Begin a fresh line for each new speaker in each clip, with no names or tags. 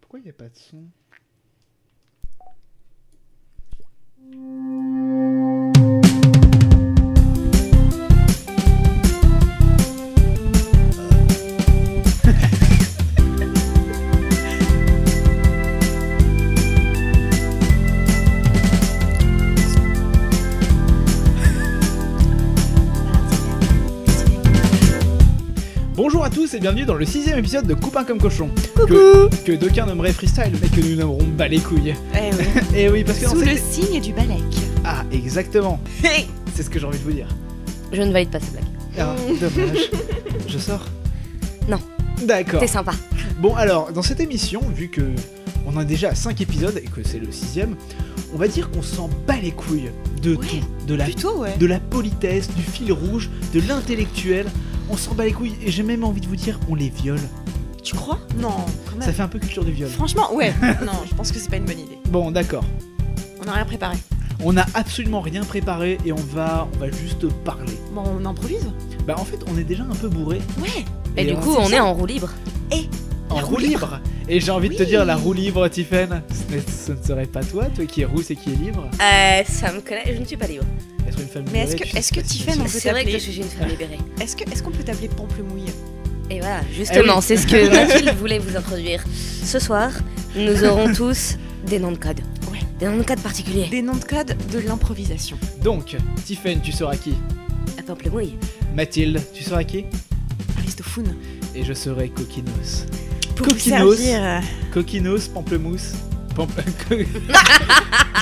Pourquoi il n'y a pas de son Bonjour à tous et bienvenue dans le sixième épisode de Coupin comme cochon. Que, que d'aucuns nommeraient freestyle, mais que nous nommerons bas les couilles.
Eh oui.
Et oui, parce que dans
Sous le
cette-
signe du balèque.
Ah, exactement. C'est ce que j'ai envie de vous dire.
Je ne valide pas cette blague.
Ah,
Mmh.
dommage. Je sors
Non.
D'accord.
T'es sympa.
Bon alors, dans cette émission, vu que on a déjà 5 épisodes et que c'est le sixième, on va dire qu'on s'en bat les couilles de
Ouais,
tout, de la,
Plutôt, ouais.
de la politesse, du fil rouge, de l'intellectuel. On s'en bat les couilles et j'ai même envie de vous dire, on les viole.
Tu crois Non, quand
Ça
même.
fait un peu culture du viol.
Franchement, ouais. non, je pense que c'est pas une bonne idée.
Bon, d'accord.
On n'a rien préparé.
On n'a absolument rien préparé et on va, on va juste parler.
Bon, on improvise
Bah en fait, on est déjà un peu bourré.
Ouais.
Et, du coup,
s'est
on est en roue libre.
en
la
roue
roue
libre. Et j'ai envie de te
Oui.
dire, la roue libre, Tiffen, ce, n'est- ce ne serait pas toi, toi qui es rousse et qui est libre.
Euh, ça me connaît, je ne suis pas libre.
Être une femme
Mais est-ce
bourrée,
que-
tu sais
est-ce que
pas si
Tiffen,
c'est-
on peut
C'est vrai que
t'appeler-
je suis une femme libérée.
Est-ce que est-ce qu'on peut t'appeler Pamplemouille
Et voilà, justement, c'est ce que Mathilde voulait vous introduire. Ce soir, nous aurons tous des noms de code.
Ouais.
Des noms de code particuliers.
Des noms de code de l'improvisation.
Donc, Tiffen, tu seras qui
À Pamplemouille.
Mathilde, tu seras qui
Aristophone.
Et je serai Coquinos.
Pour vous
Coquinos.
servir. euh,
Coquinos, pamplemousse. Pamp-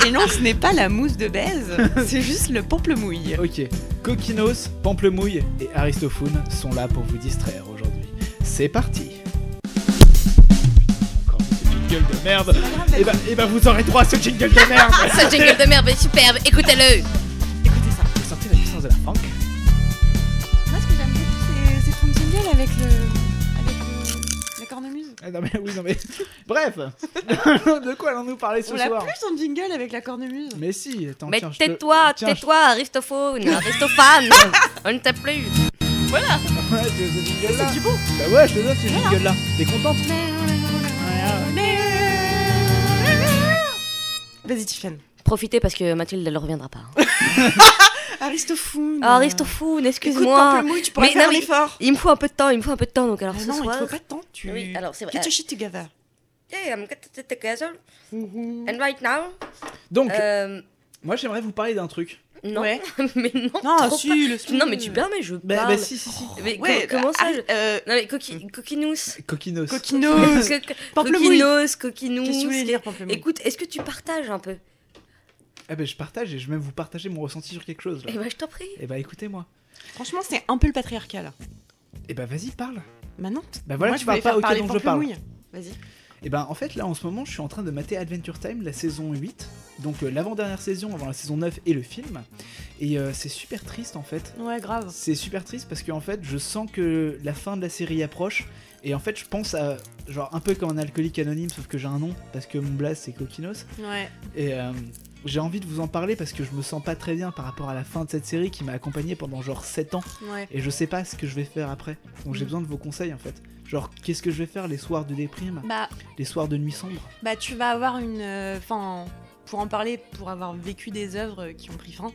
Et non, ce n'est pas la mousse de baise, c'est juste le pamplemouille.
ok. Coquinos, pamplemouille et Aristophone sont là pour vous distraire aujourd'hui. C'est parti Encore ce jingle de merde et bah, et bah vous aurez droit à ce jingle de merde
Ce jingle de merde est superbe, écoutez-le
Écoutez ça.
Vous sentez la puissance de la funk
Moi, ce que j'aime beaucoup, c'est- c'est ton jingle avec le. avec le- la cornemuse.
Ah, Non mais oui, non mais... Bref De quoi allons-nous parler ce
On l'a
soir
plus son jingle avec la cornemuse.
Mais si, attends,
Mais
tiens, je te-
tais-toi,
tiens, je-
tais-toi, Aristophone, Aristophane On ne t'a plus
Ouais, ce- ce jingle-là.
C'est du bon.
Bah ouais, je te donne ce jingle-là. T'es contente
Vas-y, Tiffany.
Profitez parce que Mathilde, elle ne reviendra pas. hein.
Aristophone.
Ah, Aristophone,
Écoute,
excuse-moi
Pamplemouille, tu pourras
Mais
faire
non, mais-
l'effort.
Il me faut un peu de temps, il me faut un peu de temps, donc alors
Ah
ce
non, il
soir...
te faut pas de temps. Tu...
Oui, alors c'est vrai.
Get your shit together.
Yeah, I'm gonna take a guess. And right now,
Donc,
euh,
moi j'aimerais vous parler d'un truc.
non,
Ouais.
mais non,
Non,
trop
si,
pas. Non, mais tu permets, je
Bah,
parle.
bah, si, si, si.
Mais co-
Ouais,
comment ça
ah,
je-
euh,
Non mais coqui... coquinous.
Coquinos.
Coquinos.
Co- co-
Pamplemouille. Qu'est-ce
Coquinous,
que tu voulais
coquinous.
dire, Pamplemouille
Écoute, est-ce que tu partages un peu
Eh ben je partage et je vais même vous partager mon ressenti sur quelque chose là.
Eh ben je t'en prie.
Eh ben écoutez-moi.
Franchement, c'est un peu le patriarcat là.
Eh ben vas-y, parle.
Maintenant,
Bah voilà,
moi,
tu
je
parles
voulais
pas
faire
ok
parler
dont je parle.
Pamplemouille. Vas-y.
Eh ben en fait là en ce moment je suis en train de mater Adventure Time, la saison 8. Donc euh, l'avant-dernière saison avant la saison 9 et le film. Et euh, c'est super triste en fait.
Ouais, grave.
C'est super triste parce que en fait je sens que la fin de la série approche. Et en fait je pense à genre un peu comme un alcoolique anonyme sauf que j'ai un nom parce que mon blaze c'est Coquinos.
Ouais.
Et euh, j'ai envie de vous en parler parce que je me sens pas très bien par rapport à la fin de cette série qui m'a accompagné pendant genre 7 ans
Ouais.
et je sais pas ce que je vais faire après. Donc j'ai
Mhm.
besoin de vos conseils en fait. Genre qu'est-ce que je vais faire les soirs de déprime,
Bah,
les soirs de nuit sombre
bah, tu vas avoir une. euh, Enfin, pour en parler, pour avoir vécu des œuvres qui ont pris fin,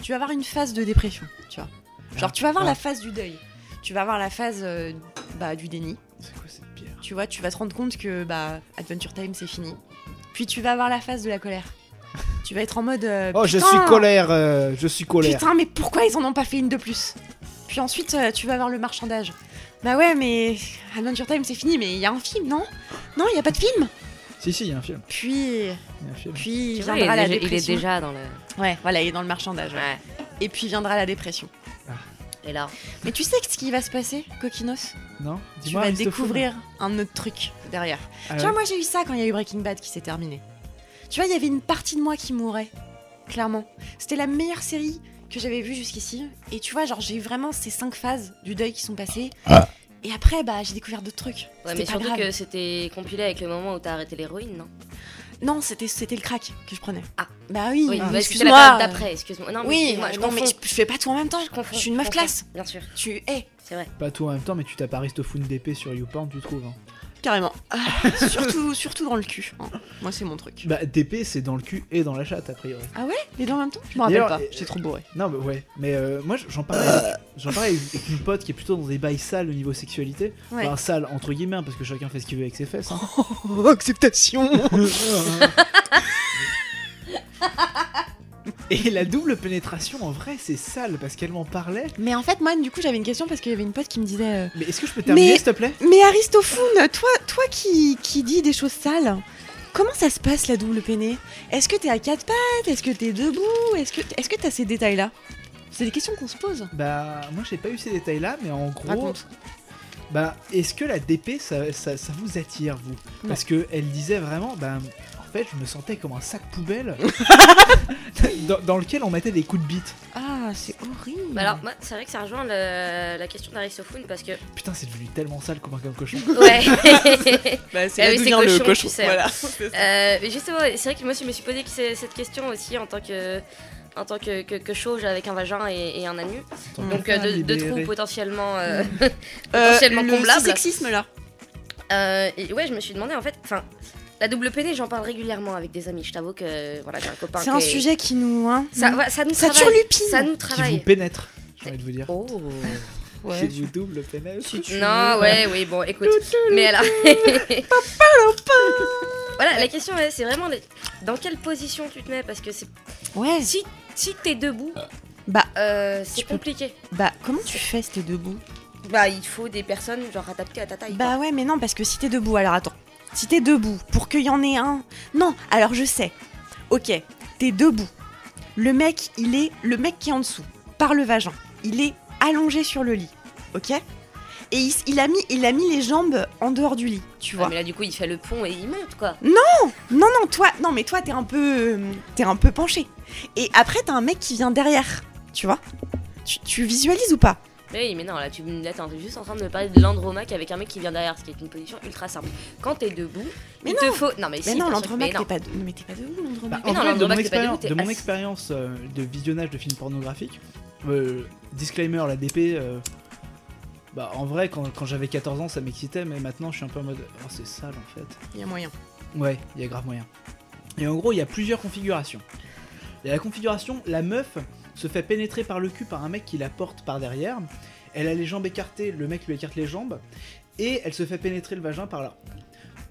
tu vas avoir une phase de dépression, tu vois. Genre, tu vas avoir
Ah.
la phase du deuil. Tu vas avoir la phase euh, bah, du déni.
C'est quoi cette bière
tu vois, tu vas te rendre compte que bah, Adventure Time c'est fini. Puis tu vas avoir la phase de la colère. Tu vas être en mode. euh,
Oh je
putain,
suis colère, euh, je suis colère.
Putain, mais pourquoi ils en ont pas fait une de plus Puis ensuite, euh, tu vas avoir le marchandage. Bah ouais, mais Adventure Time c'est fini, mais il y a un film, non Non, il y a pas de film.
Si si, il y a un film.
Puis,
il y a un film.
puis
Tu vois, il,
viendra la
est, déjà- il est
dépression.
déjà dans le.
Ouais, voilà, il est dans le marchandage. ouais.
Ouais.
Et puis viendra la dépression.
Et là,
Mais tu sais ce qui va se passer, Coquinos
Non
Tu
Dis-moi
vas
Aristophane.
découvrir un autre truc derrière.
Ah
Tu
ouais.
vois, moi j'ai eu ça quand il y a eu Breaking Bad qui s'est terminé. Tu vois, il y avait une partie de moi qui mourait, clairement. C'était la meilleure série que j'avais vue jusqu'ici. Et tu vois, genre j'ai eu vraiment ces cinq phases du deuil qui sont passées. Et après, bah j'ai découvert d'autres trucs. C'était
ouais, mais
pas
surtout
grave.
que c'était compilé avec le moment où t'as arrêté l'héroïne, non
Non, c'était c'était le crack que je prenais.
Ah.
Bah oui, mais
Oui, bah, c'était la
excuse-moi.
période d'après, excuse-moi. Non, mais
Oui,
excuse-moi, je
non, mais
confonds.
je, je fais pas tout en même temps.
Je confonds,
suis une meuf
confonds.
classe.
Bien sûr,
Tu es
c'est vrai.
Pas tout en même temps mais tu tapes Aristophone d'épée sur YouPorn tu trouves. hein.
carrément. Ah, surtout, surtout dans le cul. hein. Moi, c'est mon truc.
Bah, DP, c'est dans le cul et dans la chatte, a priori.
Les deux en même temps Je m'en rappelle
D'ailleurs,
pas.
euh,
J'étais trop bourré.
Non, mais ouais. Mais euh, moi, j'en parlais, avec- j'en parlais avec avec mon pote qui est plutôt dans des bails sales au niveau sexualité.
Ouais.
Enfin, sale, entre guillemets, hein, parce que chacun fait ce qu'il veut avec ses fesses. hein.
Oh, acceptation
et la double pénétration, en vrai, c'est sale, parce qu'elle m'en parlait.
Mais en fait, moi, du coup, j'avais une question parce qu'il y avait une pote qui me disait. euh,
Mais est-ce que je peux terminer,
Mais-
s'il te plaît
Mais Aristophone, toi, toi qui, qui dis des choses sales, comment ça se passe la double peinée Est-ce que t'es à quatre pattes Est-ce que t'es debout Est-ce que est-ce que t'as ces détails-là C'est des questions qu'on se pose. Oh.
Bah, moi, j'ai pas eu ces détails-là, mais en gros.
Raconte.
Bah, est-ce que la DP, ça, ça- ça vous attire, vous
Non.
Parce que elle disait vraiment, bah, en fait, je me sentais comme un sac poubelle dans, dans lequel on mettait des coups de bite.
Ah, c'est horrible.
Bah alors, moi, c'est vrai que ça rejoint le- la question d'Aristophane parce que.
Putain, c'est devenu tellement sale comme un comme cochon.
Ouais.
Bah, c'est
Ah
là
oui,
d'où
c'est
vient le
cochon,
cochon.
tu sais.
Voilà.
Euh, mais justement, c'est vrai que moi, je me suis posé que c'est- cette question aussi en tant que. En tant que, que, que chauve avec un vagin et, et un anus. Donc, euh, deux, deux trous potentiellement. euh, potentiellement
Euh, le
comblable.
sexisme là.
Euh, et ouais, je me suis demandé en fait. Enfin, la double pédé, j'en parle régulièrement avec des amis. Je t'avoue que voilà, j'ai un copain.
C'est un
qui est-
sujet qui nous hein,
Ça, ouais, ça nous
ça
travaille.
turlupine.
Ça nous
Qui vous
travaille.
pénètre, j'ai envie de vous dire.
Oh.
Qui vous double pénètre.
Non, ouais, oui, bon, écoute. Mais alors. Voilà, la question, ouais, c'est vraiment les- dans quelle position tu te mets parce que c'est
Ouais.
si si t'es debout,
Bah,
euh, c'est
Tu peux-
compliqué.
Bah, comment tu fais si t'es debout
Bah, il faut des personnes genre adaptées à ta taille.
Bah ouais, mais non, parce que si t'es debout, alors attends. Si t'es debout, pour qu'il y en ait un. Non, alors je sais. Ok, t'es debout. Le mec, il est. Le mec qui est en dessous, par le vagin, il est allongé sur le lit. Ok Et il, s- il a mis, il a mis les jambes en dehors du lit, tu
tu
vois.
vois. mais là, du coup, il fait le pont et il monte quoi.
Non, non, toi, non, mais toi, t'es un peu. euh, T'es un peu penché. Et après, t'as un mec qui vient derrière, tu vois. Tu, tu visualises ou pas
Mais oui, mais non, là, tu là, t'es juste en train de me parler de l'andromaque avec un mec qui vient derrière, ce qui est une position ultra simple. Quand t'es debout,
Mais
il te faut. Non, mais,
Mais
si,
non,
bien sûr,
l'andromaque,
mais
t'es
non.
pas, de- non, mais t'es pas debout,
Bah,
l'andromaque.
en
non,
vrai,
le
de mon,
droit, c'est pas
expérience-
dégoûté.
de mon
Ah, si.
expérience euh, de visionnage de films pornographiques, euh, disclaimer, la DP, euh, bah en vrai, quand, quand j'avais 14 ans, ça m'excitait, mais maintenant je suis un peu en mode, oh c'est sale en fait.
Il y a moyen.
Ouais, il y a grave moyen. Et en gros, il y a plusieurs configurations. Il y a la configuration, la meuf se fait pénétrer par le cul par un mec qui la porte par derrière, elle a les jambes écartées, le mec lui écarte les jambes, et elle se fait pénétrer le vagin par là.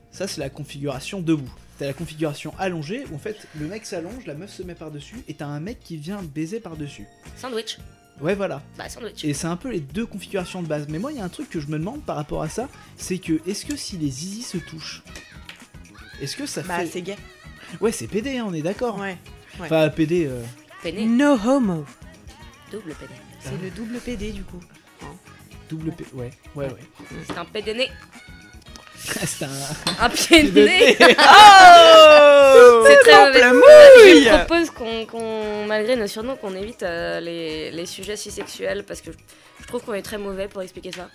Ça, c'est la configuration debout. T'as la configuration allongée où en fait le mec s'allonge, la meuf se met par-dessus et t'as un mec qui vient baiser par-dessus.
Sandwich.
Ouais, voilà.
Bah, sandwich.
Et c'est un peu les deux configurations de base. Mais moi, il y a un truc que je me demande par rapport à ça c'est que est-ce que si les zizi se touchent, est-ce que ça
Bah,
fait.
c'est gay.
Ouais, c'est PD, hein, on est d'accord.
Ouais.
Enfin, PD. euh,
Peiné,
No homo.
double peiné.
Ah.
C'est le double PD du coup.
Double P. Ouais, ouais, ouais.
C'est un pédéné.
c'est un.
Un pied de nez.
Oh
C'est très mauvais. Je
mauvais.
propose qu'on, qu'on- malgré nos surnoms, qu'on évite euh, les, les sujets si sexuels parce que je, je trouve qu'on est très mauvais pour expliquer ça.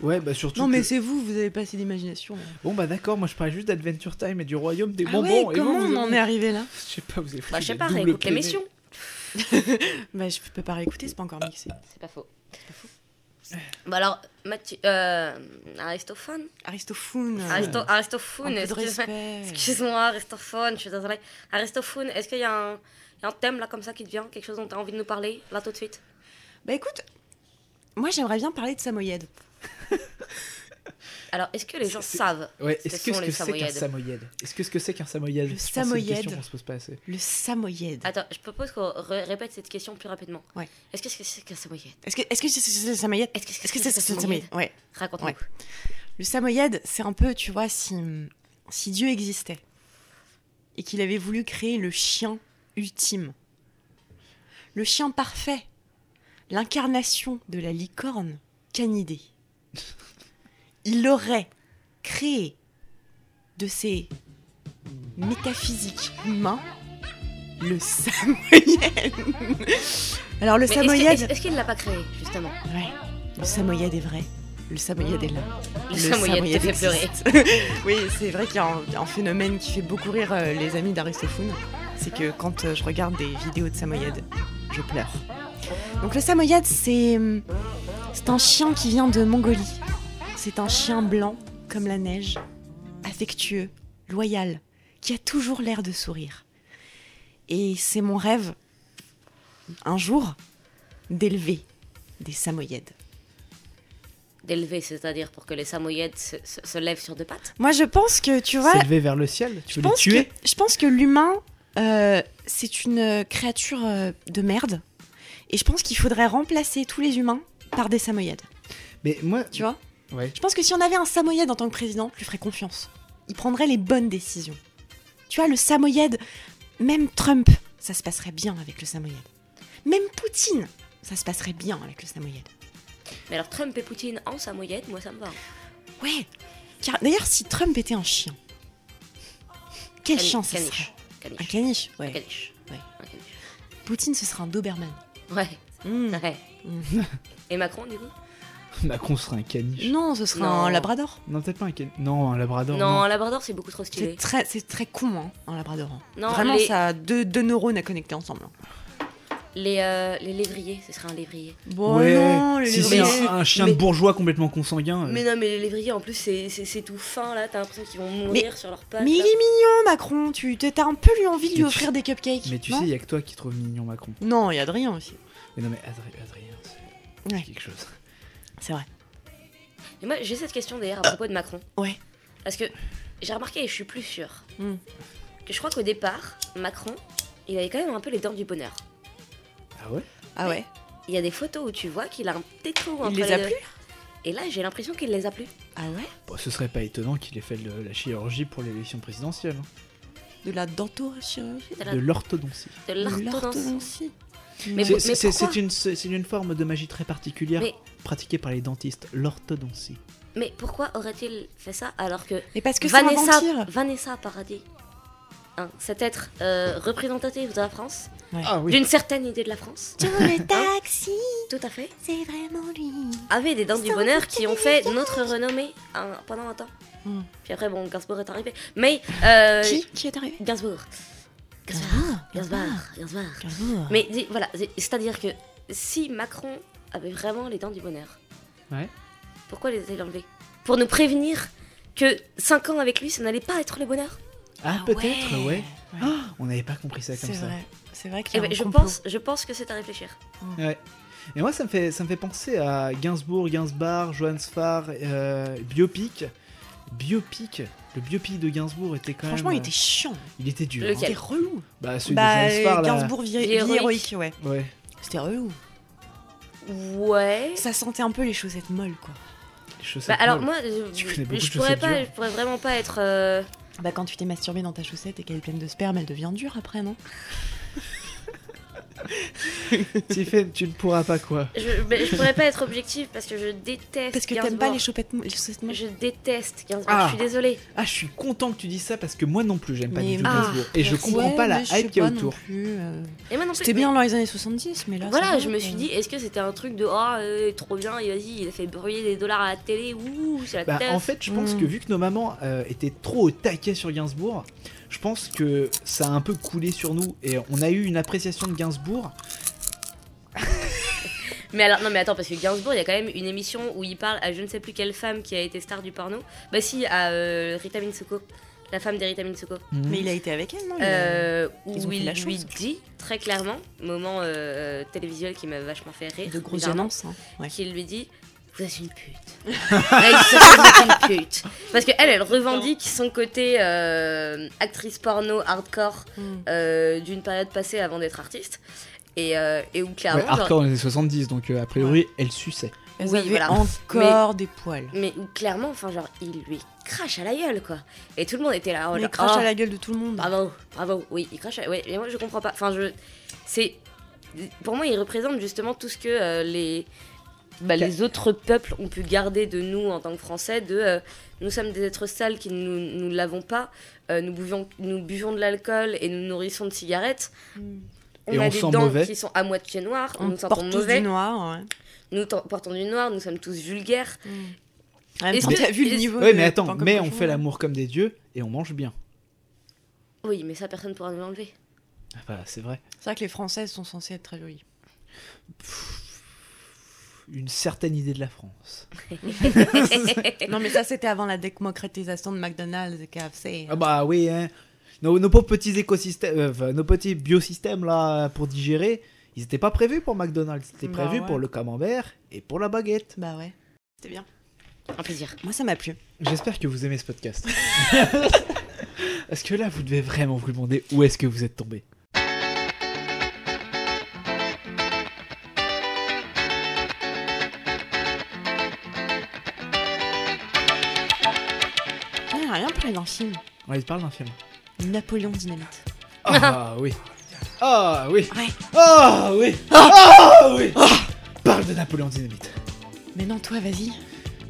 Ouais, bah surtout.
Non mais
que-
c'est vous, vous avez pas assez d'imagination.
Bon, bah d'accord, moi je parlais juste d'Adventure Time et du royaume des
Ah
bonbons.
ouais,
et vous,
comment
vous-
on en est arrivé là
Je sais pas, vous avez
Bah,
pris
je sais
le
pas,
double
écoute
PD.
l'émission.
Bah je peux pas réécouter, c'est pas encore mixé.
C'est pas faux. Bah alors, Mathieu, euh, Aristophane
Aristophone.
Aristo,
euh, Un peu
Aristophane,
de
excuse-moi.
respect.
Excuse-moi, Aristophone, je suis désolée. Aristophone, est-ce qu'il y, a un- il y a un thème là comme ça qui te vient Quelque chose dont tu as envie de nous parler là tout de suite
Bah écoute, moi j'aimerais bien parler de Samoyed.
Alors, est-ce que les gens
C'est-
savent
Ouais,
ce
est-ce
que
que
sont
ce que
les
c'est qu'un
samoyèdes
samoyède Est-ce que ce que c'est qu'un samoyède
Le
Je pense que c'est une
samoyède.
question qu'on se pose pas assez.
Le Samoyed.
Attends, je propose qu'on re- répète cette question plus rapidement.
Ouais.
Est-ce que c'est qu'un samoyède
Est-ce que est-ce que c'est c'est le Samoyed
Est-ce que c'est
Est-ce que c'est
qu'un
c'est le
samoyède
Samoyed Ouais.
Raconte-nous.
Ouais. Le Samoyed, c'est un peu, tu vois, si, si Dieu existait et qu'il avait voulu créer le chien ultime, le chien parfait, l'incarnation de la licorne canidée, il aurait créé de ses métaphysiques humains le Samoyed. Alors le
Mais
Samoyed,
Est-ce que- est-ce- est-ce qu'il l'a pas créé, justement
Ouais, le Samoyed est vrai. Le Samoyed est là.
Le Samoyed te fait pleurer.
existe. oui, c'est vrai qu'il y a un, un phénomène qui fait beaucoup rire euh, les amis d'Aristophone. C'est que quand euh, je regarde des vidéos de Samoyed, je pleure. Donc le Samoyed, c'est hum, c'est un chien qui vient de Mongolie. C'est un chien blanc comme la neige, affectueux, loyal, qui a toujours l'air de sourire. Et c'est mon rêve, un jour, d'élever des samoyèdes.
D'élever, c'est-à-dire pour que les samoyèdes se, se- se lèvent sur deux pattes
Moi, je pense que, tu vois,
S'élever vers le ciel Tu
je
veux les
pense,
tuer
que, je pense que l'humain, euh, c'est une euh, créature euh, de merde. Et je pense qu'il faudrait remplacer tous les humains par des samoyèdes.
Mais moi.
Tu vois
Ouais.
Je pense que si on avait un Samoyed en tant que président, je lui ferais confiance. Il prendrait les bonnes décisions. Tu vois, le Samoyed, même Trump, ça se passerait bien avec le Samoyed. Même Poutine, ça se passerait bien avec le Samoyed.
Mais alors Trump et Poutine en samoyède, moi ça me va. hein.
Ouais. Car d'ailleurs, si Trump était un chien, quel
Cani-
chien ça
caniche.
serait
Caniche.
Un caniche, ouais.
Caniche.
Ouais.
Un caniche.
Poutine, ce serait un Doberman.
Ouais.
Hmm.
Ouais. Et Macron, du coup
Macron serait un caniche.
Non, ce serait
Non.
un Labrador.
Non, peut-être pas un caniche. Non, un labrador.
Non,
Non.
un Labrador, c'est beaucoup trop
C'est
stylé.
très, c'est très con, hein, un Labrador. hein.
Non,
Vraiment,
les,
ça a deux, deux neurones à connecter ensemble. hein.
les, euh, les lévriers, ce serait un lévrier.
Bon,
ouais.
oh non, les
si, si,
mais-
Labradors.
un, un chien
mais-
de bourgeois complètement consanguin. euh,
Mais non, mais les lévriers, en plus, c'est- c'est c'est tout fin, là. T'as l'impression qu'ils vont mourir sur leurs pattes.
Mais il est
là.
mignon, Macron. Tu t'as un peu lui envie de lui
Mais tu-
offrir des cupcakes.
Mais tu
non
sais, il y a que toi qui trouves mignon Macron.
Non, il y a Adrien aussi.
Mais non, mais Adrien, Adrien, c'est
Ouais.
quelque chose.
C'est vrai.
Et moi, j'ai cette question d'ailleurs à propos de Macron.
Ouais.
Parce que j'ai remarqué, et je suis plus sûre,
Hmm.
que je crois qu'au départ, Macron, il avait quand même un peu les dents du bonheur.
Ah ouais
Ah ouais.
Il y a des photos où tu vois qu'il a un petit trou
Il
entre
les a
deux.
plus
Et là, j'ai l'impression qu'il les a plus.
Ah ouais.
Bon, Ce serait pas étonnant qu'il ait fait le- la chirurgie pour l'élection présidentielle. hein.
De la euh, dentochirurgie.
De la-
De l'orthodontie.
de
De
l'orthodontie.
l'orthodontie.
Mais,
C'est-
pour- mais
C'est
pourquoi
c'est une, c'est- c'est une forme de magie très particulière
Mais-
pratiquée par les dentistes, l'orthodontie.
Mais pourquoi aurait-il fait ça alors que,
Mais parce que c'est un
Vanessa,
mentir.
Vanessa Paradis, hein, cet être euh, représentatif de la France,
Ah
d'une certaine idée de la France,
Joe le taxi,
tout à fait,
c'est vraiment lui.
avait des dents du
Ça,
bonheur
c'est
qui ont fait notre renommée hein, pendant un temps.
Hmm.
Puis après, bon, Gainsbourg est arrivé. Mais. Euh,
Qui Qui est arrivé Ah,
Gainsbourg. Gainsbourg. Gainsbourg. Gainsbourg.
Gainsbourg.
Mais dis- voilà, c'est- c'est-à-dire que si Macron avait vraiment les dents du bonheur,
Ouais.
pourquoi les a-t-il enlevées Pour nous prévenir que 5 ans avec lui, ça n'allait pas être le bonheur Eh
Ah,
Ah
peut-être, ouais.
Ouais.
Ah, on n'avait pas compris ça
C'est
comme ça.
vrai. C'est vrai qu'il
Eh
y a
ben,
un
je,
complot.
pense, je pense que c'est à réfléchir.
Ouais. Et moi, ça me fait, ça me fait penser à Gainsbourg, Gainsbar, Johannes Farr, euh, Biopic. Biopic. Le biopic de Gainsbourg était quand
Franchement, il
même.
était chiant.
Il était dur.
Il
Lequel
hein.
était relou.
Bah, celui
Bah,
de Johannes Farr, là.
Gainsbourg vie,
Vie
vie
héroïque.
héroïque, ouais.
Ouais.
C'était relou.
Ouais.
Ça sentait un peu les chaussettes molles, quoi.
les chaussettes
Bah, alors
molles.
moi, je,
Tu connais beaucoup
je
de
pourrais
chaussettes
pas,
dures.
je pourrais vraiment pas être. euh,
Bah quand tu t'es masturbé dans ta chaussette et qu'elle est pleine de sperme, elle devient dure après, non
Tiffen, tu ne pourras pas quoi.
je, mais je pourrais pas être objective parce que je déteste.
Parce que t'aimes
Gainsbourg.
pas les, chopettes, les chaussettes molles.
Je déteste Gainsbourg.
Ah.
Je suis désolée.
Ah, je suis content que tu dises ça parce que moi non plus, j'aime pas
Mais-
du tout
Ah,
Gainsbourg. Et je
Merci.
comprends
Ouais,
pas la
mais je sais
hype qu'il y a
pas non
autour.
plus, euh,
Et moi non plus,
C'était
mais-
bien dans les années 70, mais là... ça
Voilà,
va,
je me suis
quoi.
dit, est-ce que c'était un truc de ah, euh, trop bien, et vas-y, il a fait brûler des dollars à la télé, ouh, c'est la
Bah,
teuf.
en fait, je pense
Mm.
que vu que nos mamans euh, étaient trop au taquet sur Gainsbourg, je pense que ça a un peu coulé sur nous et on a eu une appréciation de Gainsbourg.
Mais alors, non, mais attends, parce que Gainsbourg, il y a quand même une émission où il parle à je ne sais plus quelle femme qui a été star du porno. Bah, si, à euh, Rita Mitsouko, la femme de Rita Mitsouko.
Mm.
Mais il a été avec elle, non Oh, il a-
Euh,
Ils ont
où
fait
il
la
lui
chose.
dit très clairement, moment euh, télévisuel qui m'a vachement fait rire,
De grosses
bizarrement,
annonces, hein. ouais.
qui lui dit Vous êtes une pute. Ouais, il se fait une pute. Parce qu'elle, elle revendique son côté euh, actrice porno hardcore
Hmm.
euh, d'une période passée avant d'être artiste. Et, euh, et où clairement. genre-
hardcore dans les années 70, donc euh, a priori, elle suçait.
Elles
oui,
avaient
voilà.
encore des poils.
mais où clairement, enfin, genre, il lui crache à la gueule, quoi. Et tout le monde était là. Oh,
Mais
là,
il crache
oh,
à la gueule de tout le monde.
Bravo, bravo, oui, il crache à- Ouais, mais moi, je comprends pas. Enfin, je. C'est. Pour moi, il représente justement tout ce que euh, les. bah, les autres peuples ont pu garder de nous en tant que Français, de euh, nous sommes des êtres sales qui nous, nous l'avons pas, euh, nous, buvions, nous buvons de l'alcool et nous nourrissons de cigarettes.
Mm.
Et
a
on
des
sent
dents
mauvais.
qui sont à moitié noires,
On
nous sentons
porte tous du
mauvais,
noir, ouais.
nous ten- portons du noir, nous sommes tous vulgaires.
En même
Est-ce
temps,
que-
t'as vu le
est-ce-
niveau
Ouais,
de-
mais attends,
enfin,
mais
comme
on fait l'amour comme des dieux et on mange bien.
Oui, mais ça, personne pourra nous l'enlever.
Enfin, c'est vrai.
C'est vrai que les Françaises sont censées être très jolies.
une certaine idée de la France.
Non, mais ça, c'était avant la démocratisation de McDonald's et KFC.
Ah bah oui, hein. Nos, nos pauvres petits écosystèmes, euh, enfin, nos petits biosystèmes là pour digérer, ils n'étaient pas prévus pour McDonald's. C'était
Bah
prévu
ouais.
pour le camembert et pour la baguette.
Bah ouais. C'était bien.
Un plaisir.
Moi, ça m'a plu.
J'espère que vous aimez ce podcast. Parce que là, vous devez vraiment vous demander où est-ce que vous êtes tombé.
Ah, rien pour dans le film.
On il parle d'un film.
Napoléon Dynamite.
Ah oui. Ah oui.
Ouais.
Ah oui. Ah oui. Parle de Napoléon Dynamite.
Mais non, toi, vas-y.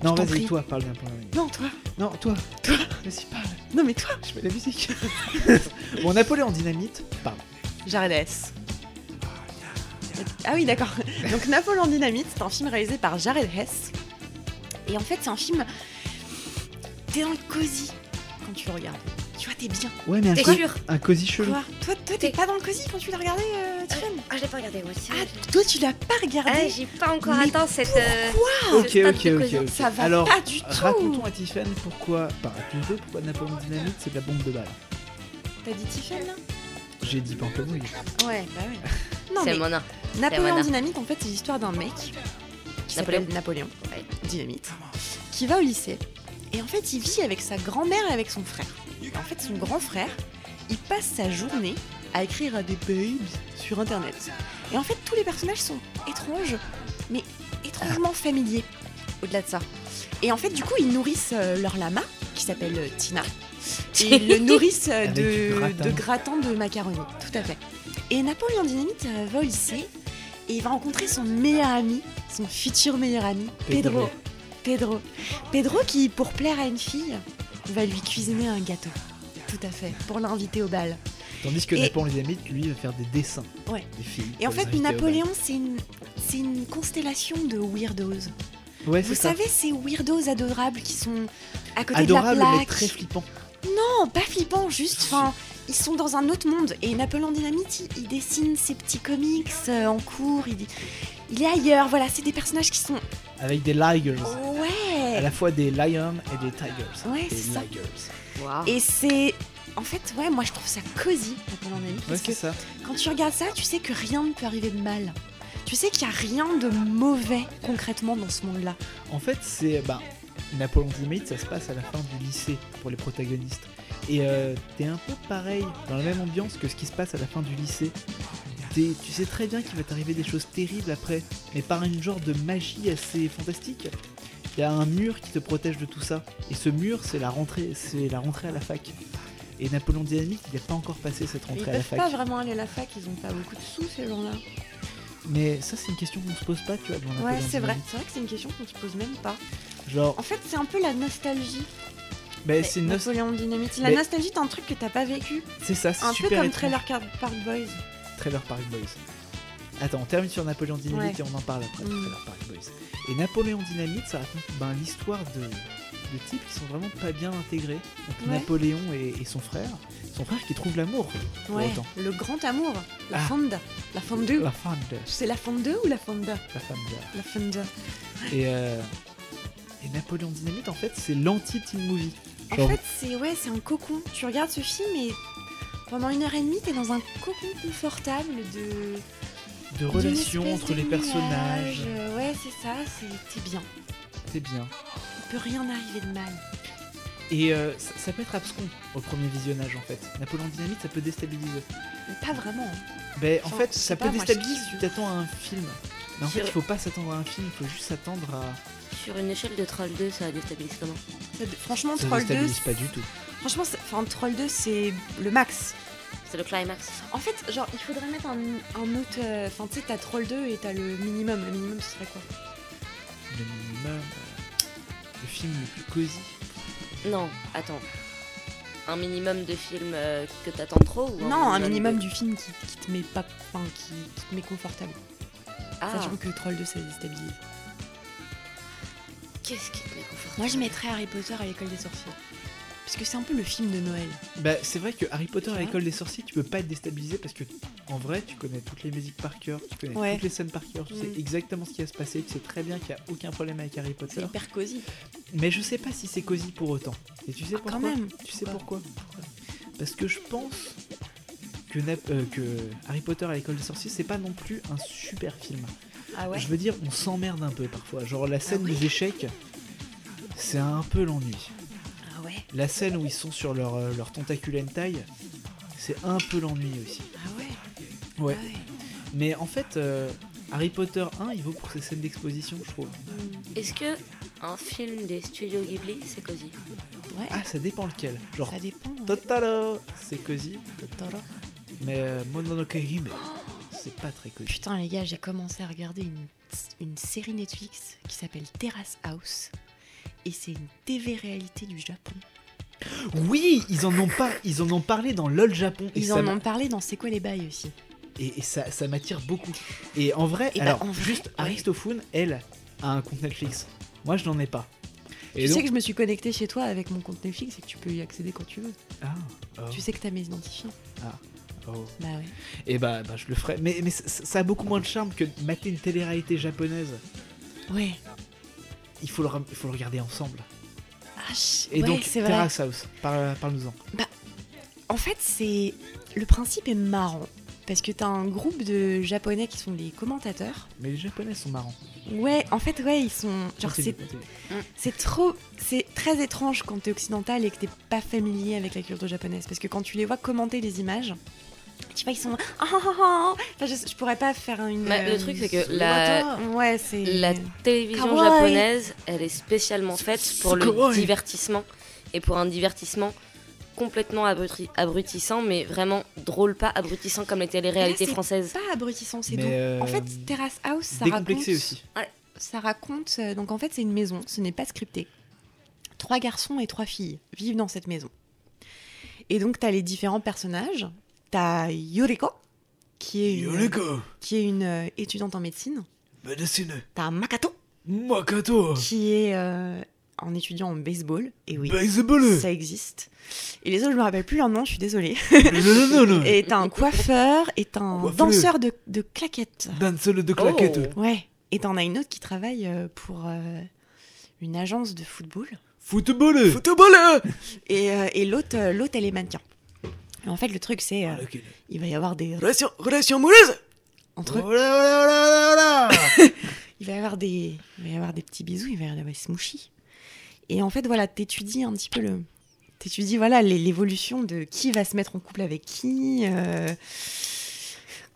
Non,
Je t'en
vas-y,
prie.
toi, parle de Napoléon Dynamite.
Non, toi.
Non, toi. Toi. Vas-y, parle.
Non, mais toi.
Je mets la musique. bon, Napoléon Dynamite. Pardon.
Jared Hess. Ah oui, d'accord. Donc Napoléon Dynamite, c'est un film réalisé par Jared Hess. Et en fait, c'est un film. T'es dans le cosy quand tu le regardes. Tu vois, t'es bien.
Ouais, mais un,
T'es
co-
sûr
un cosy chelou.
Quoi Toi, toi, t'es pas dans le cosy quand tu l'as regardé, euh, Tiffany Eh,
Ah, je l'ai pas regardé, moi aussi.
Ah, toi, tu l'as pas
Ah,
regardé
j'ai pas encore
Mais
atteint cette. euh,
Ok,
ce stade
ok,
de
ok,
cohésion.
ok.
Ça va
Alors,
pas du tout.
Racontons à Tiffen pourquoi, par raconte pourquoi Napoléon Dynamite c'est de la bombe de balle.
T'as dit Tiffany là
J'ai dit pamplemouille.
Ouais, bah oui. Non,
C'est
mais
mon art.
Napoléon
Ramona.
Dynamite, en fait, c'est l'histoire d'un mec qui
Napoléon.
s'appelle Napoléon
Ouais.
Dynamite, qui va au lycée. Et en fait, il vit avec sa grand-mère et avec son frère. Et en fait, son grand frère, il passe sa journée à écrire à des babes sur Internet. Et en fait, tous les personnages sont étranges, mais étrangement familiers, au-delà de ça. Et en fait, du coup, ils nourrissent euh, leur lama, qui s'appelle euh, Tina. Et ils le nourrissent euh,
Avec
de,
du gratin.
de gratin de macaroni, tout à fait. Et Napoléon Dynamite euh, va au lycée et il va rencontrer son meilleur ami, son futur meilleur ami, Pedro. Pedro. Pedro qui, pour plaire à une fille, va lui cuisiner un gâteau. Tout à fait, pour l'inviter au bal.
Tandis que
Et-
Napoléon Dynamite, lui, va faire des dessins.
Ouais.
Des filles.
Et en
pour les
fait,
inviter au
Napoléon, c'est une, c'est une constellation de weirdos.
bal. Ouais,
Vous
c'est ça.
savez, ces weirdos adorables qui sont à côté
Adorable
de la
mais
plaque.
très flippant.
Non, pas flippant, juste, enfin, ils sont dans un autre monde. Et Napoléon Dynamite, il, il dessine ses petits comics euh, en cours, il, il est ailleurs. Voilà, c'est des personnages qui sont.
Avec des ligers. À
Ouais
la fois des lions et des tigers.
Ouais,
des
c'est ça.
ligers.
Waouh.
Et c'est. En fait, ouais, moi je trouve ça cosy, Napoléon Dynamite.
Ouais,
Parce que
c'est ça.
quand tu regardes ça, tu sais que rien ne peut arriver de mal. Tu sais qu'il n'y a rien de mauvais concrètement dans ce monde-là.
En fait, c'est. Bah, Napoléon Dynamite, ça se passe à la fin du lycée pour les protagonistes. Et euh, t'es un peu pareil, dans la même ambiance que ce qui se passe à la fin du lycée. T'es- tu sais très bien qu'il va t'arriver des choses terribles après, mais par une genre de magie assez fantastique. Il y a un mur qui te protège de tout ça. Et ce mur, c'est la rentrée, c'est la rentrée à la fac. Et Napoléon Dynamite, il n'a pas encore passé cette rentrée à la fac.
vraiment aller à la fac, ils n'ont pas beaucoup de sous ces gens-là.
Mais ça, c'est une question qu'on se pose pas, tu vois. devant
Ouais,
Napoléon
c'est vrai.
Dynamite.
C'est vrai que c'est une question qu'on se pose même pas.
Genre,
En fait, c'est un peu la nostalgie.
bah, c'est une-
Napoléon Dynamite. La
Mais-
nostalgie, c'est un truc que t'as pas vécu.
c'est ça, c'est
Un peu
super
comme
étrange.
Trailer Park Boys.
Trailer Park Boys. Attends, on termine sur Napoléon Dynamite et on en parle après.
Mm.
Trailer Park Boys. Et Napoléon Dynamite, ça raconte ben, l'histoire de, de types qui sont vraiment pas bien intégrés. Donc
Ouais.
Napoléon et, et son frère. Son frère qui trouve l'amour. Pour
Ouais.
autant.
Le grand amour. La
Ah.
fonda. La fondu.
La femme de.
C'est la fondu ou la fonda
La femme de.
La fonda.
Et, euh, et Napoléon Dynamite, en fait, c'est l'anti-teen movie.
En
Genre-
fait, c'est ouais, c'est un cocon. Tu regardes ce film et pendant une heure et demie, t'es dans un cocon confortable de
De
d'une
relations
espèce
entre
de
les personnages.
nuage. Euh, Ouais, c'est ça. c'est- T'es bien.
C'est bien.
Il peut rien arriver de mal.
Et euh, ça, ça peut être abscon au premier visionnage, en fait. Napoléon Dynamite, ça peut déstabiliser.
Mais pas vraiment. hein.
Ben, en
Genre,
fait,
je sais
ça
pas,
peut
moi, je
déstabiliser
kiffe.
si tu t'attends à un film. Mais en fait,
Sur-
il faut pas s'attendre à un film, il faut juste s'attendre à.
Sur une échelle de Troll 2, ça déstabilise comment
Ça- Franchement, Troll 2,
pas du tout.
Franchement, c'est- enfin, Troll 2, c'est le max.
C'est le climax.
En fait, genre, il faudrait mettre un, un autre. euh, Enfin, tu sais, t'as Troll 2 et t'as le minimum. Le minimum, ce serait quoi
Le minimum. euh, Le film le plus cosy.
Non, attends. Un minimum de films euh, que t'attends trop ou
Non, un minimum
de-
du film qui, qui te met pas. Enfin, qui, qui te met confortable.
Ah,
Sachant que Troll 2, ça déstabilise.
qu'est-ce qui te met confortable
Moi, je mettrais Harry Potter à l'école des sorciers. puisque c'est un peu le film de Noël.
Bah, c'est vrai que Harry Potter à
Ouais.
l'école des sorciers, tu peux pas être déstabilisé parce que en vrai, tu connais toutes les musiques par cœur, tu connais
Ouais.
toutes les scènes par cœur, tu sais
Mm.
exactement ce qui va se passer, tu sais très bien qu'il y a aucun problème avec Harry
C'est
Potter.
hyper cosy.
Mais je sais pas si c'est cosy pour autant. Et tu sais
Ah,
pourquoi
quand même.
Tu sais pourquoi Parce que je pense que, Nap- euh, que Harry Potter à l'école des sorciers, c'est pas non plus un super film.
Ah ouais.
Je veux dire, on s'emmerde un peu parfois. Genre la scène
Ah oui
des échecs, c'est un peu l'ennui.
Ah ouais.
La scène où ils sont sur leur, euh, leur tentacule hentai, c'est un peu l'ennui aussi.
Ah ouais.
Ouais.
Ah ouais.
Mais en fait, euh, Harry Potter 1, il vaut pour ses scènes d'exposition, je trouve.
Est-ce que un film des studios Ghibli, c'est cosy
Ouais,
Ah, ça dépend lequel. Genre,
ça dépend. hein. ouais.
Totoro, c'est cosy.
Totoro.
Mais euh, Mononoke Hime, c'est pas très cosy.
Putain, les gars, j'ai commencé à regarder une, une série Netflix qui s'appelle Terrace House. Et c'est une TV-réalité du Japon.
Oui, ils en ont pas, ils en ont parlé dans LOL Japon. et
Ils
ça
en
m'a-
ont parlé dans C'est quoi les bails aussi.
et, et ça, ça m'attire beaucoup. Et en vrai,
Et bah,
alors
en vrai,
juste
ouais.
Aristophone, elle a un compte Netflix. Moi, je n'en ai pas. Et
tu sais
donc,
que je me suis connectée chez toi avec mon compte Netflix et que tu peux y accéder quand tu veux.
ah, oh,
Tu sais que t'as mes identifiants.
oh.
Bah ouais.
et bah, bah, je le ferai. Mais, mais ça, ça a beaucoup moins de charme que de mater une télé-réalité japonaise.
Ouais.
Il faut le, re- il faut le regarder ensemble.
Ah, ch-
Et
ouais,
donc,
c'est vrai.
Terrace House, parle- parle-nous-en.
En fait, c'est le principe est marrant parce que t'as un groupe de japonais qui sont des commentateurs.
Mais les japonais sont marrants.
Ouais, en fait, ouais, ils sont genre
Continue,
c'est
continue.
c'est trop c'est très étrange quand t'es occidental et que t'es pas familier avec la culture japonaise parce que quand tu les vois commenter les images. Tu vois, ils sont. Ah, ah, ah, ah. Enfin, je, je pourrais pas faire une.
Bah,
euh,
Le truc, c'est que
c'est-
la,
Ouais, c'est.
la télévision
Kawaii.
japonaise, elle est spécialement faite pour le
Kawaii.
divertissement. Et pour un divertissement complètement abruti- abrutissant, mais vraiment drôle, pas abrutissant comme les téléréalités
Là, c'est-
françaises.
Pas abrutissant, c'est
Mais,
doux.
euh,
En fait, Terrace House, ça raconte.
décomplexé aussi.
Ça raconte, euh, donc en fait c'est une maison, ce n'est pas scripté. Trois garçons et trois filles vivent dans cette maison. Et donc t'as les différents personnages. T'as Yoriko, qui est, une, qui est une euh, étudiante en médecine. T'as Makato,
Makato
qui est euh, un étudiant en baseball. Et oui,
Baseball
ça existe. Et les autres, je me rappelle plus leur nom, je suis désolée.
Non, non,
Et t'as un coiffeur, et t'as un
Coiffeuse.
danseur de, de claquettes.
Danseuse de
Oh.
Ouais. Et t'en as une autre qui travaille euh, pour euh, une agence de football.
Football
Footballeur Et, euh, et l'autre, euh, l'autre, elle est mannequin. Et en fait, le truc, c'est. euh, il va y avoir des relations, relations amoureuses entre
Oh
eux. Il va, y avoir des, il va y avoir des petits bisous, il va y avoir des smooshies. Et en fait, voilà, t'étudies un petit peu le. T'étudies, voilà, les- l'évolution de qui va se mettre en couple avec qui. euh,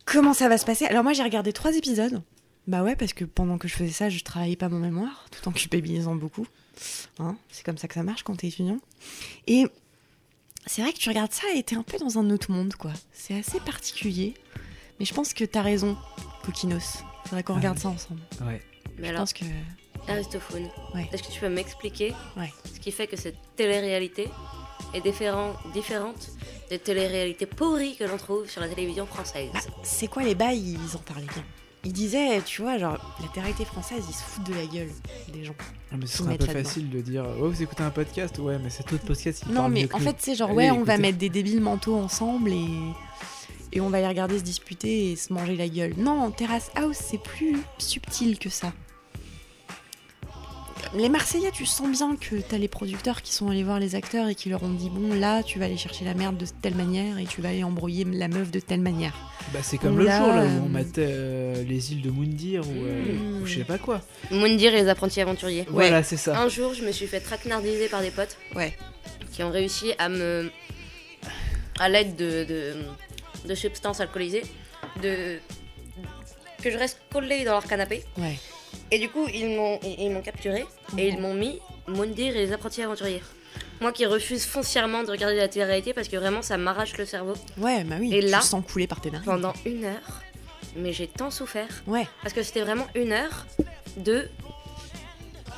comment ça va se passer. Alors, moi, j'ai regardé trois épisodes. Bah ouais, parce que pendant que je faisais ça, je travaillais pas mon mémoire, tout en culpabilisant beaucoup. Hein, c'est comme ça que ça marche quand t'es étudiant. Et c'est vrai que tu regardes ça et t'es un peu dans un autre monde, quoi. C'est assez particulier. Mais je pense que t'as raison, Coquinos. Faudrait qu'on
Ah
regarde
oui.
ça ensemble.
Ouais.
Mais
Je
alors,
pense que.
Aristophone,
Ouais.
est-ce que tu peux m'expliquer
Ouais.
ce qui fait que cette télé-réalité est différent- différente des téléréalités pourries que l'on trouve sur la télévision française
Bah, c'est quoi les bails Ils en parlaient bien. Ils disaient, tu vois, genre, la télé française, ils se foutent de la gueule des gens.
Ah, Mais ce
Faut
serait un peu
mettre là-dedans.
facile de dire Ouais, vous écoutez un podcast Ouais, mais cet autre podcast il
Non,
parle mieux
mais
que
en
nous.
fait, c'est genre,
Allez,
ouais, on va
écoutez.
mettre des débiles manteaux ensemble et. Et on va les regarder se disputer et se manger la gueule. Non, Terrace House, c'est plus subtil que ça. Les Marseillais, tu sens bien que t'as les producteurs qui sont allés voir les acteurs et qui leur ont dit bon, là, tu vas aller chercher la merde de telle manière et tu vas aller embrouiller la meuf de telle manière.
Bah, c'est comme
on
le
l'a,
jour là où
euh,
on matait euh, les îles de Moundir ou, euh,
Mm.
ou je sais pas quoi.
Moundir et les apprentis aventuriers.
Voilà, c'est
Ah,
ça.
Un jour, je me suis fait traquenardiser par des potes
Ouais.
qui ont réussi à me. à l'aide de, de, de substances alcoolisées, de. que je reste collée dans leur canapé.
Ouais.
Et du coup, ils m'ont ils ils m'ont capturé et ils m'ont mis Moundir et les apprentis aventuriers. Moi qui refuse foncièrement de regarder la télé-réalité parce que vraiment ça m'arrache le cerveau
Ouais, bah oui.
Et
tu
là-
te sens couler par tes narines.
pendant une heure. Mais j'ai tant souffert
Ouais.
parce que c'était vraiment une heure de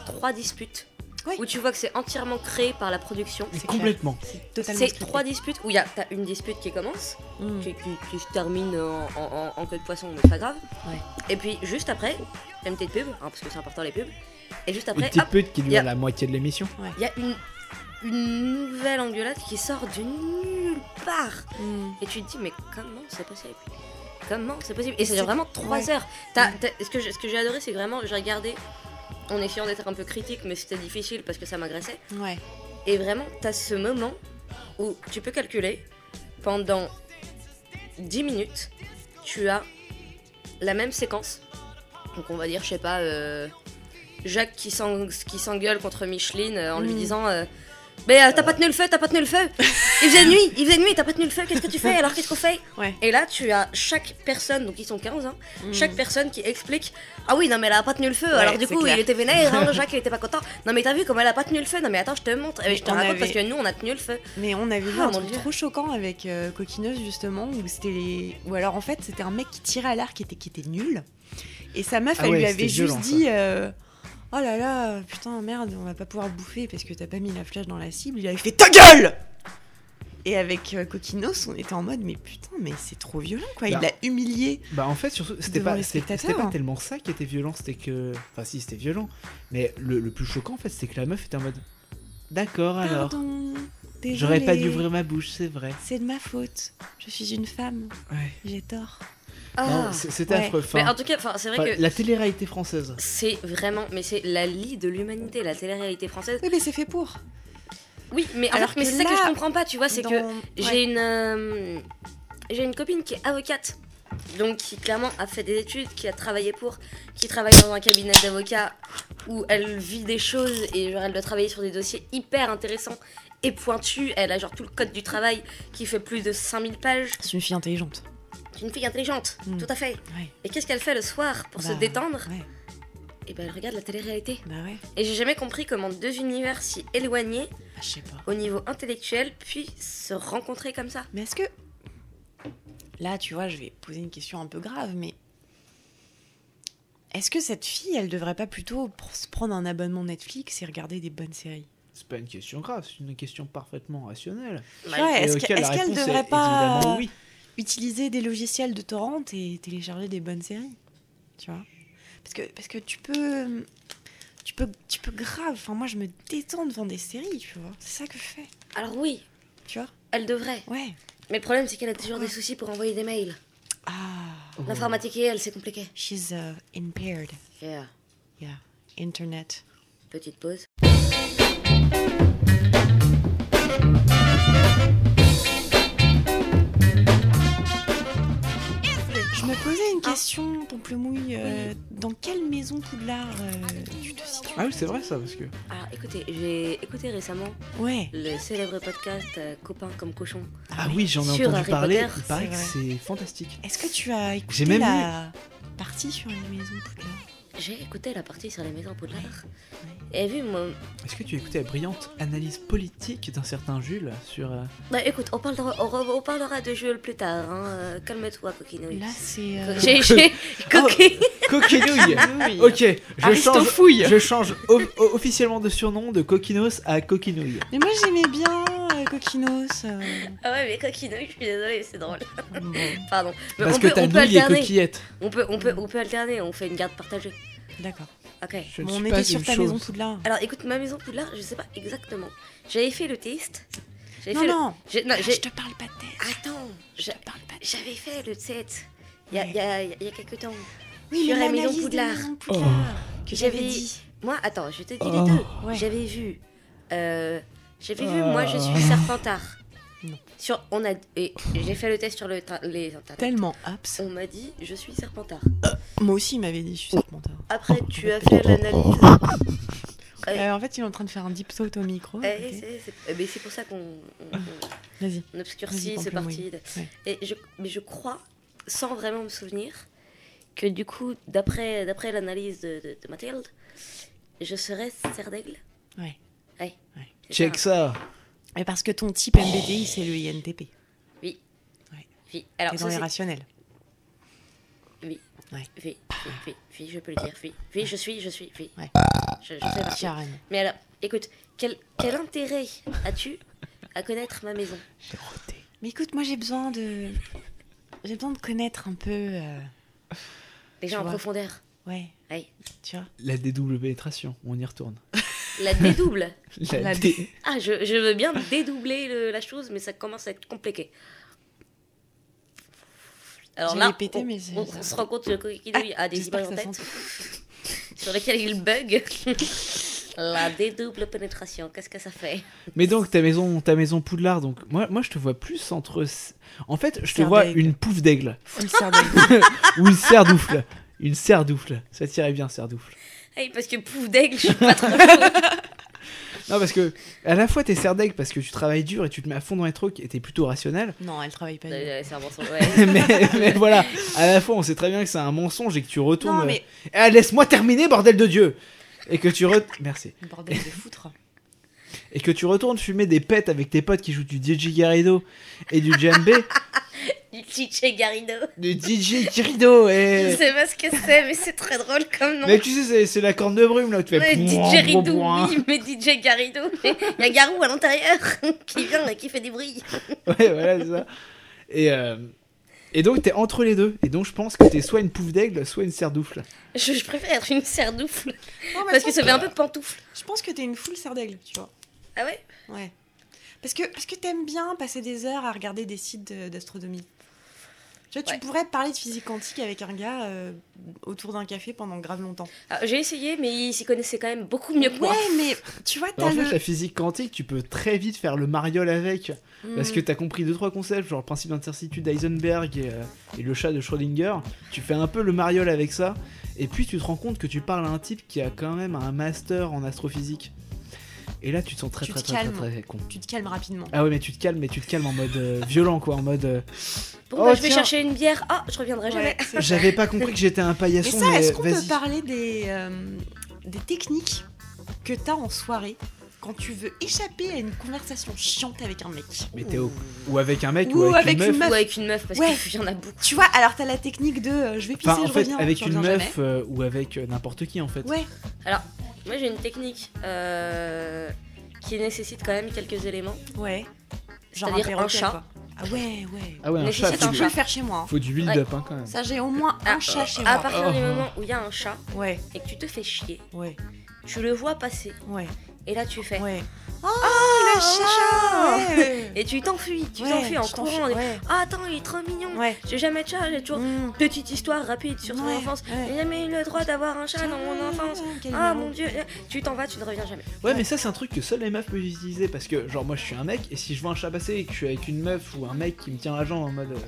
trois disputes
Oui.
où tu vois que c'est entièrement créé par la production.
Mais
c'est
complètement.
C'est
C'est trois disputes où il y a t'as une dispute qui commence,
Mm.
qui, qui- qui se termine en, en- en- en queue de poisson, mais pas grave.
Ouais.
Et puis juste après, t'as une petite pub, hein, parce que c'est important les pubs. Et juste
Une
après, hop,
petite pute qui dure
y a-
la moitié de l'émission.
Il y a une une nouvelle engueulade qui sort de nulle part.
Mm.
Et tu te dis, mais comment c'est possible Comment c'est possible Et ça dure
C'est-
vraiment 3
ouais.
heures. T'as- t'as- ce que j'ai- ce que j'ai adoré, c'est que vraiment, j'ai regardé en essayant d'être un peu critique, mais c'était difficile parce que ça m'agressait.
Ouais.
Et vraiment, t'as ce moment où tu peux calculer pendant 10 minutes, tu as la même séquence. Donc, on va dire, je sais pas, euh, Jacques qui s'en- qui s'engueule contre Micheline euh, en lui
Mm.
disant. euh, mais euh, t'as pas tenu le feu, t'as pas tenu le feu Il faisait nuit, il faisait nuit, t'as pas tenu le feu, qu'est-ce que tu fais Alors qu'est-ce qu'on fait
Ouais.
Et là, tu as chaque personne, donc ils sont 15, hein,
Mm.
chaque personne qui explique Ah oui, non, mais elle a pas tenu le feu,
Ouais,
alors du
c'est
coup,
clair.
il était vénère, hein, Jacques, il était pas content. Non, mais t'as vu comme elle a pas tenu le feu Non, mais attends, je te montre, et je te
On
raconte
avait-
parce que nous, on a tenu le feu.
Mais on avait vu
Ah,
un
mon
truc
Dieu.
trop choquant avec euh, Coquineuse justement où c'était les... ou alors en fait c'était un mec qui tirait à l'arc qui était qui était nul et sa meuf
Ah
elle
ouais,
lui avait
c'était
juste
violent, ça.
dit euh, oh là là putain merde on va pas pouvoir bouffer parce que t'as pas mis la flèche dans la cible il avait fait ta gueule et avec euh, Coquinos, on était en mode mais putain mais c'est trop violent quoi il
Bah.
l'a humilié
Bah en fait, surtout, c'était
Devant
pas,
les
c'était
spectateurs.
pas tellement ça qui était violent, c'était que... Enfin si, c'était violent, mais le, le plus choquant en fait, c'est que la meuf était en mode... D'accord alors,
pardon Ah, désolé,
j'aurais pas dû ouvrir ma bouche, c'est vrai.
c'est de ma faute je suis une femme
Ouais.
j'ai tort
Non,
Ah.
c'est- c'était
ouais.
affreux. Enfin,
Mais en tout cas, enfin, c'est
enfin,
vrai que
La télé-réalité française.
c'est vraiment, mais c'est la lie de l'humanité, la télé-réalité française.
oui mais c'est fait pour
Oui, mais en
Alors
fait, mais
que
c'est ça que
là,
je comprends pas, tu vois, c'est
Dans-
que
Ouais.
J'ai une, euh, j'ai une copine qui est avocate, donc qui clairement a fait des études, qui a travaillé pour, qui travaille dans un cabinet d'avocat où elle vit des choses et genre elle doit travailler sur des dossiers hyper intéressants et pointus. Elle a genre tout le code du travail qui fait plus de 5000 pages.
c'est une fille intelligente
C'est une fille intelligente,
Mm.
tout à fait.
ouais
Et qu'est-ce qu'elle fait le soir pour se
Bah,
détendre
Ouais,
Et ben elle regarde la télé-réalité.
bah ouais,
Et j'ai jamais compris comment deux univers si éloignés
Bah, je sais pas.
au niveau intellectuel puissent se rencontrer comme ça.
Mais est-ce que. Là, tu vois, je vais poser une question un peu grave, mais. Est-ce que cette fille, elle devrait pas plutôt pr- se prendre un abonnement Netflix et regarder des bonnes séries
C'est pas une question grave, c'est une question parfaitement rationnelle.
Bah,
Ouais,
Et
est-ce que-
auquel la
est-ce qu'elle
réponse est
devrait pas-
évidemment oui.
Utiliser des logiciels de torrent et télécharger des bonnes séries Tu vois parce que, parce que tu peux. Tu peux, tu peux grave. Enfin, moi, je me détends devant des séries, tu vois. C'est ça que je fais,
Alors oui,
tu vois
elle devrait.
Ouais.
Mais le problème, c'est qu'elle a toujours des soucis pour envoyer des mails.
Ah.
L'informatique et elle, c'est compliqué.
She's uh, impaired. Yeah. Internet.
Petite pause.
Je me posais une question, Pomplemouille. euh, dans quelle maison Poudlard euh, tu te situes
Ah oui, c'est vrai ça, parce que.
Alors Ah, écoutez, j'ai écouté récemment
Ouais.
le célèbre podcast euh, Copain comme cochon.
Ah oui, j'en ai
Sur
entendu
Harry
parler,
Potter,
il paraît que
c'est
c'est fantastique.
Est-ce que tu as écouté
J'ai même
la partie sur les maisons Poudlard
J'ai écouté la partie sur les maisons Poudlard. Et vu, moi.
Est-ce que tu écoutais la brillante analyse politique d'un certain Jules sur. euh,
Bah écoute, on parlera, on, re- on parlera de Jules plus tard. Hein. euh, Calme-toi, coquinouille.
Là, c'est. euh,
J'ai. Ah, j'ai- Coquille
Coquinouille
oui.
Ok, je change,
Aristofouille.
je change o- o- officiellement de surnom de Coquinos à Coquinouille.
Mais moi, j'aimais bien euh, Coquinos. euh,
Ah ouais, mais coquinouille, je suis désolée, c'est drôle.
bon.
Pardon. Mais
Parce
on
que
peut,
t'as
on peut
nouille et
alterner.
coquillette.
On peut, on, peut, on peut alterner, on fait une garde partagée.
D'accord.
Ok.
Je ne
Bon,
suis
on
pas
était sur
une
ta
chose.
maison Poudlard.
Alors écoute, ma maison Poudlard, je sais pas exactement. J'avais fait le test. J'avais
Non,
fait le-
non.
j'ai- non, j'ai- Ah,
Je te parle pas de test.
Attends,
Je
j'a-
te parle pas de
j'avais fait le test. Il y a,
Ouais.
il y a- il y a quelques temps.
Oui,
Sur
mais
la maison
l'analyse des
Poudlard.
maisons Poudlard Que j'avais
J'avais-
dit.
Moi, attends, je te dis
Oh.
les deux.
Ouais.
J'avais vu. euh, j'avais vu,
Ah.
moi je suis serpentard.
Oh. Non.
Sur, on a, et j'ai fait le test sur le, tra- les internets.
Tellement abs.
On m'a dit, je suis serpentard.
Moi aussi, il m'avait dit, je suis serpentard.
Après, tu as fait l'analyse. Eh.
Euh, en fait, il est en train de faire un deep throat au micro.
Eh,
ok.
c'est- c'est- eh ben, c'est pour ça qu'on on- on-
Vas-y.
on obscurcit
Vas-y,
ce
Pamplemouille.
parti.
Ouais.
Et je, mais je crois, sans vraiment me souvenir, que du coup, d'après d'après l'analyse de, de- de Mathilde, je serais serre d'aigle.
Ouais.
Ouais.
Ouais.
C'est
Check
ça.
ça.
Mais parce que ton type MBTI, c'est le INTP.
Oui, hein. alors
T'es
ça,
dans les
c'est-
rationnels.
oui.
Ouais.
Oui, oui, oui, oui, je peux le dire. Oui, oui, je suis, je suis, oui.
Ouais.
Je, je fais partie.
Carrément.
Mais alors, écoute, quel, quel intérêt as-tu à connaître ma maison
J'ai roté.
Mais écoute, moi j'ai besoin de. J'ai besoin de connaître un peu. euh, Tu
Déjà en
vois.
profondeur.
Ouais,
Oui.
tu vois.
La dédouble pénétration, on y retourne.
La dédouble.
La
La
dé-
ah, je, je veux bien dédoubler le- la chose, mais ça commence à être compliqué. Alors
J'allais
là,
péter,
on,
mais c'est- Ah,
on- on se rend compte que le coquidouille a des
J'espère
images
que
en
ça
tête
sent-
sur lesquelles il bug. la dédouble pénétration, qu'est-ce que ça fait
Mais donc ta maison, ta maison Poudlard, donc moi, moi je te vois plus entre. En fait, je te
Serre
vois
d'aigle.
une pouffe d'aigle
Une serre d'aigle.
ou une serre d'oufle. Une serre d'oufle, ça tirait bien serre d'oufle.
Hey, Parce que pouf d'aigle, je suis pas trop.
Non parce que à la fois t'es serre d'aigle parce que tu travailles dur et tu te mets à fond dans les trucs et t'es plutôt rationnel.
Non, elle travaille pas.
Ouais,
elle.
ouais, c'est un mensonge, ouais.
mais, mais voilà, à la fois on sait très bien que c'est un mensonge et que tu retournes.
Non, mais
euh, Ah, laisse-moi terminer bordel de dieu. Et que tu re... merci.
bordel de foutre.
Et que tu retournes fumer des pets avec tes potes qui jouent du DJ Garrido et du djembé,
Du Chiche Garrido.
du DJ Garrido
Je
et
sais pas ce que c'est, mais c'est très drôle comme nom.
Mais tu sais, c'est, c'est la corne de brume là où tu fais.
Ouais,
pouin,
DJ Ridou,
pouin.
oui, mais DJ Garrido. Il y a Garou à l'intérieur qui vient et qui fait des bruits.
Ouais, voilà, c'est ça. Et, euh, et donc, t'es entre les deux. Et donc, je pense que t'es soit une pouffe d'aigle, soit une cerdoufle.
Je, je préfère être une serdoufle
Non, mais
parce
je
que
pense
ça fait un peu pantoufle.
Je pense que t'es une foule serre d'aigle, tu vois.
Ah ouais
Ouais. Parce que, parce que t'aimes bien passer des heures à regarder des sites de- d'astronomie. Tu vois, tu
Ouais.
pourrais parler de physique quantique avec un gars euh, autour d'un café pendant grave longtemps.
Ah, J'ai essayé, mais il s'y connaissait quand même beaucoup mieux que moi.
Ouais, mais tu vois,
Mais en
t'as
fait,
le...
la physique quantique, tu peux très vite faire le mariole avec. Parce
Hmm.
que t'as compris deux trois concepts, genre le principe d'incertitude d'Eisenberg et, euh, et le chat de Schrödinger. Tu fais un peu le mariole avec ça. Et puis, tu te rends compte que tu parles à un type qui a quand même un master en astrophysique. Et là, tu te sens très
Tu
très
te
très, très
calmes.
très con.
Tu te calmes rapidement.
Ah ouais, mais tu te calmes, mais tu te calmes en mode euh, violent quoi, en mode. euh,
Bon,
Oh,
bah, je vais
tiens.
chercher une bière. Ah, je reviendrai jamais.
Ouais, c'est-
J'avais pas compris que j'étais un
Mais
paillasson,
ça,
mais
est-ce qu'on peut
vas-y.
parler des, euh, des techniques que t'as en soirée quand tu veux échapper à une conversation chiante avec un mec
Mais t'es au- Ou avec un mec, ou,
Ou
avec,
avec
une
une
meuf.
Ou avec une meuf, parce
Ouais.
qu'il y en a beaucoup.
Tu vois, alors t'as la technique de euh, je vais pisser,
Enfin, en
je
fait,
reviens.
avec
tu
une
reviens
meuf euh, ou avec euh, n'importe qui, en fait.
jamais. Ouais,
Moi, j'ai une technique euh, qui nécessite quand même quelques éléments.
ouais. Genre
C'est-à-dire un
perroquet,
chat.
quoi. Ah ouais, ouais.
Ah ouais, un
Mais si
chat,
c'est
Ça,
faut
un
tu
du-
peux le faire chez moi. hein.
faut du build-up, hein, quand même.
Ça, j'ai au moins
Ah,
un chat chez
À
moi.
partir du
Oh.
moment où il y a un chat
Ouais,
et que tu te fais chier,
ouais,
tu le vois passer.
ouais,
Et là, tu fais.
ouais. Oh,
un
le chat ouais.
Ah, Et tu t'enfuis, tu
Ouais,
t'enfuis en
tu t'enfuis,
courant.
Ouais,
Ah, attends, il est trop mignon.
ouais.
J'ai jamais de chat, j'ai toujours.
Mmh.
Petite histoire rapide sur ton
Ouais,
enfance.
ouais. Mmh,
J'ai jamais eu le droit d'avoir un chat dans mon enfance.
quel
Ah
mignon.
mon dieu, tu t'en vas, tu ne reviens jamais.
Ouais, mais ça, c'est un truc que seules les meufs peuvent utiliser. Parce que, genre, moi, je suis un mec, et si je vois un chat passer et que je suis avec une meuf ou un mec qui me tient la jambe en mode. euh,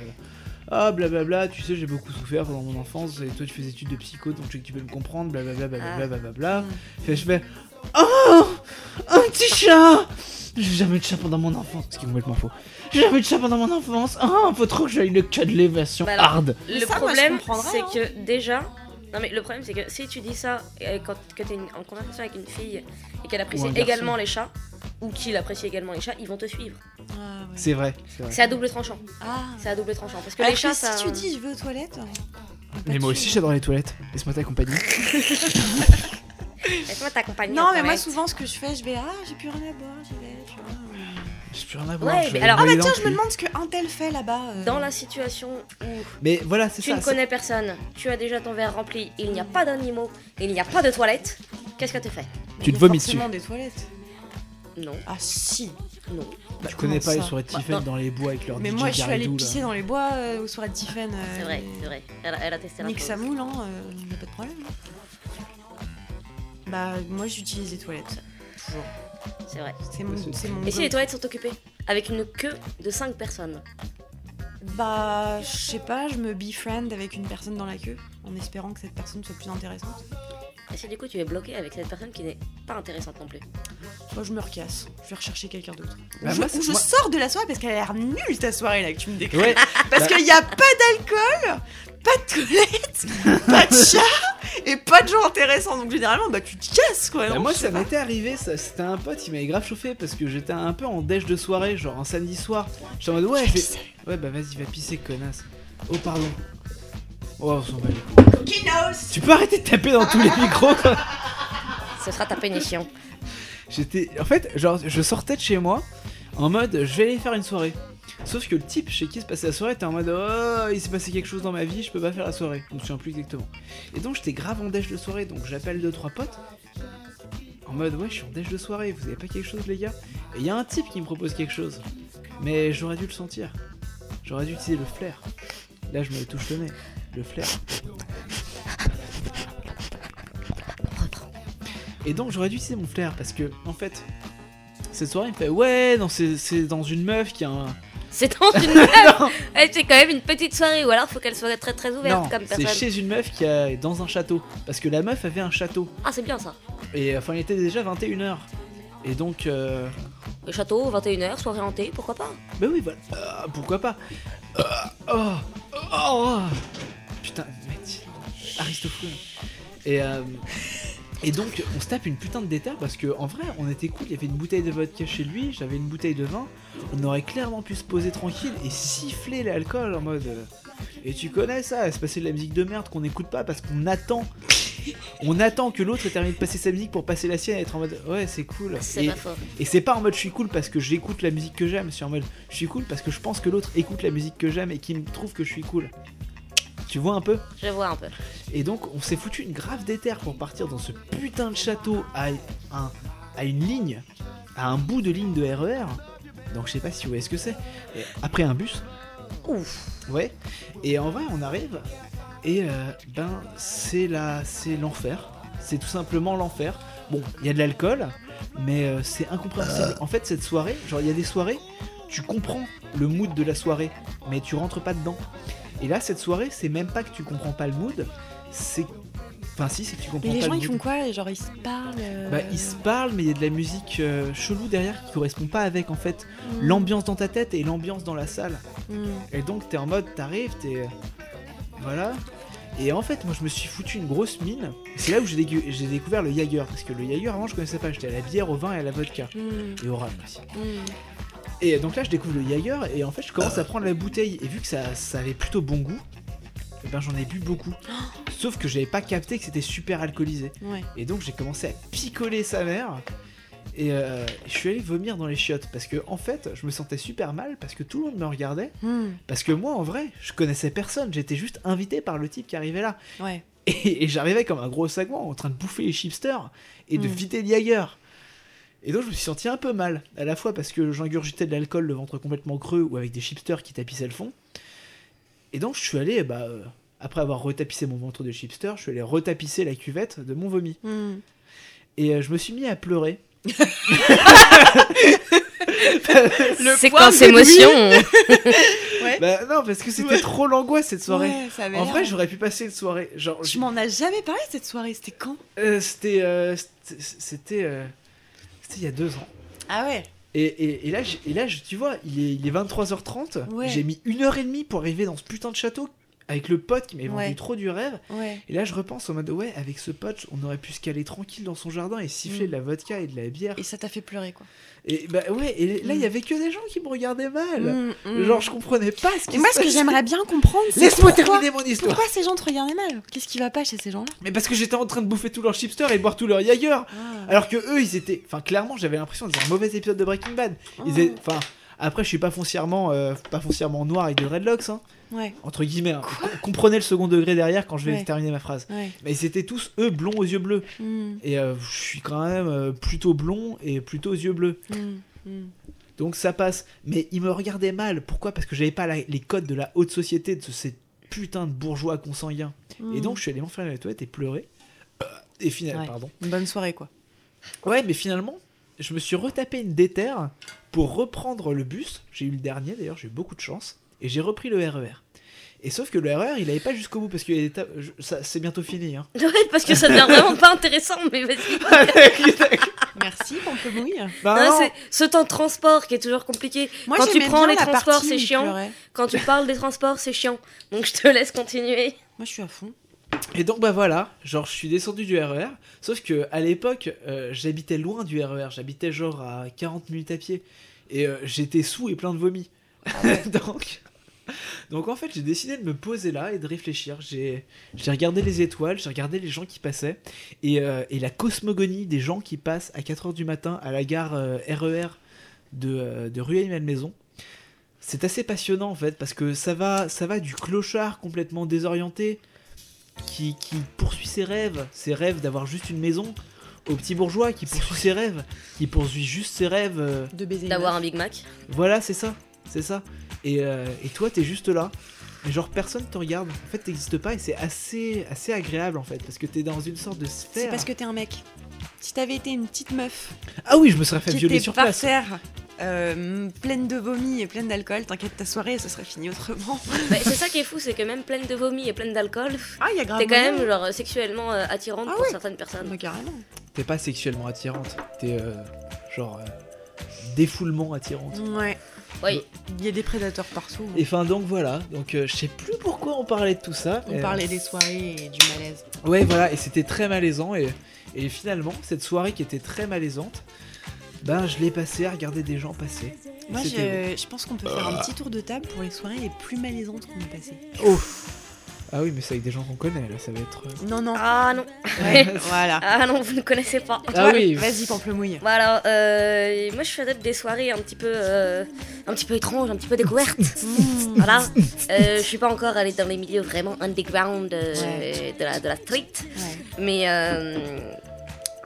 Ah, blablabla, tu sais, j'ai beaucoup souffert pendant mon enfance, et toi, tu fais des études de psycho, donc je sais que tu peux me comprendre, blablabla, blablabla,
Ah.
blablabla.
Mm.
Fait, je fais. Oh Un petit chat J'ai jamais eu de chat pendant mon enfance, ce qui est complètement faux. J'ai jamais eu de chat pendant mon enfance. Oh, faut trop que j'aille le cas de l'évasion
Bah alors,
hard.
Mais
le
ça, moi, je
problème,
comprendrais,
c'est
hein.
que déjà. Non mais le problème, c'est que si tu dis ça et quand, que t'es une- en conversation avec une fille et qu'elle apprécie
Ou un garçon.
également les chats, ou qu'il apprécie également les chats, ils vont te suivre.
Ah, ouais.
C'est vrai. c'est vrai.
C'est à double tranchant.
Ah.
C'est à double tranchant. Parce que
Alors
les chats,
si
ça-
tu dis je vais aux toilettes. hein.
Mais moi aussi, j'adore les toilettes. Laisse-moi t'accompagner.
Laisse-moi t'accompagner.
Non,
aux
mais moi
toilettes.
souvent ce que je fais, je vais ah j'ai plus rien à boire, j'y vais. Tu
Ah,
vois.
J'ai plus rien à voir.
Ouais,
je
mais
vais
alors-
me
Ah
balader
bah tiens,
dans
je
le
me
cul.
demande ce que un tel fait là-bas. euh.
Dans la situation où
Mais voilà, c'est
tu
ça.
ne
c'est-
connais personne, tu as déjà ton verre rempli, il n'y a pas d'animaux, il n'y a pas de toilettes, qu'est-ce que tu fais
tu
Il y
te
a
vomis
forcément des toilettes.
Non,
Ah si.
non.
Bah, tu connais pas
Comment
les
ça
soirées de Tiffen
Bah, non.
dans les bois avec leur
Mais
DJ
moi je suis allée
Garidou, là.
pisser dans les bois euh, aux soirées de Tiffen. euh,
Ah, C'est vrai,
et-
c'est vrai. Elle, a- elle a testé la
Nique
chose.
sa moule, hein, euh, y a pas de problème. hein. Bah moi j'utilise les toilettes. Toujours.
C'est vrai.
C'est mon,
Bah, c'est-
c'est mon.
Et si
go.
les toilettes sont occupées Avec une queue de 5 personnes.
Bah je sais pas, je me befriend avec une personne dans la queue en espérant que cette personne soit plus intéressante.
Et Ah, si du coup tu es bloqué avec cette personne qui n'est pas intéressante non plus
Moi, je me recasse. Je vais rechercher quelqu'un d'autre.
Bah,
Ou je,
moi, c'est-
ou je
moi-
sors de la soirée parce qu'elle a l'air nulle ta soirée là que tu me décris.
Ouais,
Parce
bah-
qu'il n'y a pas d'alcool, pas de toilette, pas de chat et pas de gens intéressants. Donc généralement, bah tu te casses quoi.
Bah,
non,
moi
je
ça
sais pas.
m'était arrivé, ça, c'était un pote, il m'avait grave chauffé parce que j'étais un peu en déj de soirée, genre un samedi soir. J'étais en mode ouais, je vais- Ouais, bah vas-y, va pisser, connasse. Oh, pardon. Oh, on s'en bat les couilles. Tu peux arrêter de taper dans tous les micros, quoi
Ce sera ta pénition.
J'étais. En fait, genre, je sortais de chez moi en mode je vais aller faire une soirée. Sauf que le type chez qui se passait la soirée était en mode oh, il s'est passé quelque chose dans ma vie, je peux pas faire la soirée. Je me souviens plus exactement. Et donc j'étais grave en déj de soirée, donc j'appelle deux trois potes. En en mode ouais je suis en déj de soirée, vous avez pas quelque chose les gars Et il y a un type qui me propose quelque chose. Mais j'aurais dû le sentir. J'aurais dû utiliser le flair. Là je me touche le nez. Le flair. Et donc j'aurais dû utiliser mon flair parce que en fait cette soirée il me fait ouais non c'est c'est dans une meuf qui a un
C'est dans une meuf Eh, C'est quand même une petite soirée, ou alors faut qu'elle soit très très ouverte
non
comme
c'est
personne.
chez une meuf qui a dans un château parce que la meuf avait un château
Ah, c'est bien ça.
et enfin il était déjà 21h et donc euh,
Le château, 21h, soirée hantée, pourquoi pas
Bah oui, bah, euh, pourquoi pas Euh, oh, oh, Putain, mec, Aristophane. Et, euh, et donc, on se tape une putain de déta parce que en vrai, on était cool. Il y avait une bouteille de vodka chez lui, j'avais une bouteille de vin. On aurait clairement pu se poser tranquille et siffler l'alcool en mode. euh, et tu connais ça, se passer de la musique de merde qu'on n'écoute pas parce qu'on attend. On attend que l'autre ait terminé de passer sa musique pour passer la sienne et être en mode ouais c'est cool.
C'est
Bah, Et-
pas fort.
et c'est pas en mode je suis cool parce que j'écoute la musique que j'aime, c'est en mode je suis cool parce que je pense que l'autre écoute la musique que j'aime et qu'il me trouve que je suis cool. Tu vois un peu
Je vois un peu.
Et donc on s'est foutu une grave déterre pour partir dans ce putain de château à, un- à une ligne, à un bout de ligne de RER. Donc je sais pas si vous voyez ce que c'est. Et Après un bus.
Ouf.
Ouais. Et en vrai, on arrive et euh, ben c'est la c'est l'enfer. C'est tout simplement l'enfer. Bon, il y a de l'alcool, mais euh, c'est incompréhensible. En fait, cette soirée, genre il y a des soirées, tu comprends le mood de la soirée, mais tu rentres pas dedans. Et là, cette soirée, c'est même pas que tu comprends pas le mood, c'est enfin si, c'est que tu comprends
Mais les
pas
gens,
le
ils
mood.
font quoi Genre, ils se parlent. euh,
Bah, ils se parlent, mais il y a de la musique euh, chelou derrière qui correspond pas avec en fait
hmm,
l'ambiance dans ta tête et l'ambiance dans la salle.
hmm.
Et donc t'es en mode, t'arrives, t'es... Voilà. Et en fait, moi je me suis foutu une grosse mine. C'est là où j'ai dégu- j'ai découvert le Jager. Parce que le Jager, avant, je connaissais pas. J'étais à la bière, au vin et à la vodka.
Hmm,
Et au rhum aussi.
hmm.
Et donc là, je découvre le Jager. Et en fait, je commence à prendre la bouteille. Et vu que ça, ça avait plutôt bon goût, eh ben j'en ai bu beaucoup. Sauf que j'avais pas capté que c'était super alcoolisé.
Ouais.
Et donc j'ai commencé à picoler sa mère. Et euh, je suis allé vomir dans les chiottes. Parce que en fait, je me sentais super mal. Parce que tout le monde me regardait.
Hmm,
Parce que moi, en vrai, je connaissais personne, j'étais juste invité par le type qui arrivait là.
ouais.
Et, et j'arrivais comme un gros sagouin en train de bouffer les chipsters et de
Mm.
vider Jaeger. Et donc je me suis senti un peu mal, à la fois parce que j'ingurgitais de l'alcool le ventre complètement creux ou avec des chipsters qui tapissaient le fond. Et donc je suis allé, bah, euh, après avoir retapissé mon ventre de chipsters, je suis allé retapisser la cuvette de mon vomi.
Hmm.
Et euh, je me suis mis à pleurer.
Séquence émotion
Bah non, parce que c'était trop l'angoisse cette soirée.
Eh. Ouais, ça avait
En
l'air.
vrai, j'aurais pu passer une soirée. Genre,
Je m'en ai jamais parlé cette soirée, c'était quand
Euh, c'était euh, c'était c'était euh, c'était il y a deux ans
Ah ouais
et, et, et là, j'ai- et là je- tu vois il est, il est 23h30
Ouais.
j'ai mis une heure et demie pour arriver dans ce putain de château avec le pote qui m'avait
Ouais.
vendu trop du rêve
Ouais.
et là je repense en mode ouais avec ce pote on aurait pu se caler tranquille dans son jardin et siffler
Mm.
de la vodka et de la bière
Et ça t'a fait pleurer quoi.
et bah ouais et là il y
Mm.
avait que des gens qui me regardaient mal
Hmm, hmm.
genre je comprenais pas ce qui
Et moi,
se
ce que
passait.
j'aimerais bien comprendre, c'est
laisse-moi
pourquoi-
terminer mon histoire
Pourquoi ces gens te regardaient mal Qu'est-ce qui va pas chez ces gens-là
mais parce que j'étais en train de bouffer tous leurs chipsters et boire tous leurs Jaeger
Ah.
Alors que eux, ils étaient. Enfin, clairement, j'avais l'impression d'être un mauvais épisode de Breaking Bad.
Oh.
Ils étaient- Enfin, après, je suis pas foncièrement, euh, pas foncièrement noir avec des dreadlocks, hein,
Ouais,
entre guillemets. hein. Com- Comprenez le second degré derrière quand je vais
Ouais.
terminer ma phrase.
ouais.
Mais ils étaient tous, eux, blonds aux yeux bleus.
Hmm,
Et euh, je suis quand même euh, plutôt blond et plutôt aux yeux bleus.
hmm, hmm.
Donc ça passe. Mais ils me regardaient mal. Pourquoi Parce que j'avais pas la- les codes de la haute société de ce- ces putains de bourgeois consanguins.
hmm.
Et donc, je suis allé m'enfermer dans les toilettes et pleurer. Euh, Et finalement,
Mm. Ouais.
pardon.
Une bonne soirée quoi.
Ouais, mais finalement, je me suis retapé une déterre pour reprendre le bus. J'ai eu le dernier d'ailleurs, j'ai eu beaucoup de chance. Et j'ai repris le RER. Et sauf que le RER, il n'allait pas jusqu'au bout parce que les étapes- je- ça- c'est bientôt fini. Hein.
Ouais, parce que ça devient vraiment pas intéressant, mais vas-y.
Merci, Pamplemouille.
Bah
Non,
non.
c'est ce temps de transport qui est toujours compliqué.
Moi,
Quand tu
j'aimais
prends
bien
les
la
transports,
partie où
c'est
il
chiant.
pleurait.
Quand tu parles des transports, c'est chiant. Donc je te laisse continuer.
Moi, je suis à fond.
Et donc bah voilà, genre je suis descendu du RER. Sauf que à l'époque, euh, j'habitais loin du RER. J'habitais genre à 40 minutes à pied. Et euh, j'étais sous et plein de vomi. donc, donc en fait, j'ai décidé de me poser là et de réfléchir. J'ai j'ai regardé les étoiles, j'ai regardé les gens qui passaient. Et, euh, et la cosmogonie des gens qui passent à 4h du matin à la gare euh, RER de, euh, de Rueil-Malmaison. C'est assez passionnant en fait parce que ça va, ça va du clochard complètement désorienté qui, qui poursuit ses rêves, ses rêves d'avoir juste une maison, au petit bourgeois qui poursuit ses rêves, qui poursuit juste ses rêves. euh,
De baiser. une
D'avoir
meuf.
un Big Mac.
Voilà, c'est ça, c'est ça. Et, euh, et toi, t'es juste là. Et genre, personne te regarde. En fait, t'existes pas et c'est assez, assez agréable en fait, parce que t'es dans une sorte de
C'est
sphère.
parce que t'es un mec. Si t'avais été une petite meuf
Ah oui, je me serais fait
qui
violer
était
sur
par
place.
terre, euh, pleine de vomi et pleine d'alcool, t'inquiète, ta soirée, ce serait fini autrement.
Bah, c'est ça qui est fou, c'est que même pleine de vomi et pleine d'alcool,
Ah, il y a grave.
t'es quand même genre euh, sexuellement euh, attirante
Ah
pour
ouais.
certaines personnes.
Bah, carrément.
T'es pas sexuellement attirante. T'es euh, genre euh, défoulement attirante.
Ouais.
Oui.
Il y a des prédateurs partout.
Et enfin donc voilà, donc euh, je sais plus pourquoi on parlait de tout ça.
On
Euh,
parlait des soirées et du malaise.
Ouais voilà, et c'était très malaisant et, et finalement cette soirée qui était très malaisante, ben je l'ai passée à regarder des gens passer. Et
Moi,
c'était
je, je pense qu'on peut faire un petit tour de table pour les soirées les plus malaisantes qu'on a passées.
beau. Oh. Ah oui mais c'est avec des gens qu'on connaît là, ça va être. euh,
Non, non.
Ah non,
Ouais, voilà.
ah non, vous ne connaissez pas.
Ah oui.
Vas-y, pamplemouille.
Bah alors, euh, moi je suis adepte des soirées un petit peu, euh, un petit peu étranges, un petit peu découvertes. voilà. Euh, je suis pas encore allée dans les milieux vraiment underground euh,
Ouais.
de, la, de la street.
Ouais.
Mais, euh,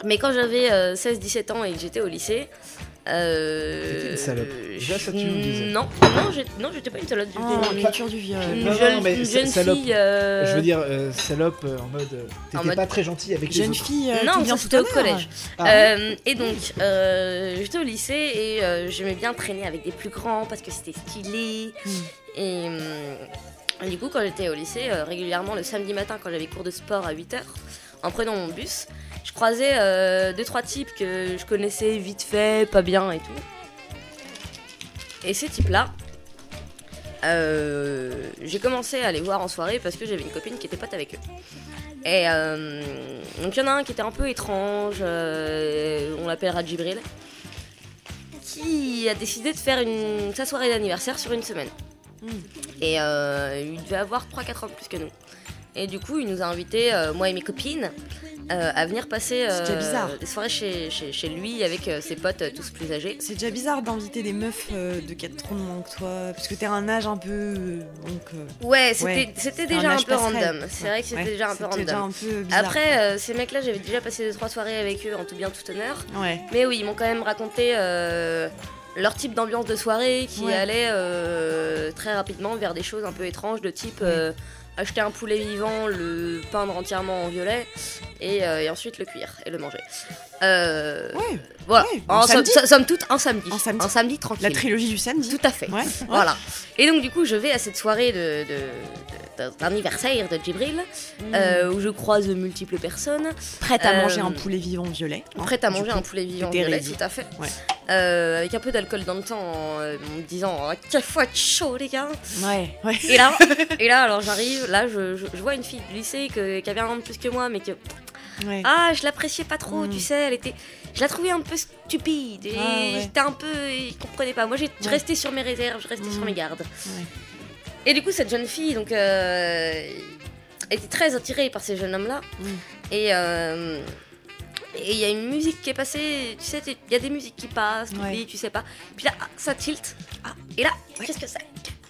mais quand j'avais 16-17 ans et que j'étais au lycée. Euh,
T'étais une salope. Déjà, ça, tu nous le disais.
Non, non, j'ai- non, j'étais pas une salope. j'étais
Oh,
une-
la culture du viol.
une
non,
jeune,
non, mais
une
sa-
jeune
salope.
fille. euh,
Je veux dire euh, salope euh, en mode, euh,
en
t'étais
mode-
pas très gentil avec les
Jeune
autres.
fille, euh,
Non,
t'es bien
ça,
sous
c'était
ton
au collège.
Ah.
Euh, et donc, euh, j'étais au lycée et euh, j'aimais bien traîner avec des plus grands parce que c'était stylé.
Mm.
Et, euh, et du coup, quand j'étais au lycée, euh, régulièrement le samedi matin, quand j'avais cours de sport à 8h, en prenant mon bus, je croisais euh, deux trois types que je connaissais vite fait, pas bien et tout. Et ces types-là, euh, j'ai commencé à les voir en soirée parce que j'avais une copine qui était pote avec eux. Et euh, donc il y en a un qui était un peu étrange, euh, on l'appellera Djibril, qui a décidé de faire une, sa soirée d'anniversaire sur une semaine.
Mm.
Et euh, il devait avoir 3-4 ans de plus que nous. Et du coup, il nous a invités, euh, moi et mes copines, euh, à venir passer euh,
C'est déjà bizarre.
des soirées chez, chez- chez lui avec euh, ses potes euh, tous plus âgés.
C'est déjà bizarre d'inviter des meufs euh, de 4 troncs de moins que toi, parce que t'es un âge un peu. euh, Donc. euh,
Ouais, c'était
Ouais,
c'était
t'as
déjà un,
âge
peu
passerelle.
random. C'est vrai que c'était
Ouais,
déjà un peu
C'était déjà
random.
un peu bizarre.
Après, euh, ces mecs-là, j'avais déjà passé 2-3 soirées avec eux en tout bien tout honneur.
Ouais.
Mais oui, ils m'ont quand même raconté euh, leur type d'ambiance de soirée qui
Ouais.
allait euh, très rapidement vers des choses un peu étranges de type euh, acheter un poulet vivant, le peindre entièrement en violet et, euh, et ensuite le cuire et le manger. Euh,
Ouais.
Voilà,
ouais,
En
un
somme-
samedi.
so- somme toute un samedi.
Un samedi.
tranquille.
La trilogie du samedi.
Tout à fait.
Ouais.
Voilà. Et donc du coup, je vais à cette soirée de, de- de- d'anniversaire de Djibril
Mmh.
euh, où je croise multiples personnes.
Prête à
euh,
manger un poulet vivant violet. hein,
prête à
du
manger
coup.
un poulet vivant
t'étais
violet,
ready.
tout à fait.
Ouais.
Euh, avec un peu d'alcool dans le temps, en, euh, en me disant oh, quelle fois de chaud les gars.
Ouais. Ouais.
Et là, et là alors j'arrive, là je, je- je vois une fille du lycée que- qui avait un an de plus que moi, mais que
ouais.
ah je l'appréciais pas trop,
Mm.
tu sais, elle était, je la trouvais un peu stupide et
Ah, ouais.
j'étais un peu, je comprenais pas. Moi j'ai je
Ouais.
restais sur mes réserves, je restais sur
Mm.
mes gardes.
Ouais.
Et du coup cette jeune fille donc euh, était très attirée par ces jeunes hommes là
Mm.
et euh, et il y a une musique qui est passée, tu sais, t'es- il y a des musiques qui passent, tu
Ouais.
oublies, tu sais pas. Puis là, ah, ça tilt. Ah, et là, qu'est-ce que c'est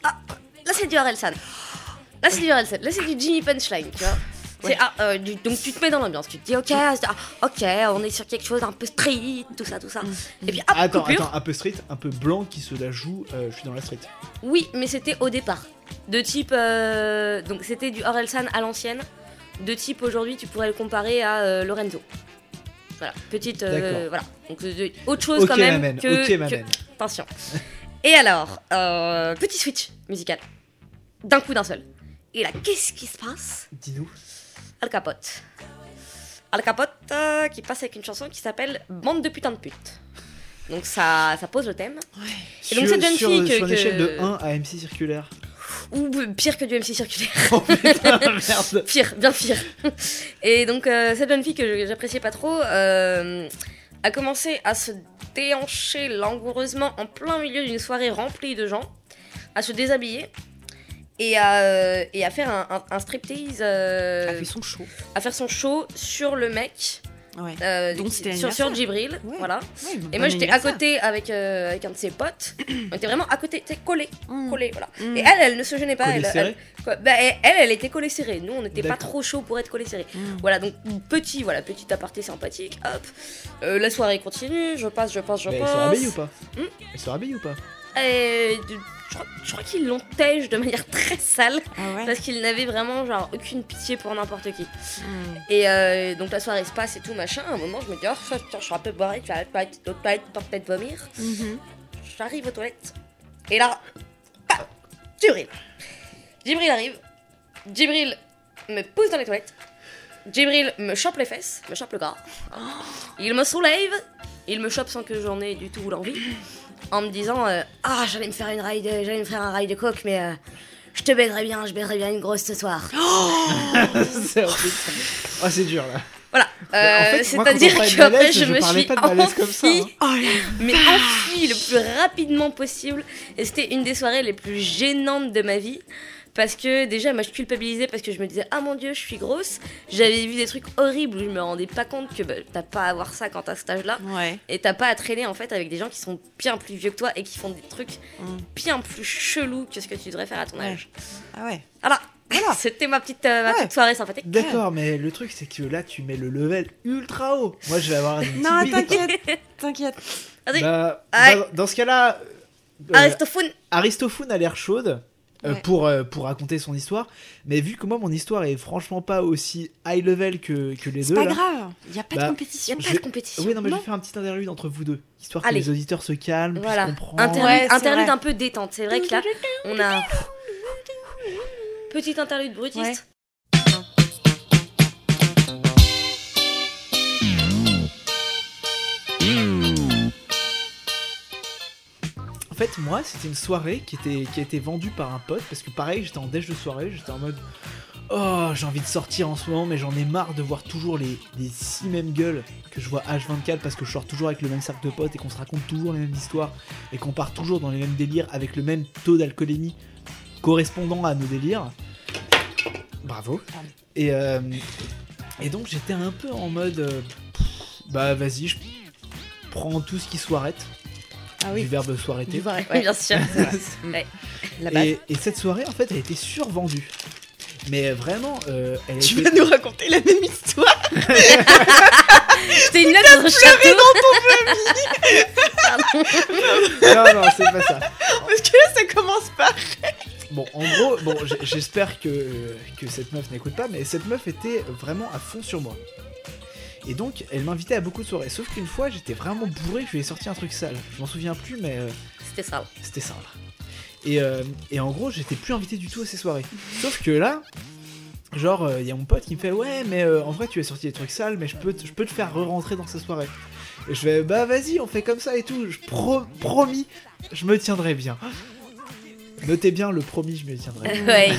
ah, Là, c'est du Orelsan. Là, c'est du Orelsan. Là, c'est du Jimmy Punchline, tu vois. C'est-
Ouais.
ah, euh, du- donc tu te mets dans l'ambiance, tu te dis ok, ah, ok, on est sur quelque chose d'un peu street, tout ça, tout ça. Et puis hop,
Attends,
coupure.
attends, un peu street, un peu blanc qui se la joue, euh, je suis dans la street.
Oui, mais c'était au départ. De type. euh, donc c'était du Orelsan à l'ancienne. De type aujourd'hui, tu pourrais le comparer à euh, Lorenzo. Voilà, petite. euh,
D'accord.
voilà. Donc euh, autre chose
Ok
quand
ma
même.
man,
que,
ok ma
que-
man.
Attention. Et alors, euh, petit switch musical. D'un coup, d'un seul. Et là, qu'est-ce qui se passe
Dis-nous.
Al Capote. Al Capote euh, qui passe avec une chanson qui s'appelle Bande de putains de putes. Donc ça, ça pose le thème. Et donc,
Sur-
cette jeune
sur-
fille que-
Sur une
que-
échelle de 1 à MC circulaire.
Ou pire que du MC circulaire.
Oh putain, merde.
Pire, bien pire. Et donc, euh, cette jeune fille que je- j'appréciais pas trop euh, a commencé à se déhancher langoureusement en plein milieu d'une soirée remplie de gens, à se déshabiller et à, euh, et
Ah
à faire un, un- un striptease, euh,
Elle fait son show.
à faire son show sur le mec
Ouais.
euh,
Donc,
qui-
c'était
sur, sur
l'anniversaire.
Djibril.
Ouais.
Voilà.
Ouais,
Et
bon
moi j'étais à
anniversaire.
côté avec, euh, avec un de ses potes. On était vraiment à côté, tu sais, collés,
Mm.
collés, voilà.
Mm.
Et elle, elle ne se gênait pas.
Collée
Elle,
serrée
elle- quoi, bah, elle, elle, elle était collée serrée. Nous, on n'était pas
D'accord.
trop chaud pour être collée serrée.
Mm.
Voilà, donc petit, voilà, petit aparté sympathique. Hop, Euh, la soirée continue. Je passe, je passe, je
Mais elle
passe.
se rhabille ou pas
Hmm
Elle se rhabille ou pas
Euh, de- je crois, je crois qu'ils l'ont tège de manière très sale
Ah ouais.
parce qu'ils n'avaient vraiment genre aucune pitié pour n'importe qui.
Mm.
Et euh, donc la soirée se passe et tout machin. À un moment, je me dis, oh, ça, putain, je suis un peu boirée, tu vas pas être aux toilettes pour peut-être vomir.
Mhm.
J'arrive aux toilettes et là, paf, Djibril. Djibril arrive. Djibril me pousse dans les toilettes. Djibril me chope les fesses, me chope le corps.
Oh.
Il me soulève, il me chope sans que j'en ai du tout l'envie, en me disant euh, Ah, j'allais me faire une ride, j'allais me faire un ride de coke, mais euh, je te baiserai bien, je baiserai bien une grosse ce soir.
Bah, C'est horrible. Ah, c'est dur là.
Voilà.
Bah, en fait,
Euh,
moi, quand on
C'est-à-dire
parlait de
qu'après,
malaise,
je
je
me
parlais
suis
pas de malaise comme ça,
enfuie,
hein.
Oh là
mais enfuie le plus rapidement possible. Et c'était une des soirées les plus gênantes de ma vie. Parce que déjà, moi, je culpabilisais parce que je me disais, ah mon dieu, je suis grosse. J'avais vu des trucs horribles où je me rendais pas compte que bah, t'as pas à avoir ça quand t'as cet âge-là.
Ouais.
Et t'as pas à traîner en fait avec des gens qui sont bien plus vieux que toi et qui font des trucs
Mm.
bien plus chelous que ce que tu devrais faire à ton
Ouais.
âge.
Ah ouais.
Voilà,
Voilà.
c'était ma petite, euh, ma
Ouais.
petite soirée sympathique.
D'accord, mais le truc c'est que là tu mets le level ultra haut. Moi je vais avoir des
Non,
petits bips.
t'inquiète. T'inquiète.
Vas-y,
Bah,
Aïe.
dans, dans ce cas-là, euh,
Aristophone,
Aristophone a l'air chaude euh,
Ouais.
pour, euh, pour raconter son histoire, mais vu que moi mon histoire est franchement pas aussi high level que, que les
C'est
deux.
pas
là,
grave. Y a
Bah,
pas de
y a
compétition.
pas
je-
de compétition.
Oui, non, mais je
Non.
vais faire un petit interlude entre vous deux, histoire
Allez.
que les auditeurs se calment,
Voilà,
puissent comprendre.
interlude,
Ouais, c'est
interlude
vrai.
un peu détente. C'est vrai que là, on a. Petite interlude brutiste.
Ouais.
En fait, moi, c'était une soirée qui, était, qui a été vendue par un pote, parce que pareil, j'étais en déj de soirée, j'étais en mode Oh, j'ai envie de sortir en ce moment, mais j'en ai marre de voir toujours les, les six mêmes gueules que je vois H24 parce que je sors toujours avec le même cercle de potes et qu'on se raconte toujours les mêmes histoires et qu'on part toujours dans les mêmes délires avec le même taux d'alcoolémie correspondant à nos délires. Bravo. Et, euh, et donc j'étais un peu en mode euh, pff, Bah vas-y, je prends tout ce qui soirette,
Ah
du
oui.
verbe soireter.
Ouais, bien sûr.
La base.
Et, et cette soirée, en fait, elle a été survendue. Mais vraiment, euh, elle a
Tu
été-
vas nous raconter la même histoire
C'était une lettre dans un château.
Non, non, c'est pas ça.
Parce que là, ça commence par.
Bon, en gros, bon, j- j'espère que, que cette meuf n'écoute pas, mais cette meuf était vraiment à fond sur moi. Et donc, elle m'invitait à beaucoup de soirées. Sauf qu'une fois, j'étais vraiment bourré, je lui ai sorti un truc sale. Je m'en souviens plus, mais euh,
C'était ça.
c'était sale. Et, euh, et en gros, j'étais plus invité du tout à ces soirées. Sauf que là, genre, il y a mon pote qui me fait Ouais, mais euh, en vrai, tu as sorti des trucs sales, mais je peux, te- je peux te faire re-rentrer dans ces soirées. Et je fais Bah, vas-y, on fait comme ça et tout. Je pro- promis, je me tiendrai bien. Notez bien le promis, je me tiendrai bien.
Ouais.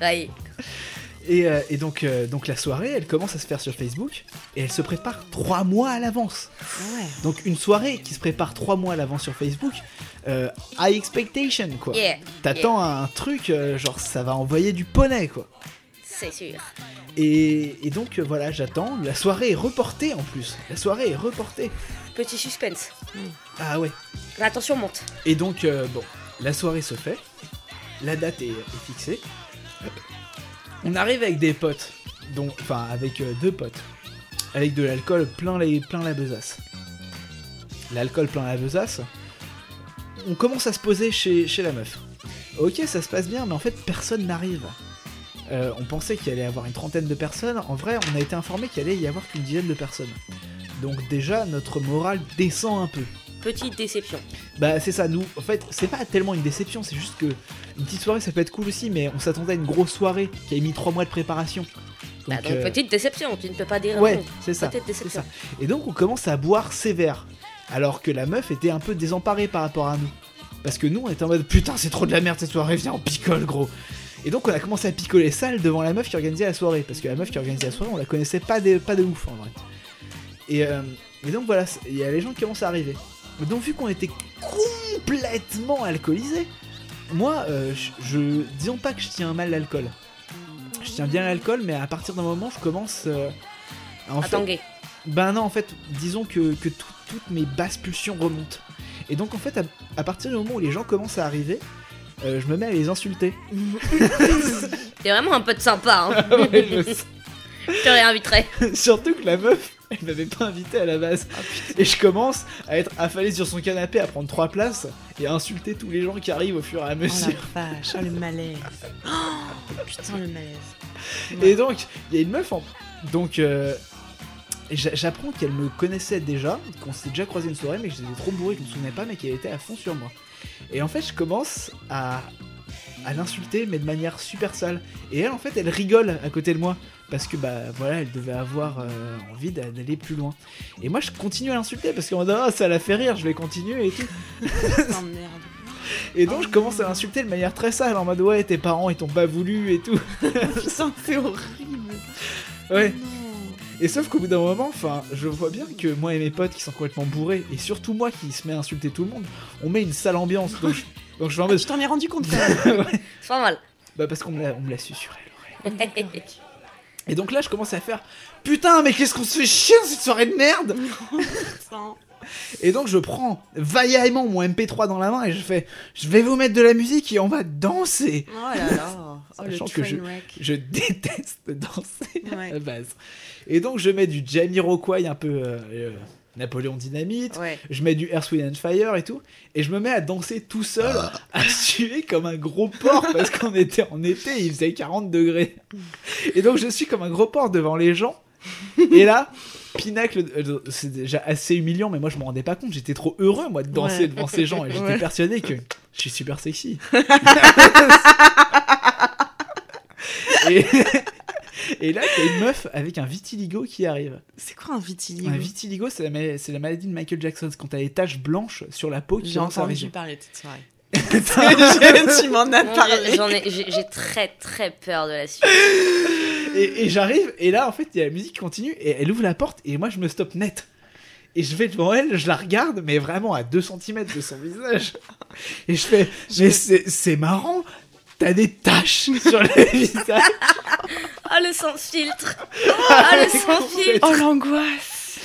ouais.
Et, euh, et donc, euh, donc la soirée, elle commence à se faire sur Facebook et elle se prépare trois mois à l'avance.
Ouais.
Donc une soirée qui se prépare trois mois à l'avance sur Facebook, euh, high expectation quoi.
Yeah.
T'attends un truc, euh, genre ça va envoyer du poney quoi.
C'est sûr.
Et, et donc euh, voilà, j'attends. La soirée est reportée en plus. La soirée est reportée.
Petit suspense.
Ah ouais.
La tension monte.
Et donc euh, bon, la soirée se fait, la date est, est fixée. On arrive avec des potes, donc enfin avec euh, deux potes, avec de l'alcool plein les plein la besace. L'alcool plein la besace. On commence à se poser chez, chez la meuf. Ok, ça se passe bien, mais en fait personne n'arrive. Euh, on pensait qu'il allait y avoir une trentaine de personnes. En vrai, on a été informé qu'il allait y avoir qu'une dizaine de personnes. Donc déjà, notre morale descend un peu.
Petite déception.
Bah c'est ça, nous, en fait, c'est pas tellement une déception, c'est juste que une petite soirée ça peut être cool aussi, mais on s'attendait à une grosse soirée qui a mis trois mois de préparation.
Bah,
Donc,
donc,
euh,
petite déception. Tu ne peux pas dire
ouais,
non.
c'est ça.
Petite
C'est
déception.
ça. Et donc on commence à boire sévère, alors que la meuf était un peu désemparée par rapport à nous. Parce que nous on était en mode putain c'est trop de la merde cette soirée, viens on picole gros. Et donc on a commencé à picoler sale devant la meuf qui organisait la soirée, parce que la meuf qui organisait la soirée on la connaissait pas de, pas de ouf en vrai. Et, euh, et donc voilà, c'est- il y a les gens qui commencent à arriver. Donc vu qu'on était complètement alcoolisés, moi euh, je, je- disons pas que je tiens mal l'alcool. Je tiens bien l'alcool mais à partir d'un moment je commence euh, à en
À
faire-
tanguer.
Ben non, en fait, disons que, que tout- toutes mes basses pulsions remontent. Et donc, en fait, à, à partir du moment où les gens commencent à arriver, euh, je me mets à les insulter.
T'es vraiment un pote sympa, hein. Je te réinviterai.
Surtout que la meuf, elle m'avait pas invité à la base. et je commence à être affalé sur son canapé, à prendre trois places et à insulter tous les gens qui arrivent au fur et à
Oh
mesure.
la vache, oh, le malaise. Oh, putain, le malaise.
Et donc, il y a une meuf en. Donc, euh, j'a- j'apprends qu'elle me connaissait déjà, qu'on s'était déjà croisé une soirée, mais que j'étais trop bourré, que je me souvenais pas, mais qu'elle était à fond sur moi. Et en fait, je commence à, à l'insulter, mais de manière super sale. Et elle, en fait, elle rigole à côté de moi, parce que bah voilà, elle devait avoir euh, envie d'a- d'aller plus loin. Et moi, je continue à l'insulter, parce qu'en mode ah, ça la fait rire, je vais continuer et tout.
Putain, merde.
Et donc, je commence à l'insulter de manière très sale, en mode ouais, tes parents ils t'ont pas voulu et tout.
Putain, c'est horrible.
Ouais.
Non.
Et sauf qu'au bout d'un moment, enfin, je vois bien que moi et mes potes qui sont complètement bourrés, et surtout moi qui se met à insulter tout le monde, on met une sale ambiance. Donc je, donc je suis en mode.
Tu t'en es rendu compte quand même.
C'est pas mal.
Bah parce qu'on me l'a- on me l'a susurré à l'oreille. Et donc là, je commence à faire Putain, mais qu'est-ce qu'on se fait chier dans cette soirée de merde
Putain.
Et donc je prends vaillamment mon MP3 dans la main et je fais Je vais vous mettre de la musique et on va danser
Oh là là. Oh le
Sachant que je-
train wreck.
Je déteste danser à
Ouais.
la base. Et donc je mets du Jamiroquai un peu euh, euh, Napoléon Dynamite.
Ouais.
je mets du Earth, Wind and Fire et tout, et je me mets à danser tout seul, à suer comme un gros porc, parce qu'on était en été, il faisait 40 degrés. Et donc je suis comme un gros porc devant les gens, et là, pinacle, euh, c'est déjà assez humiliant, mais moi je me rendais pas compte, j'étais trop heureux moi de danser
Ouais.
devant ces gens, et j'étais
Ouais.
persuadé que je suis super sexy. et... et là, t'as une meuf avec un vitiligo qui arrive.
C'est quoi un vitiligo
Un vitiligo, c'est la, ma- c'est la maladie de Michael Jackson. C'est quand t'as les taches blanches sur la peau qui
J'ai
commencent à
entendu
arriver.
parler de cette soirée.
Et-
tu m'en as
Mon
parlé.
Dieu, J'en ai, j'ai j'ai très très peur de la suite.
et j'arrive, et là, en fait, il y a la musique qui continue, et elle ouvre la porte, et moi, je me stoppe net. Et je vais devant elle, je la regarde, mais vraiment à 2 cm de son visage. Et je fais, mais c'est c'est marrant, t'as des taches sur le visage.
Ah le sans filtre. Ah le sans filtre.
Oh l'angoisse.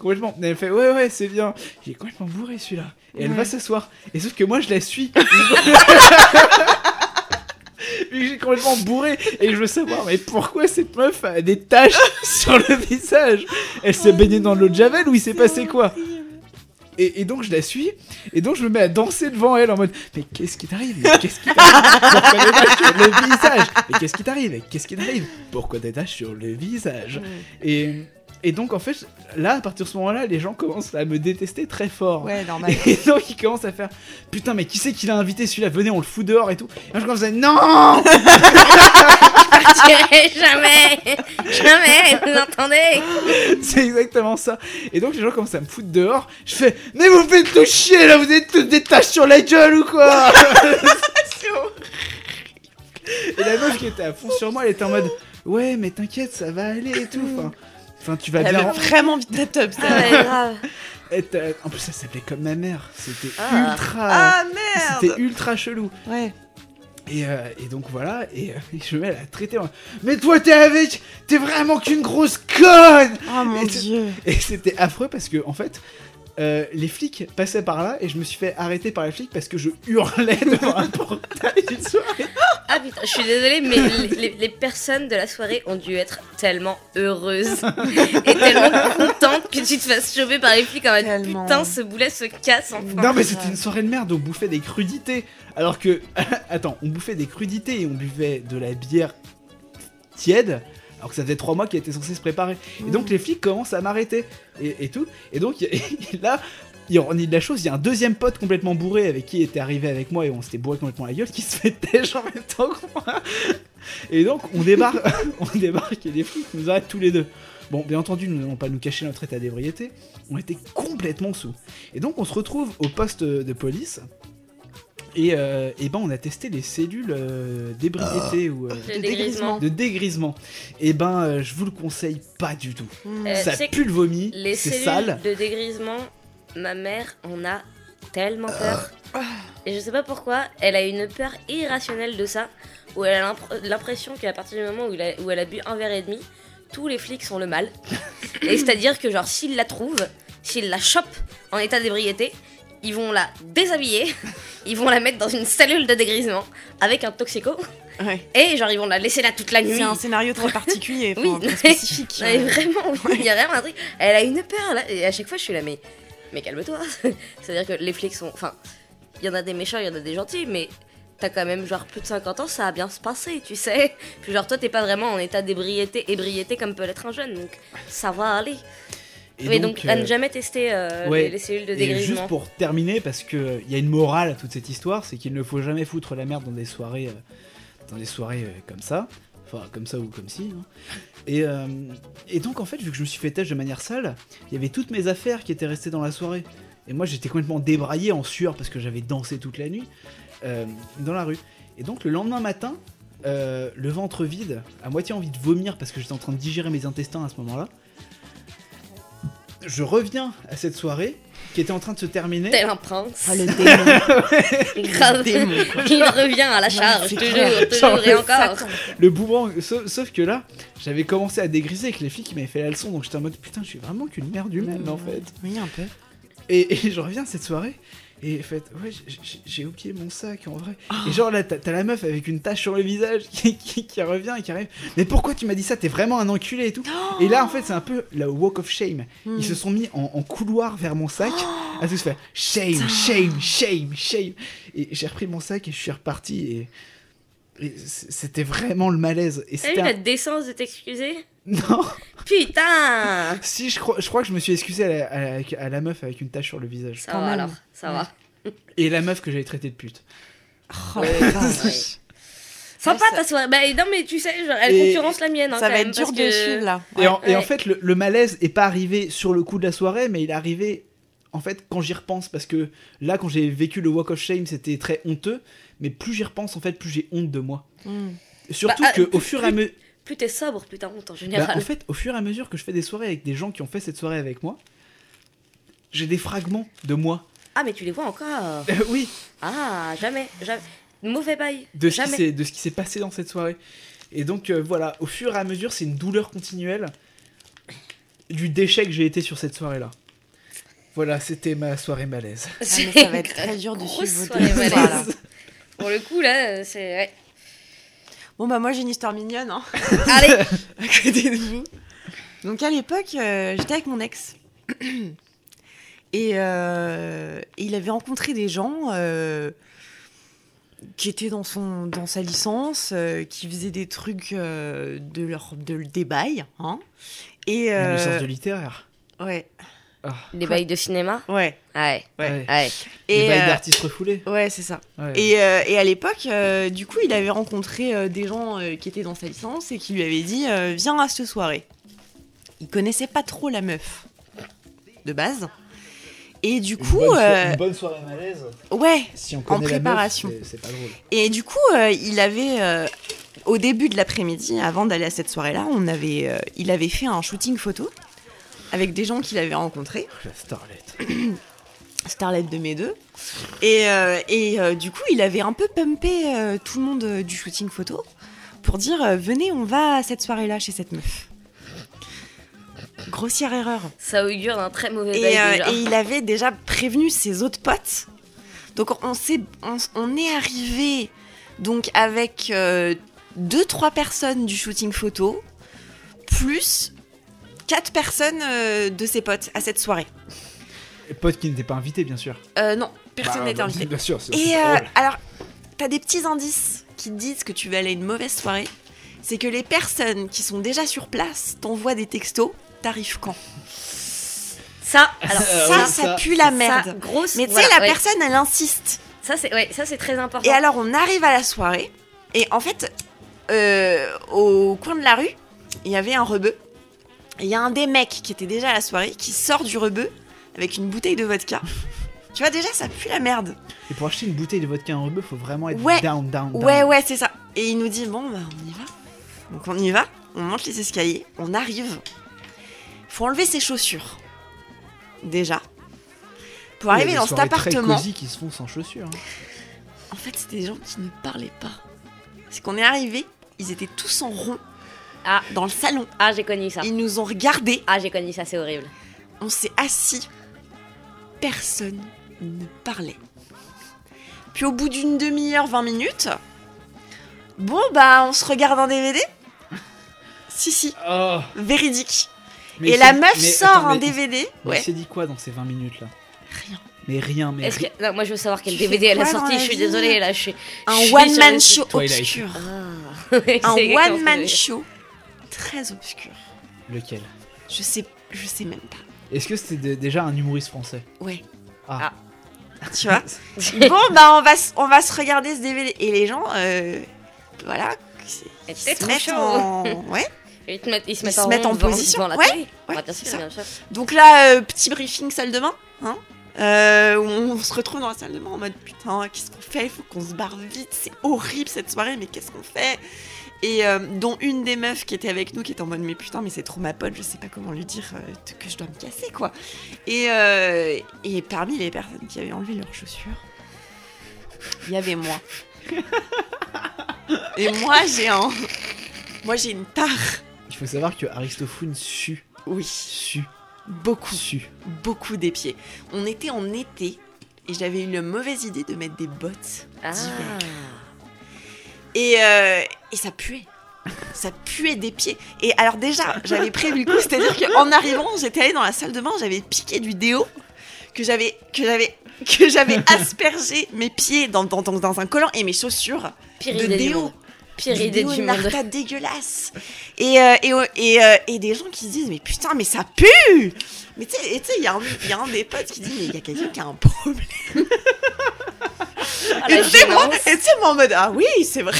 Complètement. Elle fait, ouais, ouais, c'est bien. Il est complètement bourré celui-là. Et elle
Ouais.
va s'asseoir. Et sauf que moi, je la suis. Vu que j'ai complètement bourré. Et je veux savoir, mais pourquoi cette meuf a des taches sur le visage Elle s'est
Oh
baignée dans de l'eau de
non,
Javel ou il s'est
c'est
passé quoi
horrible.
et, et donc, je la suis. Et donc, je me mets à danser devant elle en mode, mais qu'est-ce qui t'arrive Mais Qu'est-ce qui t'arrive Pourquoi des taches sur le visage Mais qu'est-ce qui t'arrive Mais Qu'est-ce qui t'arrive Pourquoi des taches sur le visage et, et donc, en fait, là, à partir de ce moment-là, les gens commencent à me détester très fort.
Ouais, normal.
Et donc, ils commencent à faire Putain, mais qui c'est qui l'a invité celui-là Venez, on le fout dehors et tout. Et moi, je commence à dire, Non
Je dirai jamais. Jamais. Vous entendez
C'est exactement ça. Et donc, les gens commencent à me foutre dehors. Je fais Mais vous me faites tout chier là, vous êtes toutes des taches sur la gueule ou quoi Et la meuf qui était à fond sur moi, elle était en mode Ouais, mais t'inquiète, ça va aller et tout. Enfin, enfin, tu vas
Elle
bien.
a vraiment vite la top,
Ah
ça.
ouais, grave.
Et t'as- En plus, ça s'appelait comme ma mère. C'était
Ah.
ultra.
Ah
C'était
merde.
ultra chelou.
Ouais.
Et, euh, et donc voilà, et, euh, et je vais la traiter. en- Mais toi, t'es avec, t'es vraiment qu'une grosse conne.
Oh mon
Et tu-
dieu.
Et c'était affreux parce que en fait, euh, les flics passaient par là et je me suis fait arrêter par les flics parce que je hurlais devant un portail d'une soirée.
Ah putain, je suis désolée, mais les, les- les personnes de la soirée ont dû être tellement heureuses et tellement contentes que tu te fasses choper par les flics en mode
Tellement.
putain, ce boulet se casse enfin.
Non mais c'était
grave.
une soirée de merde, on bouffait des crudités. Alors que, attends, on bouffait des crudités et on buvait de la bière tiède. Alors que ça faisait trois mois qu'il était censé se préparer. Et donc les flics commencent à m'arrêter et, et tout. Et donc il y a- là, ironie de la chose, il y a un deuxième pote complètement bourré avec qui il était arrivé avec moi et on s'était bourré complètement la gueule qui se fait têche en même temps que moi. Et donc on débarque, on débarque et les flics nous arrêtent tous les deux. Bon, bien entendu, nous n'allons pas nous cacher notre état d'ébriété. On était complètement sous. Et donc on se retrouve au poste de police. Et, euh, eh ben on a testé les cellules euh, d'ébriété ou euh,
Le dégrisement.
de dégrisement. Et ben euh, je vous le conseille pas du tout.
Mm.
Euh,
Ça
c'est-
pue le vomi,
Les
c'est
cellules
sale.
de dégrisement, ma mère en a tellement
Ah.
peur. Et je sais pas pourquoi, elle a une peur irrationnelle de ça, où elle a l'impr- l'impression qu'à partir du moment où, il a- où elle a bu un verre et demi, tous les flics sont le mal. et c'est-à-dire que, genre, s'ils la trouvent, s'ils la chopent en état d'ébriété, ils vont la déshabiller, ils vont la mettre dans une cellule de dégrisement avec un toxico,
Ouais.
et genre, ils vont la laisser là toute la nuit.
C'est un scénario très particulier,
Ah, Oui,
enfin, très
mais-
spécifique. euh.
Ouais,
ouais.
vraiment, oui, il y a vraiment un truc. Elle a une peur, là. Et à chaque fois, je suis là, mais, mais calme-toi. C'est-à-dire que les flics sont. Enfin, il y en a des méchants, il y en a des gentils, mais t'as quand même genre plus de 50 ans, ça a bien se passer, tu sais. Puis genre, toi, t'es pas vraiment en état d'ébriété, ébriété comme peut l'être un jeune, donc ça va aller.
Et
mais donc, à
euh,
ne jamais tester euh,
ouais.
les, les cellules de
Et juste
dégrisement.
pour terminer, parce qu'il y a une morale à toute cette histoire, c'est qu'il ne faut jamais foutre la merde dans des soirées, euh, dans des soirées euh, comme ça. Enfin, comme ça ou comme si. hein. Et, euh, et donc, en fait, vu que je me suis fait têche de manière sale, il y avait toutes mes affaires qui étaient restées dans la soirée. Et moi, j'étais complètement débraillé en sueur parce que j'avais dansé toute la nuit euh, dans la rue. Et donc, le lendemain matin, euh, le ventre vide, à moitié envie de vomir parce que j'étais en train de digérer mes intestins à ce moment-là, je reviens à cette soirée qui était en train de se terminer.
Tel un prince,
Ah,
Oh, le démon.
grave.
démon,
Il revient à la charge,
c'est
toujours,
clair.
toujours et
Genre,
encore.
le boomerang. Sauf, sauf que là, j'avais commencé à dégriser avec les filles qui m'avaient fait la leçon, donc j'étais en mode putain, je suis vraiment qu'une merde humaine en fait.
Oui, un peu.
Oh,
Et, et je reviens de cette soirée. Et en fait, ouais, j- j- j'ai oublié mon sac en vrai. Et genre là, t'as t'as la meuf avec une tache sur le visage qui, qui- qui revient et qui arrive. Mais pourquoi tu m'as dit ça T'es vraiment un enculé et tout. Et là, en fait, c'est un peu la walk of shame. Ils se sont mis en, en couloir vers mon sac Ah, à tous faire shame, shame, shame, shame. Et j'ai repris mon sac et je suis reparti. Et, et c- c'était vraiment le malaise. Et
T'as eu
c'était
la
un...
décence de t'excuser
Non
Putain
Si, je crois, je crois que je me suis excusé à la, à la- à la meuf avec une tache sur le visage.
Ça
Quand
va
même.
alors, ça va.
Et la meuf que j'avais traitée de pute.
Oh,
Ouais,
la vache.
ouais. Sympa
ça-
ta soirée. Bah, non, mais tu sais, genre, elle
Et-
concurrence la mienne. hein,
Ça
quand
va être
même,
dur
parce
de
que-
suivre là.
Et, en, et en
Ouais.
fait, le, le malaise est pas arrivé sur le coup de la soirée, mais il est arrivé en fait quand j'y repense. Parce que là, quand j'ai vécu le Walk of Shame, c'était très honteux. Mais plus j'y repense, en fait, plus j'ai honte de moi.
Mm.
Surtout
Bah, ah,
que au
plus-
fur et à
plus-
mesure.
Plus t'es sobre, plus t'as honte en général.
Bah, en fait, au fur et à mesure que je fais des soirées avec des gens qui ont fait cette soirée avec moi, j'ai des fragments de moi.
Ah, mais tu les vois encore.
Euh, oui,
Ah, jamais, jamais. Mauvais bail.
de ce, qui
jamais.
s'est- de ce qui s'est passé dans cette soirée. Et donc euh, voilà, au fur et à mesure, c'est une douleur continuelle du déchet que j'ai été sur cette soirée-là. Voilà, c'était ma soirée malaise.
Ah, mais ça va être très dur de
Grosse
suivre vos
soirée,
deux
malaise.
histoires, là.
Pour le coup, là, c'est. ouais.
Bon bah moi j'ai une histoire mignonne hein,
Allez,
à côté de vous. Donc à l'époque euh, j'étais avec mon ex et euh, il avait rencontré des gens euh, qui étaient dans son dans sa licence, euh, qui faisaient des trucs euh, de leur de des bails hein. Et
Une
euh,
licence de littéraire.
ouais
Ah,
des bails de cinéma.
Ah ouais
Ouais,
ouais.
ouais.
Des
et
bails
euh,
d'artistes refoulés.
ouais c'est ça.
Ouais.
Et, euh, et à l'époque, euh, du coup, il avait rencontré euh, des gens euh, qui étaient dans sa licence et qui lui avaient dit euh, Viens à cette soirée. Il connaissait pas trop la meuf de base. Et du
Une
coup,
bonne so-
euh,
une bonne soirée malaise,
ouais.
si on connaît la meuf,
préparation.
c'est- c'est pas drôle.
Et du coup, euh, il avait, euh, au début de l'après-midi, avant d'aller à cette soirée-là, on avait, euh, il avait fait un shooting photo avec des gens qu'il avait rencontrés.
Oh, La starlette.
Starlet de mes deux. Et, euh, et, euh, du coup, il avait un peu pumpé euh, tout le monde euh, du shooting photo pour dire euh, venez, on va à cette soirée-là chez cette meuf. Grossière erreur.
Ça augure d'un très mauvais
Et,
bail.
euh,
déjà.
et il avait déjà prévenu ses autres potes. Donc on, s'est- on, s- on est arrivé donc avec euh, deux trois personnes du shooting photo plus quatre personnes euh, de ses potes à cette soirée.
Et Pote qui n'était pas invité, bien sûr.
Euh, non, personne
Bah,
n'était
bah,
invité.
Bien sûr, c'est
Et
c'est
euh,
drôle.
alors, t'as des petits indices qui te disent que tu vas aller à une mauvaise soirée. C'est que les personnes qui sont déjà sur place t'envoient des textos. T'arrives quand
Ça, alors.
Euh,
Ça,
ouais,
ça,
ça-
pue la
ça,
merde.
grosse.
Mais tu sais,
voilà,
la
ouais.
personne, elle insiste.
Ça, c'est ouais, ça, c'est très important.
Et alors, on arrive à la soirée. Et en fait, euh, au coin de la rue, il y avait un rebeu. Et Il y a un des mecs qui était déjà à la soirée qui sort du rebeu avec une bouteille de vodka. tu vois, déjà, ça pue la merde.
Et pour acheter une bouteille de vodka en rebeu, faut vraiment être
Ouais.
down, down, down.
Ouais, ouais, c'est ça. Et il nous dit, bon, bah, on y va. Donc on y va, on monte les escaliers, on arrive. Faut enlever ses chaussures. Déjà. Pour
Il
arriver
y a des
dans cet
soirées Très
appartement.
cosy qui se font sans chaussures. hein.
En fait, c'était des gens qui ne parlaient pas. C'est qu'on est arrivé, ils étaient tous en rond.
Ah.
dans le salon.
Ah, j'ai connu ça.
Ils nous ont regardés.
Ah, j'ai connu ça, c'est horrible.
On s'est assis. Personne ne parlait. Puis au bout d'une demi-heure, 20 minutes, bon bah on se regarde un DVD. Si si,
Oh,
véridique.
mais
Et
il
la
s'est-
meuf
mais
sort
attends,
un
mais-
DVD.
mais
Ouais.
Il s'est dit quoi dans ces 20 minutes là
Rien.
Mais rien, mais
Est-ce
rien.
que... Non, moi je veux savoir quel
Tu
DVD
fais
elle a
quoi dans
sorti,
la
je suis
vie
désolée, là je suis.
Un
je suis
one
sur
man
le-
show
Twilight.
obscur.
Ah. Ouais,
Un
c'est exactement
one
ce que
man
je-
show très obscur.
Lequel
Je sais, je sais même pas.
Est-ce que c'était dé- déjà un humoriste français
Ouais.
Ah.
Tu vois. bon bah on va s- on va se regarder ce DVD et les gens euh, voilà c'est-
Et
ils
t'es
se
trop
mettent
chaud.
en... ouais
Ils te mettent- ils se
Ils
mettent,
se mettent en
rond devant-
position.
devant la
Ouais,
télé.
ouais,
Bah, bien
c'est
sûr,
ça.
bien sûr.
donc là euh, petit briefing salle de bain hein euh, on on se retrouve dans la salle de bain en mode putain qu'est-ce qu'on fait faut qu'on se barre vite c'est horrible cette soirée mais qu'est-ce qu'on fait et euh, dont une des meufs qui était avec nous qui était en mode mais putain mais c'est trop ma pote je sais pas comment lui dire euh, t- que je dois me casser quoi et euh, et parmi les personnes qui avaient enlevé leurs chaussures il y avait moi et moi j'ai un moi j'ai une tare
Il faut savoir que Aristophane sue,
oui
sue,
beaucoup
sue.
beaucoup des pieds. On était en été et j'avais eu la mauvaise idée de mettre des bottes.
Ah.
Et, euh, et ça puait. Ça puait des pieds. Et alors déjà, j'avais prévu le coup, c'est-à-dire qu'en arrivant, j'étais allée dans la salle de bain, j'avais piqué du déo que j'avais que j'avais que j'avais aspergé mes pieds dans, dans, dans- dans un collant et mes chaussures
Pire
de
idée du
déo.
monde. Pire
Des
idée
déos
du monde.
Narta dégueulasse. Et, euh, et, euh, et, euh, et des gens qui se disent, mais putain, mais ça pue Mais tu sais, et tu sais, il y, a un- il y a un des potes qui dit, mais il y a quelqu'un qui a un problème.
Ah,
et
la
tu sais, moi,
violence.
et tu sais, moi, en mode, ah oui, c'est vrai.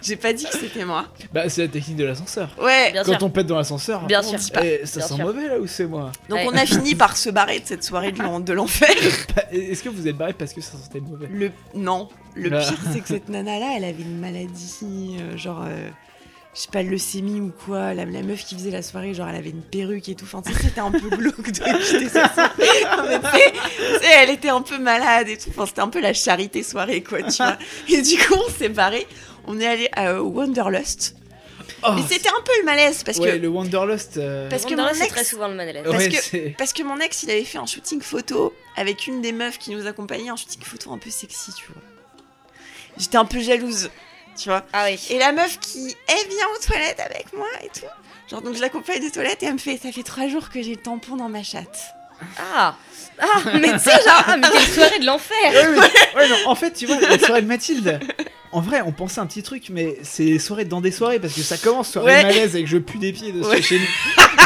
J'ai pas dit que c'était moi.
Bah, c'est la technique de l'ascenseur.
Ouais.
Bien
Quand
sûr.
on pète dans l'ascenseur,
Bien
on
sûr.
dit pas, eh, ça
Bien
sent
sûr.
mauvais là où c'est moi
Donc
Ouais.
on a fini par se barrer de cette soirée de l'en- de l'enfer.
Bah, Est-ce que vous êtes barré parce que ça sentait mauvais
Le... Non. Le
Là.
pire, c'est que cette nana-là, elle avait une maladie, euh, genre, euh, je sais pas, leucémie ou quoi. La, la meuf qui faisait la soirée, genre, elle avait une perruque et tout. Enfin, tu sais, c'était un peu glauque de quitter sa soirée. Non, mais tu sais- tu sais, elle était un peu malade et tout. Enfin, c'était un peu la charité soirée, quoi, tu vois. Et du coup, on s'est barré. On est allé à euh, Wanderlust.
Oh,
Mais c'était un peu le malaise parce
ouais,
que.
le Wanderlust. euh,
Parce que
Dans
mon
là, c'est
ex-
très souvent le modèle.
parce
ouais,
que-
c'est-
Parce que mon ex, il avait fait un shooting photo avec une des meufs qui nous accompagnait, un shooting photo un peu sexy, tu vois. J'étais un peu jalouse, tu vois.
Ah oui.
Et la meuf qui est bien aux toilettes avec moi et tout. Genre, donc je l'accompagne aux toilettes et elle me fait Ça fait trois jours que j'ai le tampon dans ma chatte.
Ah. Ah, mais tu sais, genre, ah, mais quelle soirée de l'enfer.
Ouais, mais- Eh ouais, non, en fait, tu vois, la soirée de Mathilde. En vrai, on pensait un petit truc, mais c'est les soirées dans des soirées parce que ça commence soirée
Ouais.
malaise avec je pue des pieds de
Ouais.
chez une...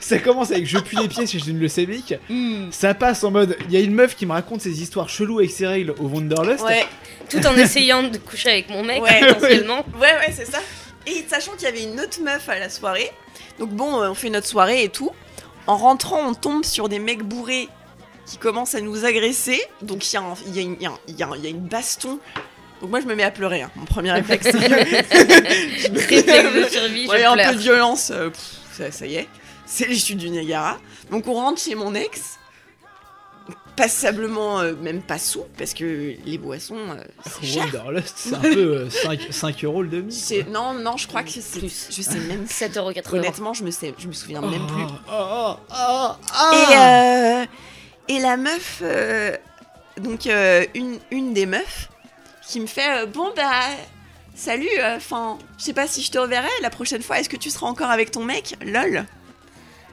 ça commence avec je pue des pieds chez une leucémique.
Hmm.
Ça passe en mode il y a une meuf qui me raconte ses histoires cheloues avec ses règles au Wanderlust.
Tout en essayant de coucher avec mon mec,
Ouais.
potentiellement.
Ouais, ouais, c'est ça. Et sachant qu'il y avait une autre meuf à la soirée. Donc bon, euh, on fait notre soirée et tout. En rentrant, on tombe sur des mecs bourrés qui commencent à nous agresser. Donc il y, a un- il y a une- il y a un- il y a un- il y a une baston. Donc moi, je me mets à pleurer, hein, mon premier réflexe. Je me-
Réflexe de survie,
Ouais,
je
un
pleure.
peu de violence, euh, pff, ça, ça y est. C'est les chutes du Niagara. Donc on rentre chez mon ex, passablement, euh, même pas sous, parce que les boissons, euh, c'est cher.
Wanderlust, c'est un peu 5, euros le demi.
C'est- Non, non, je crois que c'est.
Plus.
Je sais même.
7,80€.
Honnêtement, je me, sais, je me souviens
quoi.
même plus.
Oh, oh, oh,
Et,
oh.
euh, et la meuf, euh, donc euh, une, une des meufs, qui me fait euh, Bon, bah, salut, euh, enfin, je sais pas si je te reverrai la prochaine fois, est-ce que tu seras encore avec ton mec Lol.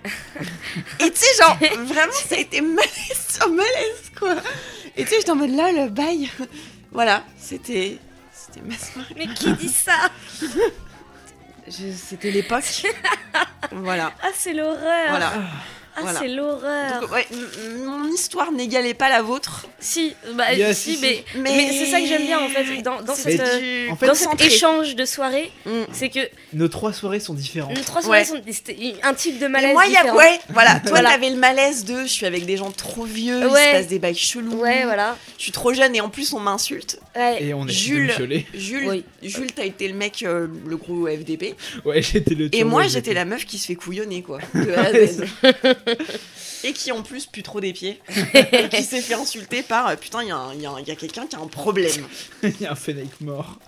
et tu sais, genre, vraiment, ça a été malaise sur malaise, quoi. Et tu sais, j'étais en mode Lol, bye. voilà, c'était. C'était ma soirée.
Mais qui dit ça
Je- C'était l'époque. voilà.
Ah, c'est l'horreur.
Voilà.
Ah,
voilà.
c'est l'horreur.
Donc, ouais, m- m- mon histoire n'égalait pas la vôtre.
Si, bah,
Yes,
si,
si,
mais,
si.
mais...
Mais-
c'est ça que j'aime bien en fait dans, dans
C'est
cette, euh,
du-
en fait,
dans cet
concentré.
échange de soirée,
Mm.
c'est que
Nos trois soirées sont différentes.
nous trois soirées
Ouais.
sont c'était un type de
Mais
malaise
moi, il y a,
différent.
ouais, voilà. Toi,
Voilà.
t'avais le malaise de, je suis avec des gens trop vieux, il
Ouais.
se passe des bails chelous.
Ouais, voilà.
Je suis trop jeune et en plus on m'insulte.
Ouais.
Et on est
Jules.
violés.
Jules,
Oui.
Jules, t'as été le mec, euh, le gros FDP.
Ouais, j'étais le
Et
tour
moi,
de-
j'étais la meuf qui se fait couillonner, quoi. De A à
Ouais,
Z. et qui en plus pue trop des pieds. et qui s'est fait insulter par, euh, putain, il y a, un- il y a un- il y a quelqu'un qui a un problème.
Il y a un Fennec mort.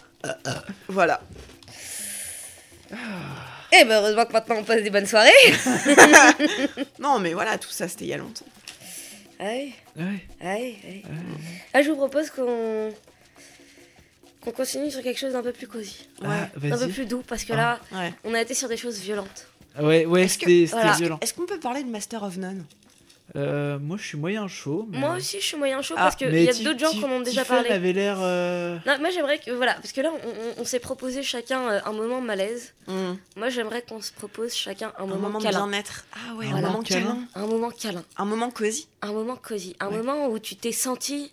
Voilà.
Eh ben heureusement que maintenant on passe des bonnes soirées.
Non, mais voilà, tout ça, c'était il y a longtemps.
Ouais,
Ouais.
ouais, ouais. Ah, je vous propose qu'on qu'on continue sur quelque chose d'un peu plus cosy,
Ah,
d'un peu
vas-y.
plus doux, parce que
Ah.
là,
Ouais.
on a été sur des choses violentes.
Ouais, ouais,
Est-ce que-
c'était c'était
voilà.
violent.
Est-ce qu'on peut parler de Master of None
Euh, moi, je suis moyen chaud. mais-
Moi aussi, je suis moyen chaud
Ah,
parce qu'il
Mm. Mais
y a
Ti-
d'autres gens
Ti-
qu'on en a déjà
Tiffen
parlé.
avait l'air. euh,
Non, moi, j'aimerais que voilà, parce que là, on, on- on s'est proposé chacun euh, un moment malaise.
Hum,
Moi, j'aimerais qu'on se propose chacun un
Un
moment,
moment de
câlin,
bien-être. Ah ouais,
Un
un,
moment
moment
câlin.
câlin.
un moment câlin,
Un moment cosy.
un moment cosy, un
Ouais.
moment où tu t'es senti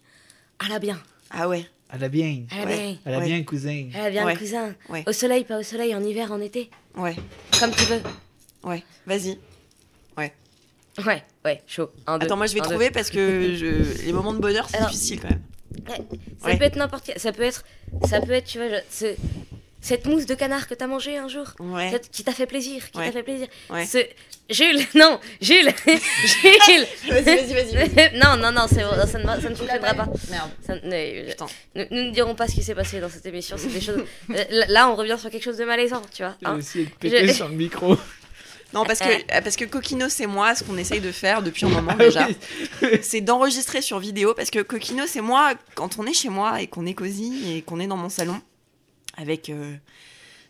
à la bien,
Ah ouais.
Elle a bien.
à la
Ouais.
bien,
Elle a
Ouais.
bien, cousin.
à la bien,
Ouais.
cousin.
Ouais.
Au soleil, pas au soleil, en hiver, en été,
Ouais,
comme tu veux.
ouais. Vas-y.
Ouais, ouais, chaud. Un, deux,
Attends, moi je vais
un, deux.
trouver parce que je- les moments de bonheur, c'est
Alors-
difficile quand même.
Ça
Ouais.
peut être n'importe quel. Ça peut être. Ça peut être, tu vois, je- ce- cette mousse de canard que t'as mangée un jour.
Ouais.
cette- Qui t'a fait plaisir, qui
Ouais.
t'a fait plaisir.
Ouais.
Ce... Jules, non, Jules, Jules.
Vas-y, vas-y, vas-y. vas-y.
non, non, non, c'est- ça ne, ça ne fonctionnera pas.
Merde.
Ça ne- euh,
Putain.
nous, nous ne dirons pas ce qui s'est passé dans cette émission. C'est des choses. Euh, Là, on revient sur quelque chose de malaisant, tu vois. hein.
aussi être
pété Je-
sur le micro.
Non, parce
Euh.
que, parce que Coquinos et moi, ce qu'on essaye de faire depuis un
Ah,
Ah
moment déjà, c'est d'enregistrer sur vidéo. Parce que Coquinos et moi, quand on est chez moi et qu'on est cosy et qu'on est dans mon salon, avec euh,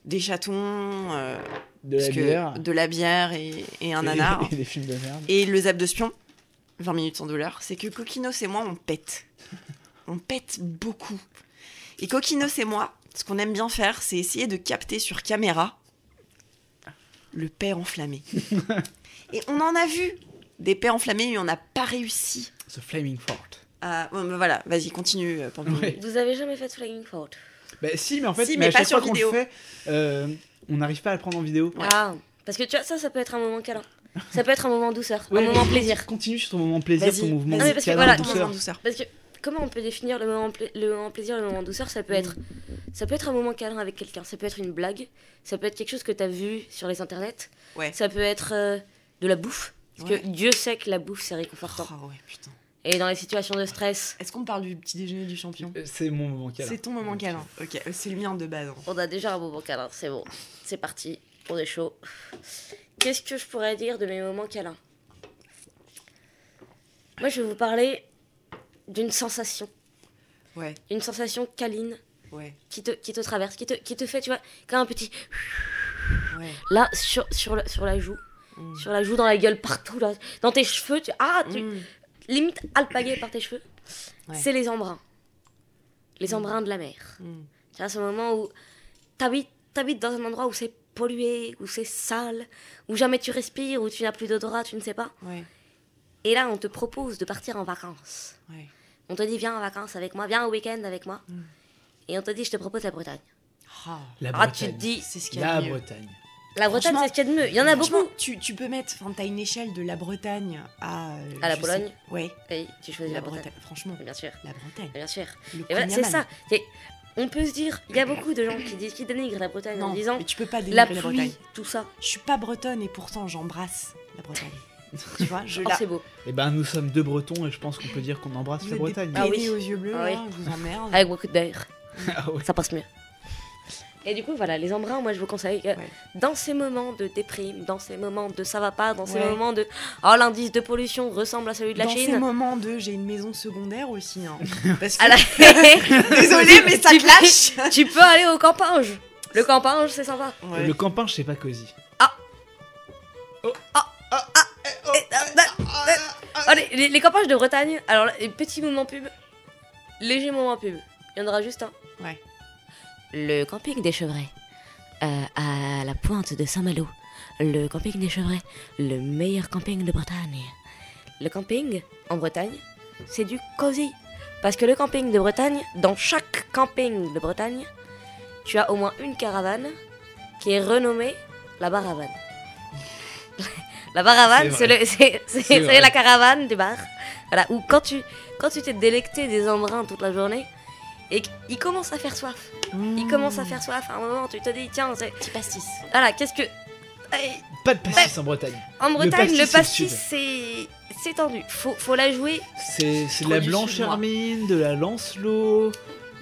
des chatons, euh,
De
parce
la
que-
bière.
de la bière et, et un
Et-
nanar,
Et des films de merde.
et le zap de spion, 20 minutes sans douleur, c'est que Coquinos et moi, on pète. On pète beaucoup. Et Coquinos et moi, ce qu'on aime bien faire, c'est essayer de capter sur caméra le père enflammé. et on en a vu des pères enflammés, mais on n'a pas réussi
The Flaming Fort.
à. Ouais, bah voilà, vas-y, continue, euh, Pampi.
Ouais.
Vous avez jamais fait de Flagging Forward
Bah, si, mais en fait,
Si,
mais
mais
à
pas
chaque
sur
fois qu'on le
vidéo.
fait, euh, on n'arrive pas à le prendre en vidéo.
Ouais.
Ah, parce que tu vois, ça, ça peut être un moment câlin. Ça peut être un moment douceur,
Ouais,
un moment
mais
plaisir.
Continue sur ton moment plaisir,
Vas-y,
ton mouvement
vas-y.
Ah, mais parce que voilà,
musical
Attends,
en
attends,
douceur.
douceur.
Parce que comment on peut définir le moment, pla- le moment plaisir, le moment douceur Ça peut être, ça peut être un moment câlin avec quelqu'un, ça peut être une blague, ça peut être quelque chose que t'as vu sur les internets,
Ouais.
ça peut être euh, de la bouffe. Parce
Ouais.
que Dieu sait que la bouffe c'est
Oh,
réconfortant.
ouais, putain.
Et dans les situations de stress,
Est-ce qu'on parle du petit déjeuner du champion
Euh, C'est mon moment câlin.
C'est ton moment câlin. Ok, euh, c'est le mien de base. hein.
on a déjà un moment câlin. C'est bon, c'est parti, on est chaud. Qu'est-ce que je pourrais dire de mes moments câlins Moi, je vais vous parler d'une sensation,
Ouais,
une sensation câline
ouais,
qui te, qui te traverse, qui te, qui te fait, tu vois, comme un petit
ouais.
Là, sur, sur, la, sur la joue.
Mm.
Sur la joue, dans la gueule, partout. Là. Dans tes cheveux, tu. Ah, tu.
Mm.
Limite alpagué par tes cheveux.
Ouais.
C'est les embruns. Les embruns de la mer.
Mm.
Tu vois, ce moment où t'habites, t'habites dans un endroit où c'est pollué, où c'est sale, où jamais tu respires, où tu n'as plus d'odorat, tu ne sais pas.
Ouais,
Et là, on te propose de partir en vacances.
ouais.
On te dit, viens en vacances avec moi, viens au week-end avec moi.
Mm.
Et on te dit, je te propose la Bretagne.
Ah.
La
Ah, tu te
Bretagne.
dis,
C'est ce qu'il y a
La
de mieux.
Bretagne.
la Bretagne,
Franchement-
c'est ce qu'il y a de mieux. Il y en a
Franchement,
beaucoup.
Tu, tu peux mettre, enfin, t'as une échelle de la Bretagne à. euh,
À la
je
Pologne.
sais- Ouais,
Et tu choisis
la
la Bretagne.
Bretagne. Franchement,
Bien sûr,
la Bretagne.
bien sûr.
Le
Et voilà, c'est
Kenya,
ça. C'est- On peut se dire, il y a beaucoup de gens qui, disent, qui dénigrent la Bretagne
Non,
en disant
mais tu peux pas
la
dénigrer la,
pluie,
Bretagne.
tout ça.
Je suis pas bretonne et pourtant j'embrasse la Bretagne. tu vois, je
Oh,
la.
c'est beau.
Eh ben, nous sommes deux Bretons et je pense qu'on peut dire qu'on embrasse
Vous
la
êtes
Bretagne.
Des
Ah oui.
pédés aux yeux bleus,
Ah oui.
là, je vous emmerde.
Avec beaucoup d'air,
Ah ouais.
ça passe mieux. Et du coup, voilà, les embruns, moi je vous conseille, que
Ouais.
dans ces moments de déprime, dans ces moments de ça va pas, dans ces
Ouais.
moments de oh l'indice de pollution ressemble à celui de la
Dans ces
Chine.
moments de j'ai une maison secondaire aussi. Hein. Parce que...
Ah là,
Désolée, mais ça te lâche.
tu peux aller au campage. Le campage, c'est sympa.
Ouais.
Le campin, je sais pas cosy.
euh, bah, Allez, les, les campages de Bretagne, alors là, petit moment pub, léger moment pub. Il y en aura juste un.
Ouais.
Le camping des Chevrets, euh, à la pointe de Saint-Malo. Le camping des Chevrets, le meilleur camping de Bretagne. Le camping en Bretagne, c'est du cosy. Parce que le camping de Bretagne, dans chaque camping de Bretagne, tu as au moins une caravane qui est renommée la baravane. la baravane,
C'est
c'est
vrai.
le- c'est- c'est-
C'est
c'est
vrai.
la caravane du bar. Voilà, où quand tu quand tu t'es délecté des embruns toute la journée et qu'il commence à faire soif, il commence à faire soif à un moment, tu te dis tiens, c'est
Hmm. petit pastis.
voilà, qu'est-ce que Eh,
Pas de pastis
Bah,
en Bretagne.
en
Le
Bretagne le
pastis, c'est le sud.
pastis c'est c'est tendu. Faut faut la jouer
C'est c'est de
Trop
la
du
blanche
sud, moi.
hermine, de la lancelot,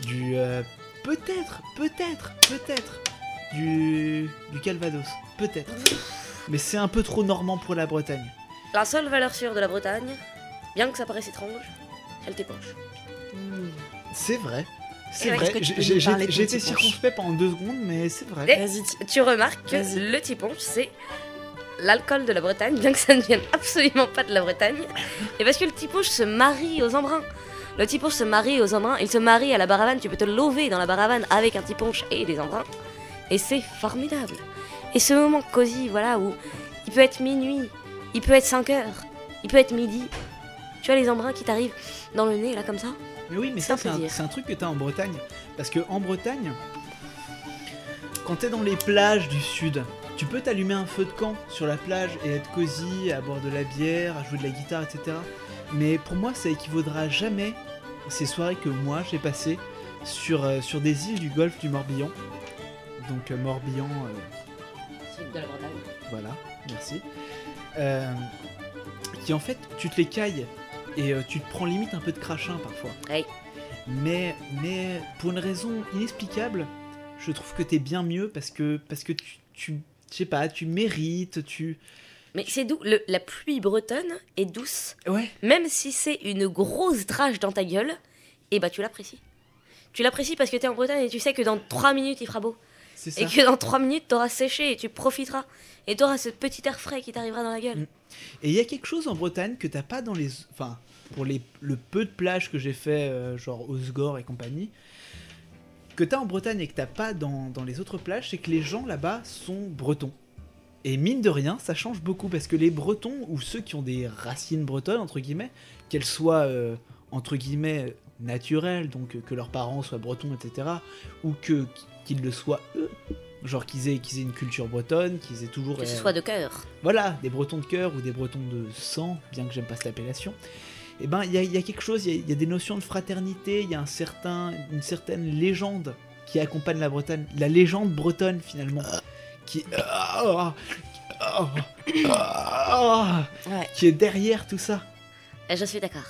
du. euh, peut-être, peut-être, peut-être. du, du Calvados, peut-être. Mais c'est un peu trop normand pour la Bretagne.
La seule valeur sûre de la Bretagne, bien que ça paraisse étrange, elle t'épanche.
Mmh.
C'est vrai.
Et
C'est
ouais,
vrai.
est-ce que tu peux
J'ai-
nous
j'ai-
parler de
J'ai
ton
été
petit ponche
circonspect pendant deux secondes, mais c'est vrai.
Et-
Vas-y, ti-
Tu remarques que
Vas-y.
le tiponche, c'est l'alcool de la Bretagne, bien que ça ne vienne absolument pas de la Bretagne. Et parce que le tiponche se marie aux embruns. Le tiponche se marie aux embruns, il se marie à la baravane, tu peux te lever dans la baravane avec un tiponche et des embruns. Et c'est formidable. Et ce moment cosy, voilà, où il peut être minuit, il peut être 5 heures, il peut être midi. Tu as les embruns qui t'arrivent dans le nez, là, comme ça.
Mais oui, mais ça,
Ça,
c'est
on peut
un,
dire.
c'est un truc que t'as en Bretagne. Parce que en Bretagne, quand t'es dans les plages du sud, tu peux t'allumer un feu de camp sur la plage et être cosy, à boire de la bière, à jouer de la guitare, etc. Mais pour moi, ça équivaudra jamais ces soirées que moi j'ai passées sur, euh, sur des îles du golfe du Morbihan. Donc euh, Morbihan, euh,
de la Bretagne.
voilà, merci. Euh, qui en fait, tu te les cailles et euh, tu te prends limite un peu de crachin parfois.
Ouais.
Mais, mais pour une raison inexplicable, je trouve que t'es bien mieux parce que, parce que tu, tu je sais pas, tu mérites, tu.
Mais c'est doux, le- la pluie bretonne est douce.
Ouais.
même si c'est une grosse drache dans ta gueule, et bah tu l'apprécies. Tu l'apprécies parce que t'es en Bretagne et tu sais que dans 3 minutes il fera beau.
C'est ça.
Et que dans 3 minutes t'auras séché et tu profiteras. Et t'auras ce petit air frais qui t'arrivera dans la gueule.
Mm. Et il y a quelque chose en Bretagne que t'as pas dans les. Enfin, pour les, le peu de plages que j'ai fait, euh, genre Osgore et compagnie, que t'as en Bretagne et que t'as pas dans, dans les autres plages, c'est que les gens là-bas sont bretons. Et mine de rien, ça change beaucoup parce que les bretons, ou ceux qui ont des racines bretonnes, entre guillemets, qu'elles soient, euh, entre guillemets, naturelles, donc euh, que leurs parents soient bretons, etc., ou que qu'ils le soient eux, genre qu'ils aient, qu'ils aient une culture bretonne, qu'ils aient toujours.
Que ce
euh,
soit de cœur.
voilà, des bretons de cœur ou des bretons de sang, bien que j'aime pas cette appellation, et ben il y, a- il y a quelque chose, il y, a- il y a des notions de fraternité, il y a un certain, une certaine légende qui accompagne la Bretagne, la légende bretonne finalement, qui, ah, ah, ah,
Ouais.
qui est derrière tout ça.
Et Eh, Je suis d'accord.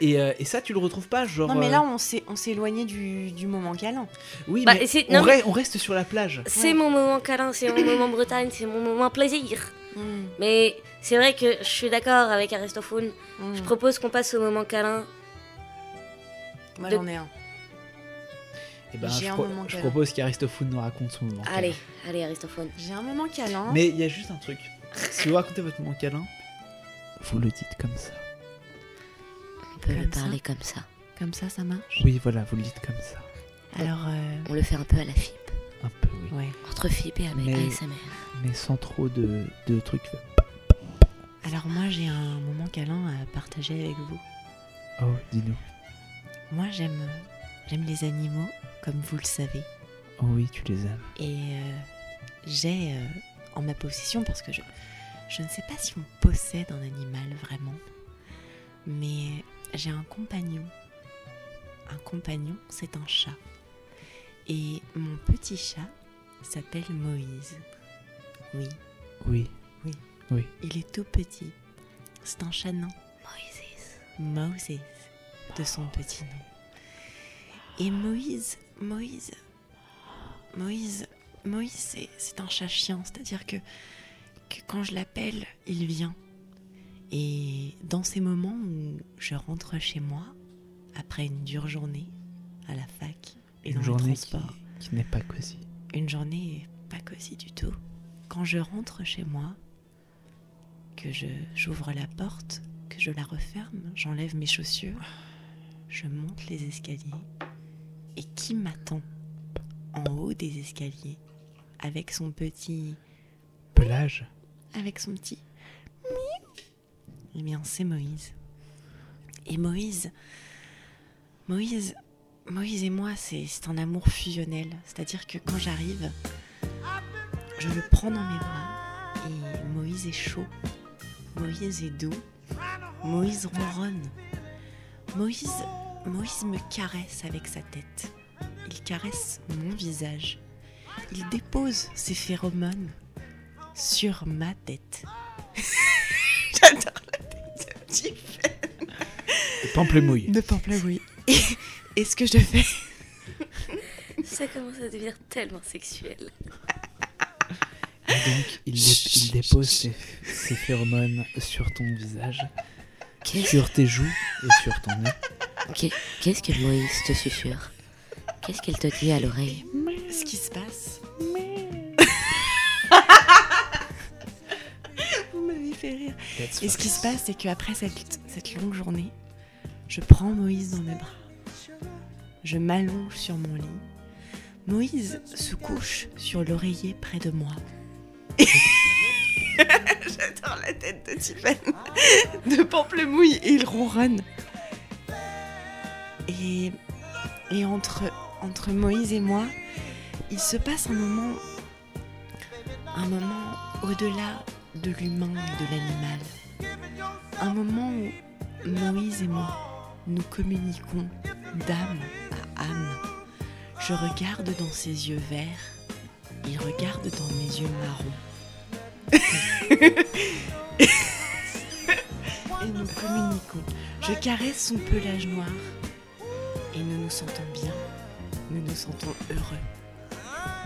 Et, euh, et ça, tu le retrouves pas, genre.
Non, mais
euh,
là, on s'est on s'est éloigné du, du moment câlin.
oui,
Bah,
mais
c'est-
on,
non, mais-
re- on reste sur la plage.
C'est mon moment câlin, c'est mon moment Bretagne, c'est mon moment plaisir.
Mm,
Mais c'est vrai que je suis d'accord avec Aristophone.
mm.
Hmm.
Je propose qu'on passe au moment câlin.
Moi,
de-
j'en ai un.
Et ben,
J'ai
je,
un
pro-
moment
je
câlin.
propose qu'Aristophane nous raconte son moment. câlin.
Allez, allez Aristophone.
J'ai un moment câlin.
Mais il y a juste un truc. Si vous racontez votre moment câlin, vous le dites comme ça.
On peut
Comme
le
ça.
parler comme ça.
Comme ça, ça marche.
Oui, voilà, vous le dites comme ça.
Alors, euh,
On le fait un peu à la FIP.
Un peu, oui.
ouais.
Entre FIP et
Mais-
ASMR.
Mais sans trop de, de trucs.
Alors, moi, j'ai un moment câlin à partager avec vous.
Oh, dis-nous.
Moi, j'aime j'aime les animaux, comme vous le savez.
Oh oui, tu les aimes.
Et euh, j'ai euh, en ma possession, parce que je, je ne sais pas si on possède un animal vraiment, mais j'ai un compagnon. Un compagnon, c'est un chat. Et mon petit chat s'appelle Moïse. Oui,
Oui.
il est tout petit. C'est un chat nain.
Moïse.
Moses, de son petit nom. Et Moïse, Moïse, Moïse, Moïse, c'est- c'est un chat chien, c'est-à-dire que, que quand je l'appelle, il vient. Et dans ces moments où je rentre chez moi, après une dure journée, à la fac et dans les transports,
qui n'est pas cosy.
une journée pas cosy du tout. Quand je rentre chez moi, que je j'ouvre la porte, que je la referme, j'enlève mes chaussures, je monte les escaliers. Et qui m'attend en haut des escaliers avec son petit
Pelage
avec son petit Eh bien, c'est Moïse. Et Moïse, Moïse, Moïse et moi, c'est c'est un amour fusionnel. C'est-à-dire que quand j'arrive, je le prends dans mes bras et Moïse est chaud, Moïse est doux, Moïse ronronne. Moïse, Moïse me caresse avec sa tête. Il caresse mon visage. Il dépose ses phéromones sur ma tête. J'adore la tête de petit
Pamplemouille.
de pamplemouille. Et, et ce que je fais,
Ça commence à devenir tellement sexuel.
Ah, Il, dé- il dépose ses, ses phéromones sur ton visage, sur tes joues et sur ton nez.
Qu'est-ce que Moïse te susurre Qu'est-ce qu'elle te dit à l'oreille
Ce qui se passe. Vous m'avez fait rire.
That's
Et ce qui
fine.
se passe, c'est qu'après cette, cette longue journée, je prends Moïse dans mes bras. Je m'allonge sur mon lit. Moïse se couche sur l'oreiller près de moi. J'adore la tête de Tiffany de pamplemouille et il ronronne. Et, et entre, entre Moïse et moi, il se passe un moment, un moment au-delà de l'humain et de l'animal. Un moment où Moïse et moi, nous communiquons d'âme à âme. Je regarde dans ses yeux verts, il regarde dans mes yeux marrons. et nous communiquons. Je caresse son pelage noir et nous nous sentons bien, nous nous sentons heureux,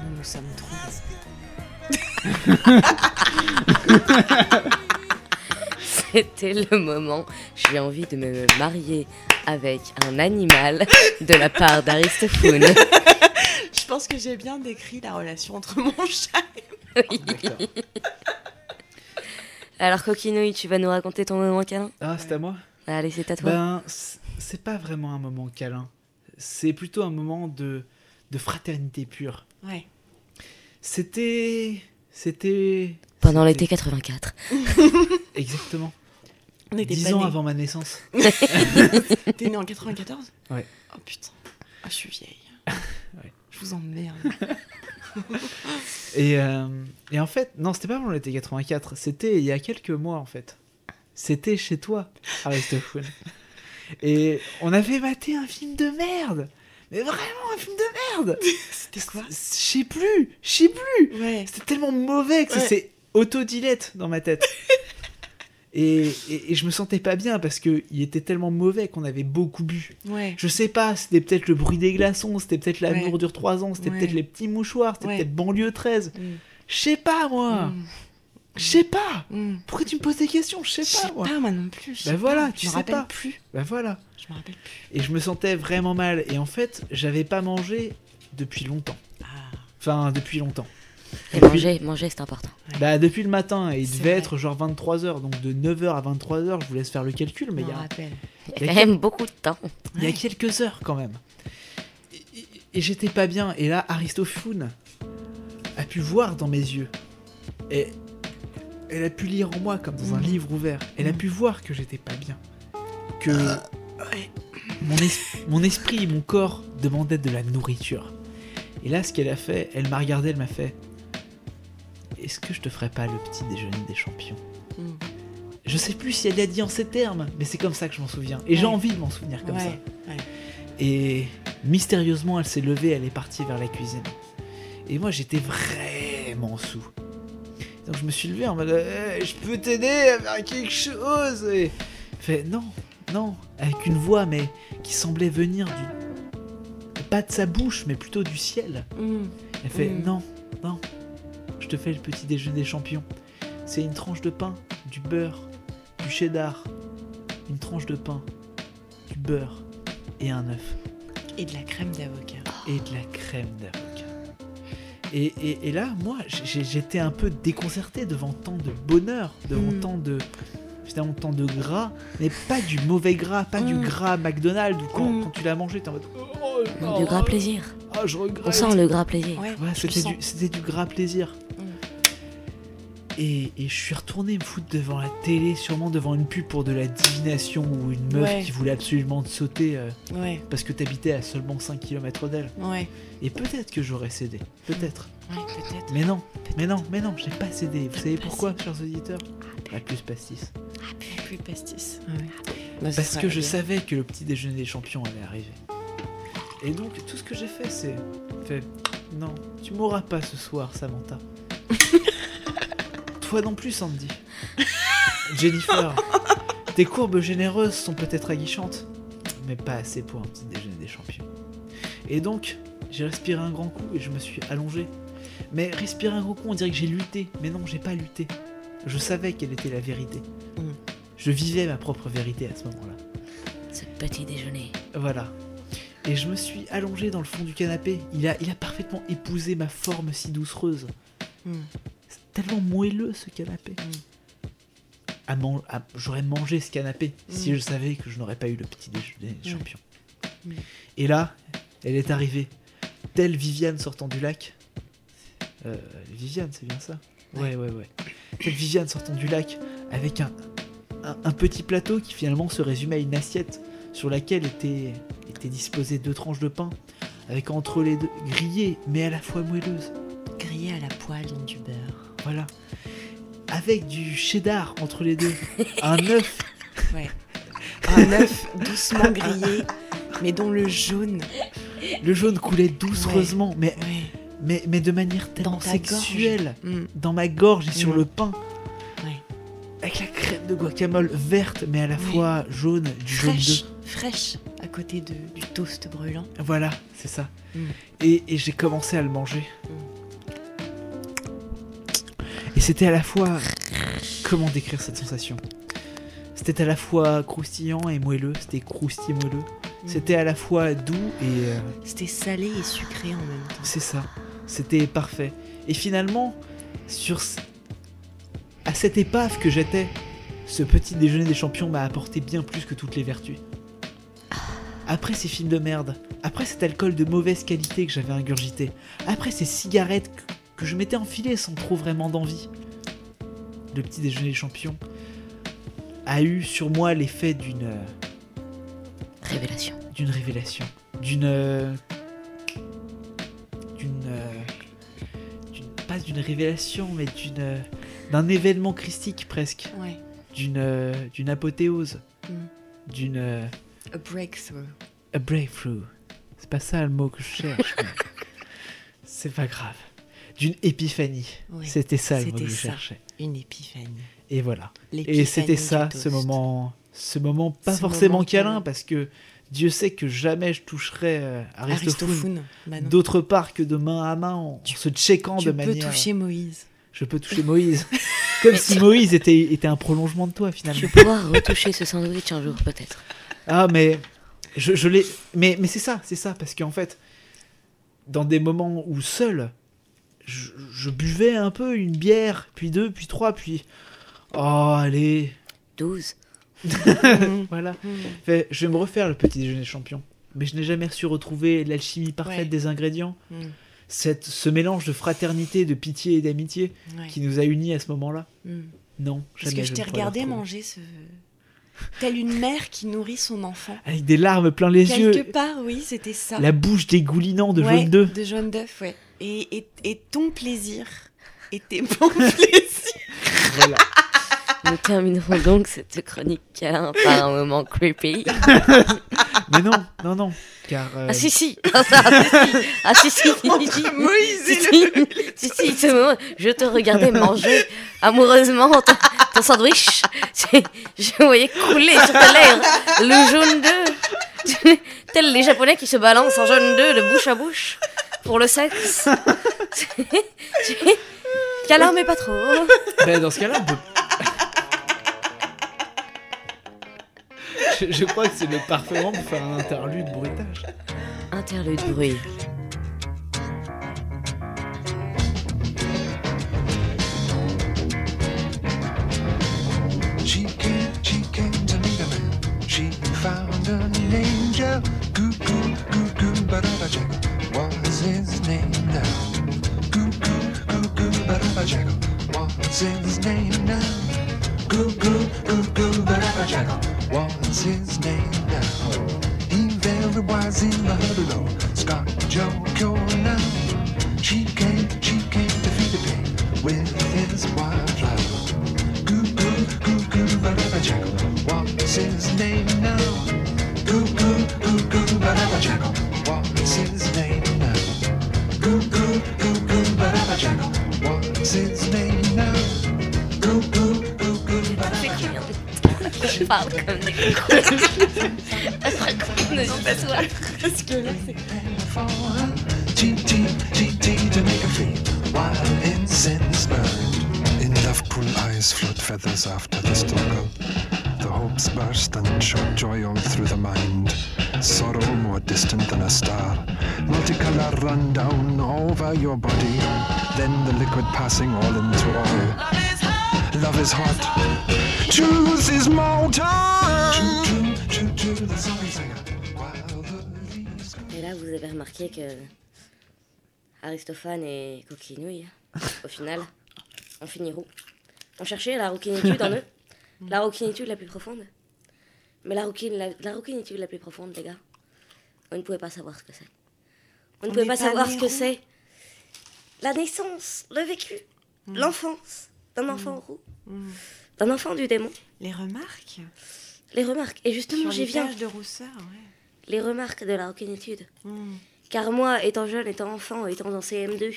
nous nous sommes trouvés.
C'était le moment. J'ai envie de me marier avec un animal de la part d'Aristophone.
Je pense que j'ai bien décrit la relation entre mon chat
D'accord.
Alors, Coquinouille, tu vas nous raconter ton moment câlin
Ah, c'est à moi
Allez, c'est à toi.
Ben, c- c'est pas vraiment un moment câlin. C'est plutôt un moment de, de fraternité pure.
Ouais.
C'était. C'était.
Pendant
c'était-
l'été 84.
Exactement.
On était
Dix
pas
ans
nés.
avant ma naissance.
T'es né en 94
Ouais.
Oh putain. Ah, je suis vieille.
Ouais.
Je vous emmerde.
Et, euh, et en fait, non, c'était pas avant l'été 84. C'était il y a quelques mois, en fait. C'était chez toi, Aristophone. et on avait maté un film de merde. Mais vraiment, un film de merde.
C'était quoi
Je sais plus. Je sais plus.
Ouais.
C'était tellement mauvais que ça
Ouais.
s'est autodilette dans ma tête. et, et- et je me sentais pas bien parce que il était tellement mauvais qu'on avait beaucoup bu.
Ouais.
Je sais pas, c'était peut-être le bruit des glaçons, c'était peut-être la
Ouais.
lourdure 3 ans, c'était
Ouais.
peut-être les petits mouchoirs, c'était
Ouais.
peut-être banlieue 13.
Mm.
Je sais pas moi. Je sais pas.
Mm. Mm.
Pourquoi tu me poses des questions Je
Je
sais pas moi.
moi non plus. je
Bah
sais
voilà,
pas,
tu
je me
sais
rappelle
pas.
plus.
Bah voilà.
Je me rappelle plus.
Et je me sentais vraiment mal et en fait, j'avais pas mangé depuis longtemps.
Ah.
Enfin, depuis longtemps.
Et manger, manger, c'est important.
Bah depuis le matin, et il
C'est
devait
vrai.
être genre 23h, donc de 9h à 23h, je vous laisse faire le calcul, mais
Je
il y,
me
a-
rappelle.
Il y a quand même beaucoup de temps.
il y a quelques heures quand même. Et, et- et j'étais pas bien, et là Aristophone a pu voir dans mes yeux, et elle a pu lire en moi comme dans un
Mm.
livre ouvert, elle a
Mm. Euh,
pu voir que j'étais pas bien, que mon, es- mon esprit et mon corps demandaient de la nourriture. Et là ce qu'elle a fait, elle m'a regardé, elle m'a fait... Est-ce que je te ferais pas le petit déjeuner des champions
Mm.
Je sais plus si elle l'a dit en ces termes, mais c'est comme ça que je m'en souviens. Et j'ai
Ouais.
envie de m'en souvenir comme
Ouais,
ça.
ouais.
Et mystérieusement, elle s'est levée, elle est partie vers la cuisine. Et moi, j'étais vraiment sous. Donc je me suis levé en mode Eh, Je peux t'aider à faire quelque chose Et elle fait Non, non, avec une voix, mais qui semblait venir du. pas de sa bouche, mais plutôt du ciel.
Mm.
Elle fait
Mm.
non, non, je te fais le petit déjeuner des champions. C'est une tranche de pain, du beurre, du cheddar, une tranche de pain, du beurre et un œuf
Et de la crème d'avocat.
et de la crème d'avocat. Et, et- et là, moi, j'ai- j'étais un peu déconcerté devant tant de bonheur, devant
Mm.
tant de finalement tant de gras, mais pas du mauvais gras, pas du
Mm.
gras McDonald's où quand,
Mm.
quand tu l'as mangé, t'es en mode oh,
Du gras plaisir.
ah, je
On
regrette.
sent le gras plaisir.
Ouais.
Ouais,
je le
c'était
sens.
du, c'était du gras plaisir.
Mm.
Et, et je suis retourné me foutre devant la télé, sûrement devant une pub pour de la divination ou une meuf
Ouais.
qui voulait absolument te sauter euh,
Ouais.
parce que t'habitais à seulement 5 km d'elle.
Ouais.
Et peut-être que j'aurais cédé, peut-être.
Ouais, peut-être.
Mais non,
Peut-être.
mais non, mais non, j'ai pas cédé. Vous
T'as
savez
pas
pourquoi, chers auditeurs La plus pastis.
Plus de pastis.
Ah Parce que je savais que le petit déjeuner des champions allait arriver. Et donc, tout ce que j'ai fait, c'est. Fait. Non, tu mourras pas ce soir, Samantha. Toi non plus, Sandy. Jennifer, tes courbes généreuses sont peut-être aguichantes, mais pas assez pour un petit déjeuner des champions. Et donc, j'ai respiré un grand coup et je me suis allongé. Mais respirer un gros con, on dirait que j'ai lutté. Mais non, j'ai pas lutté. Je savais quelle était la vérité.
Mm.
Je vivais ma propre vérité à ce moment-là.
Ce petit déjeuner.
Voilà. Et je me suis allongé dans le fond du canapé. Il a, il a parfaitement épousé ma forme si doucereuse.
Mm.
C'est tellement moelleux ce canapé. À man- à- J'aurais mangé ce canapé si
Mm.
je savais que je n'aurais pas eu le petit déjeuner
Mm.
champion.
Mm.
Et là, elle est arrivée. Telle Viviane sortant du lac. Euh, Viviane, c'est bien ça Ouais, ouais, ouais. Telle Viviane sortant du lac avec un, un, un petit plateau qui finalement se résumait à une assiette sur laquelle étaient, étaient disposées deux tranches de pain, avec entre les deux grillées mais à la fois moelleuses.
Grillé à la poêle dans du beurre.
Voilà. Avec du cheddar entre les deux, un œuf, Ah
Un œuf doucement grillé, mais dont le jaune.
le jaune coulait doucereusement, mais,
Ouais.
mais, mais de manière tellement
ta
sexuelle,
Mm.
dans ma gorge et sur
Mm.
le pain.
Ouais.
Avec la crème de guacamole verte, mais à la
Oui.
fois jaune, du jaune d'œuf.
Fraîche, fraîche, à côté de, du toast brûlant.
Voilà, c'est ça.
Mm.
Et, et j'ai commencé à le manger. Et c'était à la fois... Comment décrire cette sensation C'était à la fois croustillant et moelleux, c'était croustillant moelleux. C'était à la fois doux et... euh,
C'était salé et sucré en même temps.
c'est ça, c'était parfait. Et finalement, sur... ce- à cette épave que j'étais, ce petit déjeuner des champions m'a apporté bien plus que toutes les vertus. Après ces films de merde, après cet alcool de mauvaise qualité que j'avais ingurgité, après ces cigarettes que, que je m'étais enfilées sans trop vraiment d'envie, le petit déjeuner des champions a eu sur moi l'effet d'une... euh,
Révélation.
d'une révélation, d'une euh, d'une euh, d'une- pas d'une révélation, mais d'une euh, d'un événement christique presque,
Ouais.
d'une euh, d'une apothéose,
Mm.
d'une euh,
A breakthrough.
a breakthrough. C'est pas ça le mot que je cherche. mais C'est pas grave. D'une épiphanie.
Ouais.
C'était ça le mot que
C'était
je
ça.
cherchais.
Une épiphanie.
Et voilà. Et
L'épiphanie
c'était
du
ça,
toast.
ce moment, ce moment pas
Ce
forcément
moment
câlin,
câlin.
parce que Dieu sait que jamais je toucherai euh, Aristophane
Aristophane. Bah non.
d'autre part que de main à main en se checkant
tu
de
peux
manière.
toucher Moïse.
Je peux toucher Moïse. Comme si Moïse était, était un prolongement de toi
Je
finalement.
vais pouvoir retoucher ce sandwich un jour, peut-être.
Ah mais je, je l'ai. Mais, mais c'est ça, c'est ça, parce qu'en fait, dans des moments où seul, je, je buvais un peu une bière, puis deux, puis trois, puis oh allez,
12.
Mm.
voilà.
Mm.
Fait, je vais me refaire le petit déjeuner champion. Mais je n'ai jamais su retrouver l'alchimie parfaite
Ouais.
des ingrédients,
Mm.
cette, ce mélange de fraternité, de pitié et d'amitié
Ouais.
qui nous a unis à ce moment-là.
Mm.
Non,
Parce
jamais
que je
ne
t'ai
pourrais
regardé
le retrouver.
manger ce. Telle une mère qui nourrit son enfant.
Avec des larmes plein les yeux,
Quelque part, oui, c'était ça.
la bouche dégoulinant de
Ouais,
jaune d'œuf.
De jaune d'œuf, ouais. Et, et, et ton plaisir était mon plaisir.
Voilà.
Nous terminerons donc cette chronique câlin par un moment creepy.
Mais non, non, non. Car. euh,
Ah si si Ah ça, ah, si, si. Ah si si
Entre Moïse
Si,
et le.
si, si, si, ce moment, je te regardais manger amoureusement ton, ton sandwich. C'est- Je voyais couler sur ta lèvre le jaune d'œuf. Tel les Japonais qui se balancent en jaune d'œuf de bouche à bouche pour le sexe. Câlin, mais pas trop.
bah, dans ce cas-là, on peut. je, je crois que c'est le parfait moment pour faire un interlude bruitage.
Interlude bruit.
She came, she came to meet a man. She found an angel. Goo goo goo goo baraba jago. What is his name now? Goo goo goo goo baraba jago. What is his name now? Goo goo goo goo baraba jago. What is his name now? He very wise in the herd below. Scott Joe now. She came, she came to feed the pig with his wildflower. Goo goo goo goo baraba jackal. What's his name now? Goo goo goo goo baraba jackal. What's his name now? Goo goo goo goo baraba jackal. What's his name now? Goo goo goo goo baraba jackal.
Je parle comme des
T T T T to make a fee. feathers after the struggle. The hopes burst and shot joy all through the mind. Sorrow more distant than a star. Multicolor run down over your body. Then the liquid passing all into oil. Love is hot. Truth is molten. True, true, true, true, the song singer. While the leaves go
Et là, vous avez remarqué que Aristophane et Coquinouille, au final, ont fini roux. On cherchait la rouquinitude en eux, la rouquinitude la plus profonde. Mais la, rouquin, la, la rouquinitude la plus profonde, les gars, on ne pouvait pas savoir ce que c'est. On ne pouvait
n'est
pas
pas
savoir
né
ce que
roux.
c'est. La naissance, le vécu,
Hmm.
l'enfance d'un enfant roux,
Mm.
d'un enfant du démon,
Les remarques
les remarques. Et justement,
sur
j'y
les
viens,
viens de rousseur, ouais.
les remarques de la rouquinitude.
Mm.
Car moi, étant jeune, étant enfant, étant dans CM2,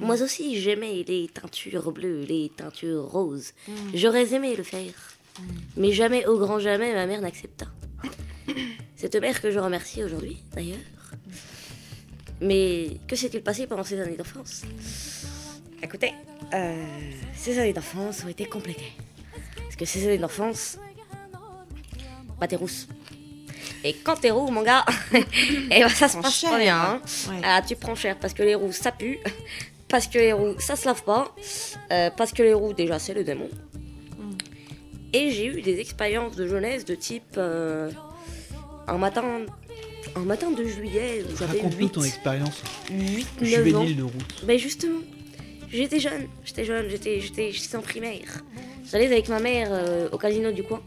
moi aussi j'aimais les teintures bleues, les teintures roses. J'aurais aimé le faire. Mais jamais, au grand jamais, ma mère n'accepta. Cette mère que je remercie aujourd'hui, d'ailleurs. Mais que s'est-il passé pendant ces années d'enfance Écoutez, euh, ces années d'enfance ont été compliquées. Parce que ces années d'enfance, bah t'es rousse. Et quand t'es roux, mon gars, et bah, ça se
Prends
passe
cher.
pas bien. hein.
Ouais.
Ah, tu prends cher parce que les roues ça pue, parce que les roues ça se lave pas, euh, parce que les roues déjà c'est le démon.
Hmm.
Et j'ai eu des expériences de jeunesse de type euh, un matin un matin de juillet où j'avais
Raconte-nous ton
8,
expérience
8 9 ans.
juvénile de route.
Mais Ben, justement, j'étais jeune, j'étais jeune, j'étais j'étais j'étais en primaire. J'allais avec ma mère euh, au casino du coin.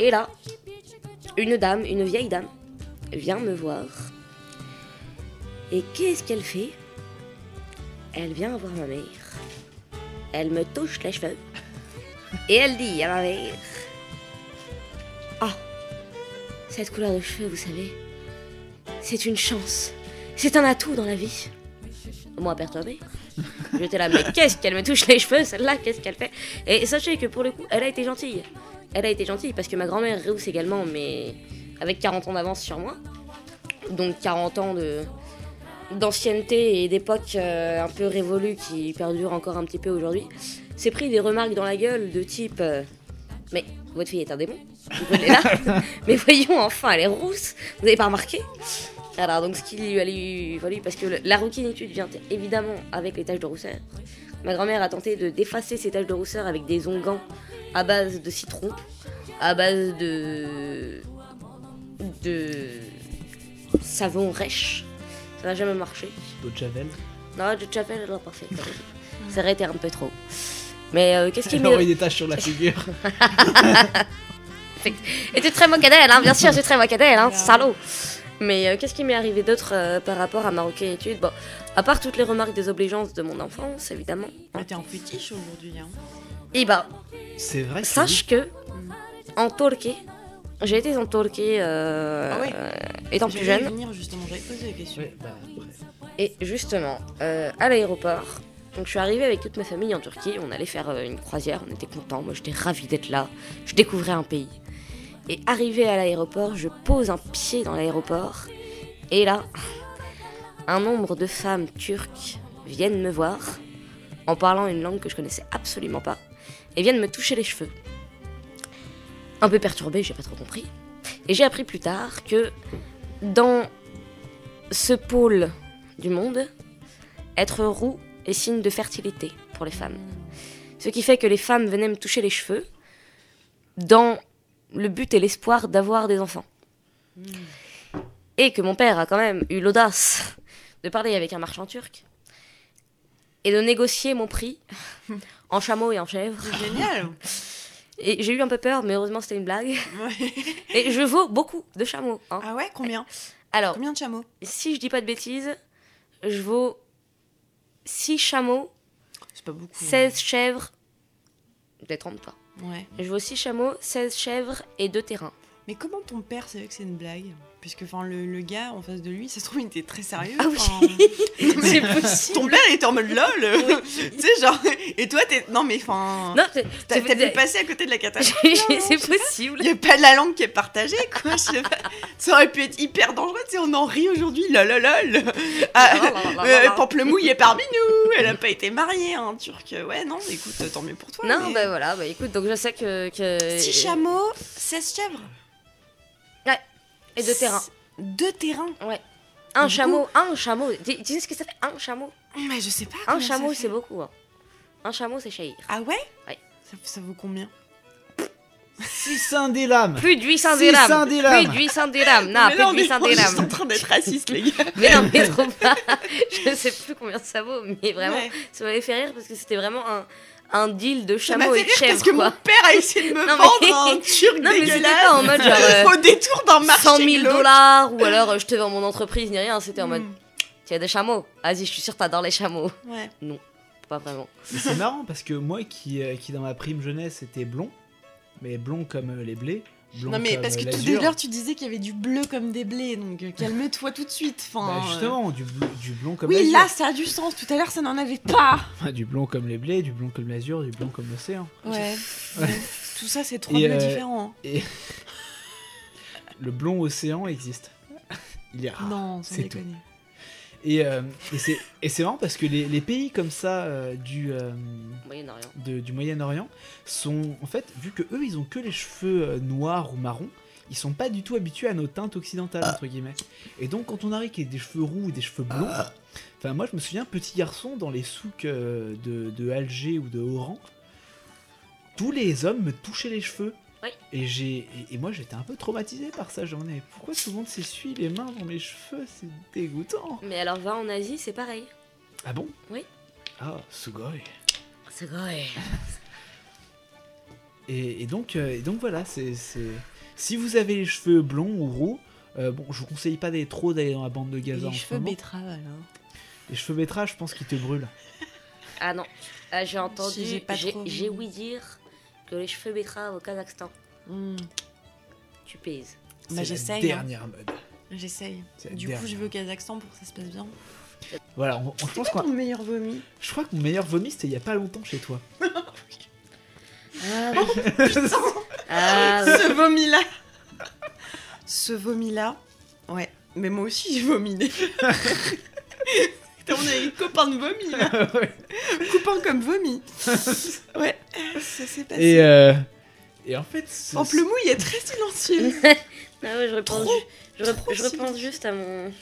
Et là, une dame, une vieille dame, vient me voir. Et qu'est-ce qu'elle fait Elle vient voir ma mère. Elle me touche les cheveux. Et elle dit à ma mère Ah, cette couleur de cheveux, vous savez, c'est une chance. C'est un atout dans la vie. Moi perturbée. J'étais là, mais qu'est-ce qu'elle me touche les cheveux, celle-là, qu'est-ce qu'elle fait Et sachez que pour le coup, elle a été gentille. Elle a été gentille parce que ma grand-mère rousse également, mais avec 40 ans d'avance sur moi. Donc 40 ans de d'ancienneté et d'époque euh, un peu révolue qui perdure encore un petit peu aujourd'hui, s'est pris des remarques dans la gueule de type euh, Mais votre fille est un démon Vous voulez là Mais voyons, enfin, elle est rousse Vous n'avez pas remarqué alors, donc, ce qui lui a lui valu, parce que le- la rouquinitude vient évidemment avec les taches de rousseur. Ma grand-mère a tenté de d'effacer ces taches de rousseur avec des onguents à base de citron, à base de. de. savon rêche. Ça n'a jamais marché.
D'eau de Javel.
Non, de chapelle, elle l'a pas fait. quand même. Ça aurait été un peu trop. Mais euh, qu'est-ce qui est
Elle a
mieux
envoyé des taches sur la figure.
Et tu es très mocadelle, hein, bien sûr, tu es très mocadelle, hein, salaud. Mais euh, qu'est-ce qui m'est arrivé d'autre euh, par rapport à ma étude Bon, à part toutes les remarques des obligeances de mon enfance, évidemment. hein.
Ah, T'es en fétiche aujourd'hui, hein.
Et bah,
C'est vrai que
sache que en Turquie, j'ai été en Turquie euh,
Ah ouais.
euh, étant plus
J'allais y
jeune.
venir justement, j'avais posé la question.
Ouais, bah, après.
Et justement, euh, à l'aéroport, donc je suis arrivée avec toute ma famille en Turquie, on allait faire euh, une croisière, on était contents, moi j'étais ravie d'être là, je découvrais un pays. Et arrivée à l'aéroport, je pose un pied dans l'aéroport, et là, un nombre de femmes turques viennent me voir, en parlant une langue que je connaissais absolument pas, et viennent me toucher les cheveux. Un peu perturbée, j'ai pas trop compris. Et j'ai appris plus tard que dans ce pôle du monde, être roux est signe de fertilité pour les femmes. Ce qui fait que les femmes venaient me toucher les cheveux dans le but et l'espoir d'avoir des enfants. Et que mon père a quand même eu l'audace de parler avec un marchand turc et de négocier mon prix en chameau et en chèvre.
C'est génial
Et j'ai eu un peu peur, mais heureusement c'était une blague.
Ouais.
Et je vaux beaucoup de chameaux. hein.
Ah ouais, combien
Alors,
Combien de chameaux
si je dis pas de bêtises, je vaux 6 chameaux,
C'est pas beaucoup.
16 chèvres. Détrompe-toi.
Ouais.
Je vaux 6 chameaux, 16 chèvres et 2 terrains.
Mais comment ton père savait que c'est une blague Puisque enfin, le, le gars en face de lui, ça se trouve, il était très sérieux.
Ah oui.
enfin,
C'est possible.
Ton père il était en mode lol. tu sais, genre. Et toi, t'es. Non, mais enfin.
Non, c'est-
T'as
c'est-
t'as pu passer à côté de la catastrophe.
c'est c'est possible.
Il n'y a pas de la langue qui est partagée, quoi. je sais pas. Ça aurait pu être hyper dangereux, tu sais, on en rit aujourd'hui, lol, lol, lol. Ah, euh, Pamplemouille est parmi nous, elle n'a pas été mariée à un turc. Ouais, non, écoute, tant mieux pour toi.
Non, euh,
mais-
bah voilà, bah écoute, donc je sais que. que...
Six chameaux, 16 chèvres.
Et de terrain.
Deux terrains.
Un
Beaucoup.
chameau, un chameau. Tu, tu sais ce que ça fait Un chameau
Oh, Mais je sais pas.
Un
combien ça
chameau,
fait.
c'est beaucoup. hein. Un chameau, c'est chahir.
Ah ouais
Ouais.
Ça, ça vaut combien
600 des lames
Plus de 800
600
dirhams.
dirhams.
Plus de 800 dirhams. Non,
Mais
plus
là,
de
on est
800
vraiment juste en
dirhams.
train d'être raciste, les gars.
Mais non, mais trop pas. Je sais plus combien ça vaut, mais vraiment,
Ouais.
ça m'avait fait rire parce que c'était vraiment un, un deal de
Ça m'a
chameau
fait
et de
rire parce
chèvre,
que mon
quoi.
père a essayé de me
Non,
vendre
mais-
un turc
Non, mais c'était
dégueulasse
pas en mode genre. euh,
au détour d'un marché.
100 000
glauque.
dollars ou alors euh, je te vends mon entreprise ni rien, c'était en mode
Hmm,
tu as des chameaux Vas-y, je suis sûre t'adores les chameaux.
Ouais.
Pas vraiment.
Mais C'est marrant parce que moi qui, euh, qui dans ma prime jeunesse était blond, mais blond comme euh, les blés, blond
Non, mais
comme,
parce
euh,
que tout
l'azur.
à l'heure, tu disais qu'il y avait du bleu comme des blés, donc euh, calme-toi tout de suite. Enfin,
Bah, justement, du, bl- du blond
euh,
comme
Oui,
l'azur.
là, ça a du sens. Tout à l'heure, ça n'en avait pas.
Enfin, du blond comme les blés, du blond comme l'azur, du blond comme l'océan.
Ouais. tout ça, c'est trois
Et,
bleus
euh,
différents.
Le blond océan existe. Il est rare.
non, sans
ah, c'est
déconner.
Et, euh, et c'est- et c'est marrant parce que les, les pays comme ça euh, du, euh,
Moyen-Orient.
de- du Moyen-Orient sont, en fait, vu que eux, ils ont que les cheveux euh, noirs ou marrons, ils sont pas du tout habitués à nos teintes occidentales, entre guillemets. Et donc, quand on arrive avec des cheveux roux ou des cheveux blonds, enfin, moi, je me souviens, petit garçon, dans les souks euh, de, de Alger ou de Oran, tous les hommes me touchaient les cheveux.
Oui.
Et, j'ai, et, et moi j'étais un peu traumatisé par ça, j'en ai. Pourquoi tout le monde s'essuie les mains dans mes cheveux C'est dégoûtant.
Mais alors va en Asie, c'est pareil.
Ah bon
Oui.
Ah, sugoi.
C'est vrai.
Et, et donc, euh, et donc voilà, c'est. c'est- Si vous avez les cheveux blonds ou roux, euh, bon, je vous conseille pas d'aller trop d'aller dans la bande de Gaza en
Les
ce
cheveux
moment.
betteraves, alors.
Les cheveux bétras, je pense qu'ils te brûlent.
Bah,
Ah non, Ah, j'ai entendu,
J'ai
j'ai
pas trop vu.
j'ai ouï dire que les cheveux betteraves au Kazakhstan,
Hmm,
tu pèses.
C'est
Bah,
la
j'essaye, hein.
Dernière mode.
J'essaye.
C'est la
Du coup,
dernière.
je vais au Kazakhstan pour que ça se passe bien.
Voilà, on, on- je pense
Ton
qu'on-
meilleur vomi.
Je crois que mon meilleur vomi c'était il y a pas longtemps chez toi.
Ah,
Ah, oui.
Ce vomi-là. Ce vomi-là. Ouais. Mais moi aussi, j'ai vominé. Putain, On est copains de vomi, là. Copains comme vomi. Ouais. Ça s'est passé.
et, euh, et en fait. ce-
Pamplemouille est très silencieux.
Ah ouais, je repense, ju- je, rep-
trop
je repense
silencieux.
juste à mon,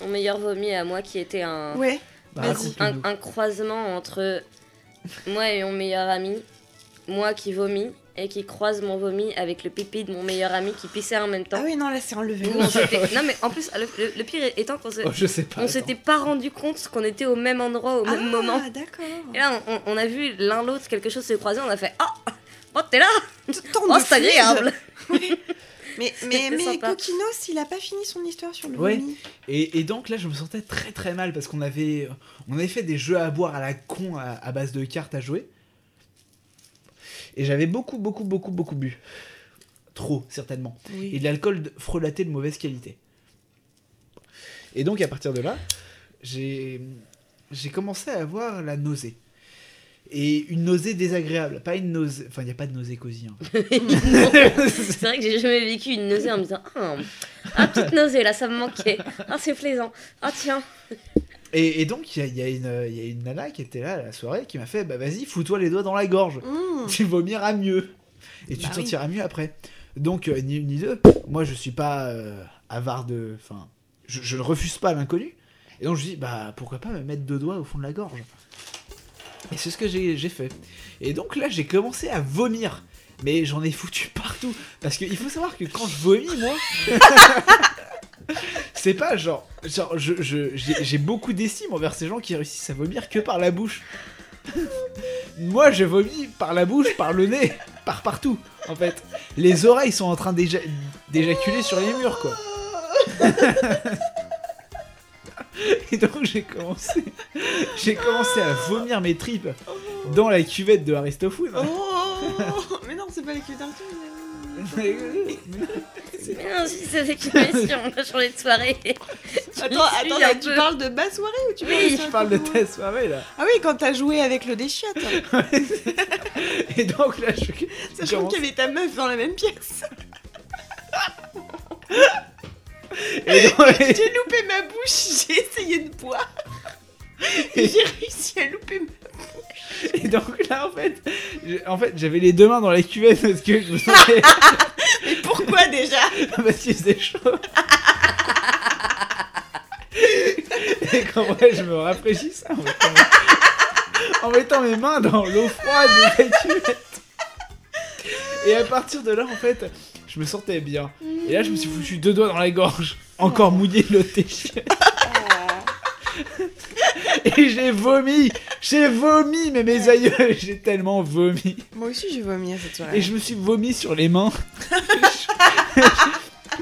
mon meilleur vomi à moi qui était un,
Ouais.
bah,
vas-y. Ah,
raconte-nous.
un, un croisement entre moi et mon meilleur ami, moi qui vomis et qui croise mon vomi avec le pipi de mon meilleur ami qui pissait en même
Ah
temps.
oui, non, là, c'est enlevé.
Nous, on s'était- non mais en plus, le, le- le pire étant qu'on se-
Oh, je sais pas.
on
attends.
s'était pas rendu compte qu'on était au même endroit au
Ah,
même moment.
d'accord.
Et là, on, on a vu l'un l'autre quelque chose se croiser, on a fait Ah Bon, t'es là
Tant
Oh,
de
c'est
fluide.
agréable
Mais, mais,
C'était
mais
sympa.
Coquinos, il a pas fini son histoire sur le
Ouais.
vomi.
Et, et donc là, je me sentais très très mal parce qu'on avait, on avait fait des jeux à boire à la con à, à base de cartes à jouer. Et j'avais beaucoup, beaucoup, beaucoup, beaucoup bu. Trop, certainement. Et
Oui.
de l'alcool de- frelaté de mauvaise qualité. Et donc à partir de là, j'ai j'ai commencé à avoir la nausée. Et une nausée désagréable. Pas une nausée. Enfin, il n'y a pas de nausée cosy. hein.
C'est vrai que j'ai jamais vécu une nausée en me disant Ah, ah, petite nausée là, ça me manquait. Ah, c'est plaisant. Ah, tiens.
Et, et donc, il y a, il y a une- il y a une nana qui était là à la soirée qui m'a fait Bah vas-y, fous-toi les doigts dans la gorge.
Mmh.
tu vomiras mieux. Et tu
Bah
te
oui.
sentiras mieux après. Donc, euh, ni une ni deux. Moi, je suis pas euh, avare de. Enfin, je, je ne refuse pas l'inconnu. Et donc, je dis, bah, pourquoi pas me mettre deux doigts au fond de la gorge Et c'est ce que j'ai j'ai fait. Et donc, là, j'ai commencé à vomir. Mais j'en ai foutu partout. Parce qu'il faut savoir que quand je vomis, moi. c'est pas genre. Genre, je- je- j'ai j'ai beaucoup d'estime envers ces gens qui réussissent à vomir que par la bouche. Moi, je vomis par la bouche, par le nez, par partout, en fait. Les oreilles sont en train d'éja- d'éjaculer sur les murs, quoi. Et donc, j'ai commencé, j'ai commencé à vomir mes tripes dans la cuvette de Aristophone.
Oh Mais non, c'est pas les cuisses d'Arthur. mais-
Mais
Bien, si cette équipation, on a changé de soirée.
Attends,
suis
attends,
un
tu
peu.
parles de ma soirée ou tu parles de
Je
soirée
parle de
tout
ta soirée là.
Ah oui, quand t'as joué avec le déchiotte.
Et donc là, je.
Sachant
Comment
qu'il y avait ta meuf dans la même pièce.
Et donc-
J'ai loupé ma bouche, j'ai essayé de boire. Et J'ai réussi à louper ma...
Et donc là, en fait, je- en fait, j'avais les deux mains dans la cuvette parce que je me sentais.
Mais pourquoi déjà
parce qu'il faisait chaud. Et qu'en vrai, je me rafraîchissais en mettant, en mettant mes mains dans l'eau froide de la cuvette. Et à partir de là, en fait, je me sentais bien. Et là, je me suis foutu deux doigts dans la gorge, encore mouillé de l'eau de déchirure. Et j'ai vomi, j'ai vomi, mais mes aïeux, j'ai tellement vomi.
Moi aussi j'ai vomi à cette soirée.
Et je me suis vomi sur les mains.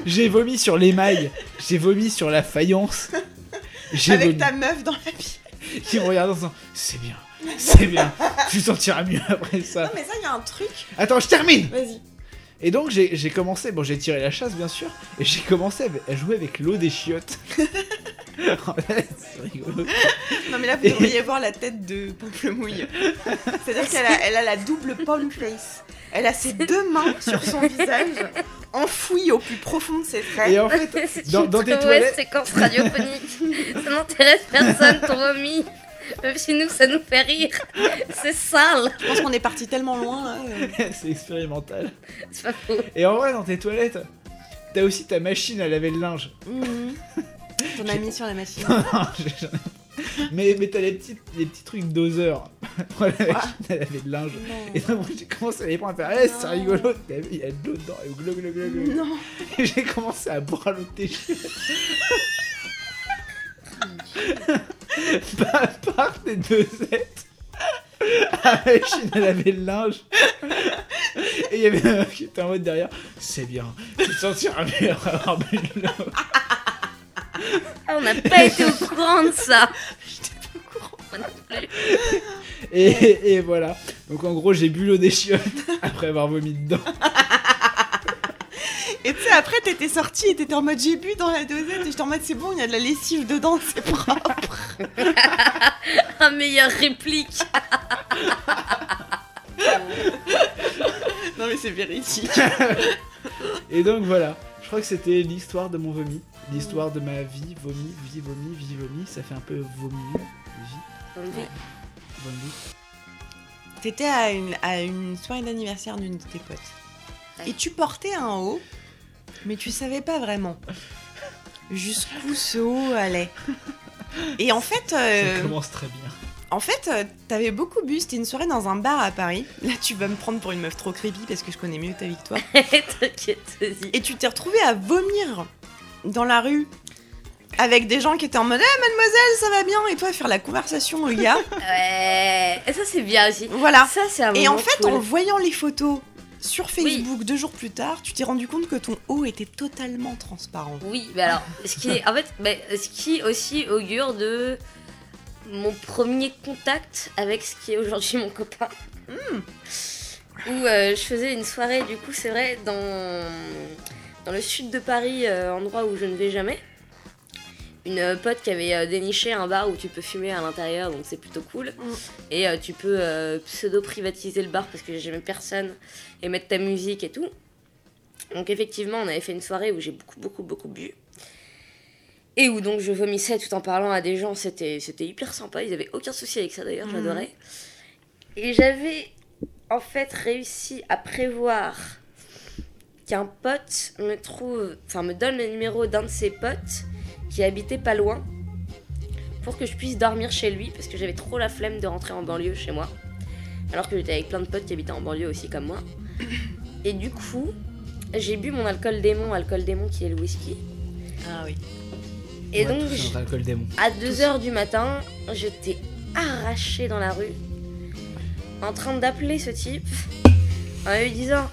J'ai vomi sur l'émail. J'ai vomi sur la faïence. J'ai
Avec
vomi.
ta meuf dans la pièce.
Qui me regarde en disant C'est bien, c'est bien. Tu te sentiras mieux après
Non
ça.
mais ça, il y a un truc.
Attends, je termine
Vas-y.
Et donc j'ai j'ai commencé. Bon, j'ai tiré la chasse, bien sûr. Et j'ai commencé à- à jouer avec l'eau des chiottes. En fait, c'est rigolo.
Non mais là, vous devriez voir la tête de Pamplemouille. C'est-à-dire qu'elle a, elle a la double palm face. Elle a ses deux mains sur son visage, enfouies au plus profond de ses
Et
traits.
en fait,
C'est
Dans-
une
dans tes
très
toilettes.
mauvaise séquence radiophonique. ça n'intéresse personne, ton vomi. Même si nous, ça nous fait rire. C'est sale.
Je pense qu'on est parti tellement loin là. euh.
c'est expérimental.
C'est pas faux.
Et en vrai, dans tes toilettes, t'as aussi ta machine à laver le linge.
Mhm. Ton ami sur la machine.
Non, j'ai- j'en ai- mais mais t'as les petits, les petits trucs doseurs. Pour la machine à laver de linge. Et donc, moi, j'ai commencé à les prendre à faire Eh, c'est
Non.
rigolo, t'as vu, il y a de l'eau dedans. Et glou, glou, glou, glou.
Non.
Et j'ai commencé à boire l'eau de tes chiottes. Pas par tes deux aides. À la machine à laver le linge. Et il y avait un mec qui était en mode derrière C'est bien, tu te sentiras mieux après avoir bu de l'eau.
Ah, on n'a pas été au courant de ça.
Et, et voilà. Donc en gros, j'ai bu l'eau des chiottes après avoir vomi dedans.
Et tu sais, après, t'étais sortie et t'étais en mode j'ai bu dans la dosette. Et j'étais en mode c'est bon, il y a de la lessive dedans, c'est propre.
Un meilleur Ah, réplique.
non, mais c'est véridique.
Et donc voilà. Je crois que c'était l'histoire de mon vomi, l'histoire de ma vie, vomi, vie, vomi, vie, vomi. Ça fait un peu vomi, vie, vomi.
T'étais à une, à une soirée d'anniversaire d'une de tes potes. Et tu portais un haut, mais tu savais pas vraiment jusqu'où ce haut allait. Et en fait, euh,
Ça commence très bien.
en fait, euh, t'avais beaucoup bu. C'était une soirée dans un bar à Paris. Là, tu vas me prendre pour une meuf trop creepy parce que je connais mieux ta victoire.
T'inquiète, vas-y.
Et tu t'es retrouvée à vomir dans la rue avec des gens qui étaient en mode Eh, mademoiselle, ça va bien Et toi, faire la conversation au gars.
Ouais. Et ça, c'est bien aussi.
voilà.
Ça, c'est un
Et en
moment
fait,
cool.
en voyant les photos sur Facebook deux jours plus tard, tu t'es rendu compte que ton haut était totalement transparent.
Oui, mais alors, ce qui est, en fait, mais ce qui aussi augure de mon premier contact avec ce qui est aujourd'hui mon copain. Où euh, je faisais une soirée, du coup, c'est vrai, dans, dans le sud de Paris, euh, endroit où je ne vais jamais. Une euh, pote qui avait euh, déniché un bar où tu peux fumer à l'intérieur, donc c'est plutôt cool. Et euh, tu peux euh, pseudo-privatiser le bar parce que j'ai jamais personne et mettre ta musique et tout. Donc effectivement, on avait fait une soirée où j'ai beaucoup, beaucoup, beaucoup bu. Et où donc je vomissais tout en parlant à des gens, c'était c'était hyper sympa, ils avaient aucun souci avec ça d'ailleurs,
Mhm.
j'adorais. Et j'avais en fait réussi à prévoir qu'un pote me trouve, enfin me donne le numéro d'un de ses potes qui habitait pas loin pour que je puisse dormir chez lui parce que j'avais trop la flemme de rentrer en banlieue chez moi. Alors que j'étais avec plein de potes qui habitaient en banlieue aussi comme moi. Et du coup, j'ai bu mon alcool démon, alcool démon qui est le whisky.
Ah oui.
Et
On va
donc,
tous
je-
faire de l'alcool démon.
à 2h du matin, j'étais arrachée dans la rue, en train d'appeler ce type, en lui disant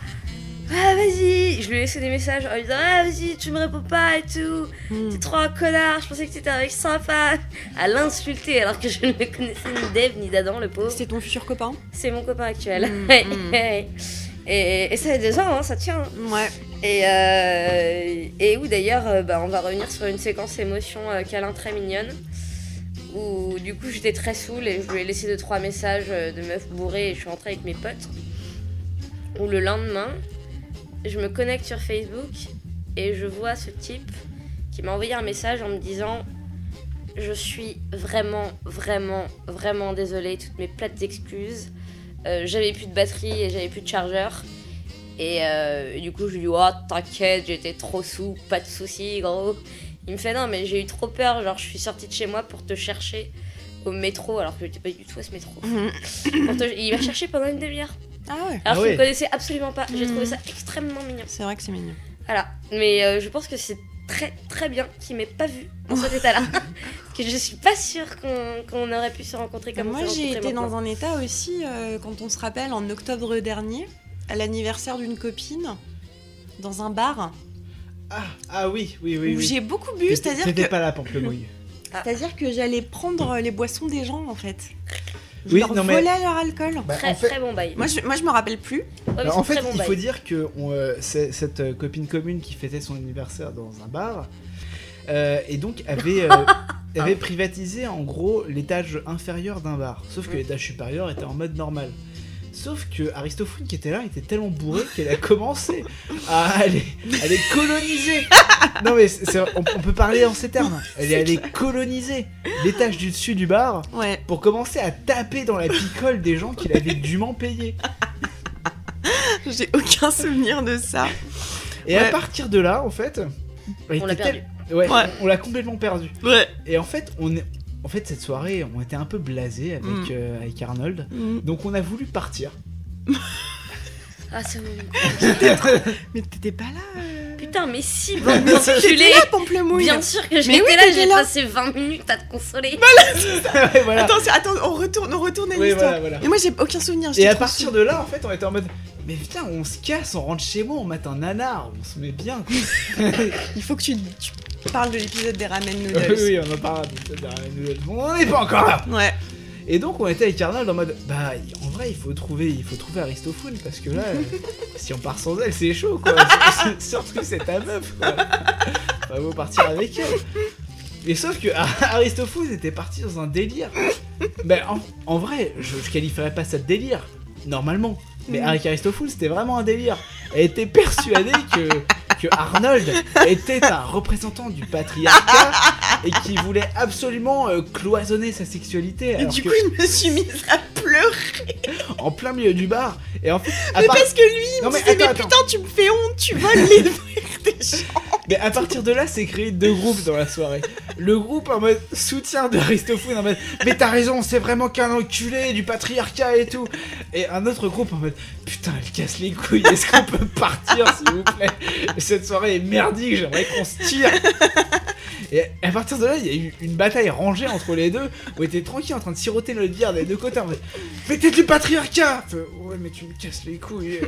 Ah, vas-y Je lui ai laissé des messages en lui disant Ah, vas-y, tu me réponds pas et tout, t'es trop un connard, je pensais que t'étais avec 100 femmes À l'insulter alors que je ne le connaissais ni d'Eve ni d'Adam, le pauvre.
C'était ton futur copain
Hmm,
C'est mon copain actuel.
Mm, mm.
et Et, et ça a deux ans, hein, ça tient. hein.
Ouais.
Et, euh, et où d'ailleurs, euh, bah, on va revenir sur une séquence émotion euh, câlin très mignonne. Où du coup, j'étais très saoule et je lui ai laissé deux trois messages euh, de meuf bourrée et je suis rentrée avec mes potes. Où le lendemain, je me connecte sur Facebook et je vois ce type qui m'a envoyé un message en me disant Je suis vraiment, vraiment, vraiment désolée, toutes mes plates excuses. Euh, j'avais plus de batterie et j'avais plus de chargeur. Et, euh, et du coup, je lui dis, oh, t'inquiète, j'étais trop sous, pas de soucis, gros. Il me fait, non, mais j'ai eu trop peur, genre, je suis sortie de chez moi pour te chercher au métro, alors que j'étais pas du tout à ce métro. Pour te- Il m'a cherché pendant une demi-heure,
Hmm. Ah ouais.
Ah
alors que je
ouais.
ne connaissais absolument pas. J'ai trouvé
Mhm.
ça extrêmement mignon.
C'est vrai que c'est mignon.
Voilà, mais euh, je pense que c'est très très bien qu'il m'ait pas vu dans cet état-là. Parce que je suis pas sûre qu'on qu'on aurait pu se rencontrer comme
Moi,
on s'est
j'ai
rencontrés
été dans
maintenant.
un état aussi, euh, quand on se rappelle, en octobre dernier, à l'anniversaire d'une copine, dans un bar,
Ah, ah oui, oui, oui.
où
oui.
j'ai beaucoup bu, c'est-à-dire
T'étais
que,
pas là, Pamplemouille.
c'est-à-dire que j'allais prendre les boissons des gens, en fait. Je
Oui,
leur
non, mais-
volais leur alcool.
Bah,
Très
en fait,
très bon bail.
Moi je, moi, je me rappelle plus.
Ouais, Ah, mais
Alors,
c'est
en
très
fait,
bon
il
bail.
faut dire que on, euh, c'est- cette euh, copine commune qui fêtait son anniversaire dans un bar, euh, et donc avait, euh, avait privatisé en gros l'étage inférieur d'un bar. Sauf
Mm.
que l'étage supérieur était en mode normal. Sauf que Aristophane qui était là était tellement bourré qu'elle a commencé à aller, à les coloniser. Non mais c'est- c'est- on, on peut parler en ces termes. Elle est allée coloniser l'étage du dessus du bar
Ouais.
pour commencer à taper dans la picole des gens qu'il avait dûment payés.
J'ai aucun souvenir de ça.
Et à
Ouais.
partir de là, en fait, elle
On l'a
était
perdu.
tel- Ouais,
Ouais.
on l'a complètement perdu.
Ouais.
Et en fait, on est... en fait, cette soirée, on était un peu blasé avec,
Mm.
euh, avec Arnold. Donc on a voulu partir.
Ah, c'est bon.
Mais t'étais pas là.
Putain, mais si,
Mais
bande
si, t'étais
d'enculés
là, Pamplemouille.
Bien sûr que
Mais
j'étais
oui,
là,
t'étais
j'ai
là.
passé 20 minutes à te consoler.
Bah, Ouais, voilà.
Attends, c'est- attends, on retourne, on retourne à
Ouais,
l'histoire.
voilà, voilà.
Mais moi j'ai aucun souvenir.
Et
j'étais
à
trop
partir
saoule.
de là, en fait, on était en mode. Mais putain, on se casse, on rentre chez moi, on mate un nanar, on se met bien. quoi.
Il faut que tu, tu parles de l'épisode des ramen
oui,
noodles.
oui, on en parle. mais ça, derrière les nouvelles. On en est pas encore là.
Ouais.
Et donc, on était avec Arnold en mode. Bah, en vrai, il faut trouver, il faut trouver Aristophone parce que là, euh, si on part sans elle, c'est chaud quoi. Surtout c'est ta meuf quoi. Enfin, faut partir avec elle. Et sauf que Aristophone était parti dans un délire. Ben, en, en vrai, je, je qualifierais pas ça de délire, normalement.
Mhm.
Mais avec Aristophone, c'était vraiment un délire. Elle était persuadée que, que Arnold était un représentant du patriarcat et qu'il voulait absolument euh, cloisonner sa sexualité.
Et
Alors
du
que,
coup, je me suis mise à pleurer.
en plein milieu du bar. Et en fait, à
Mais
part-
parce que lui, il
Non,
me
mais
disait, mais
attends,
putain, tu me fais honte, tu voles les verres des gens.
Mais à partir de là, c'est créé deux groupes dans la soirée. Le groupe en mode soutien de Aristophane en mode Mais t'as raison, c'est vraiment qu'un enculé du patriarcat et tout. Et un autre groupe en mode Putain, elle casse les couilles, est-ce qu'on peut partir s'il vous plaît Cette soirée est merdique, j'aimerais qu'on se tire. Et à partir de là, il y a eu une bataille rangée entre les deux. On était tranquille en train de siroter notre bière des deux côtés en mode Mais t'es du patriarcat Fait, Ouais, mais tu me casses les couilles.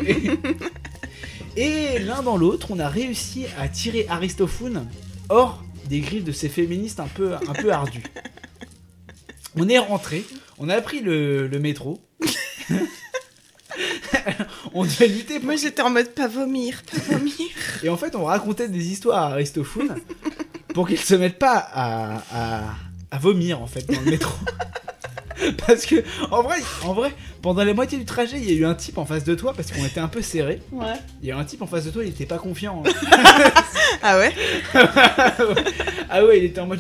Et l'un dans l'autre, on a réussi à tirer Aristophone hors des griffes de ces féministes un peu, un peu ardues. On est rentré, on a pris le, le métro. on devait lutter pour...
Moi, j'étais en mode pas vomir, pas vomir.
Et en fait, on racontait des histoires à Aristophone pour qu'il se mette pas à, à- à vomir, en fait, dans le métro. Parce que, en vrai, en vrai, pendant la moitié du trajet, il y a eu un type en face de toi, parce qu'on était un peu serré.
Ouais.
Il y a eu un type en face de toi, il était pas confiant. hein.
Ah ouais
Ah ouais, il était en mode.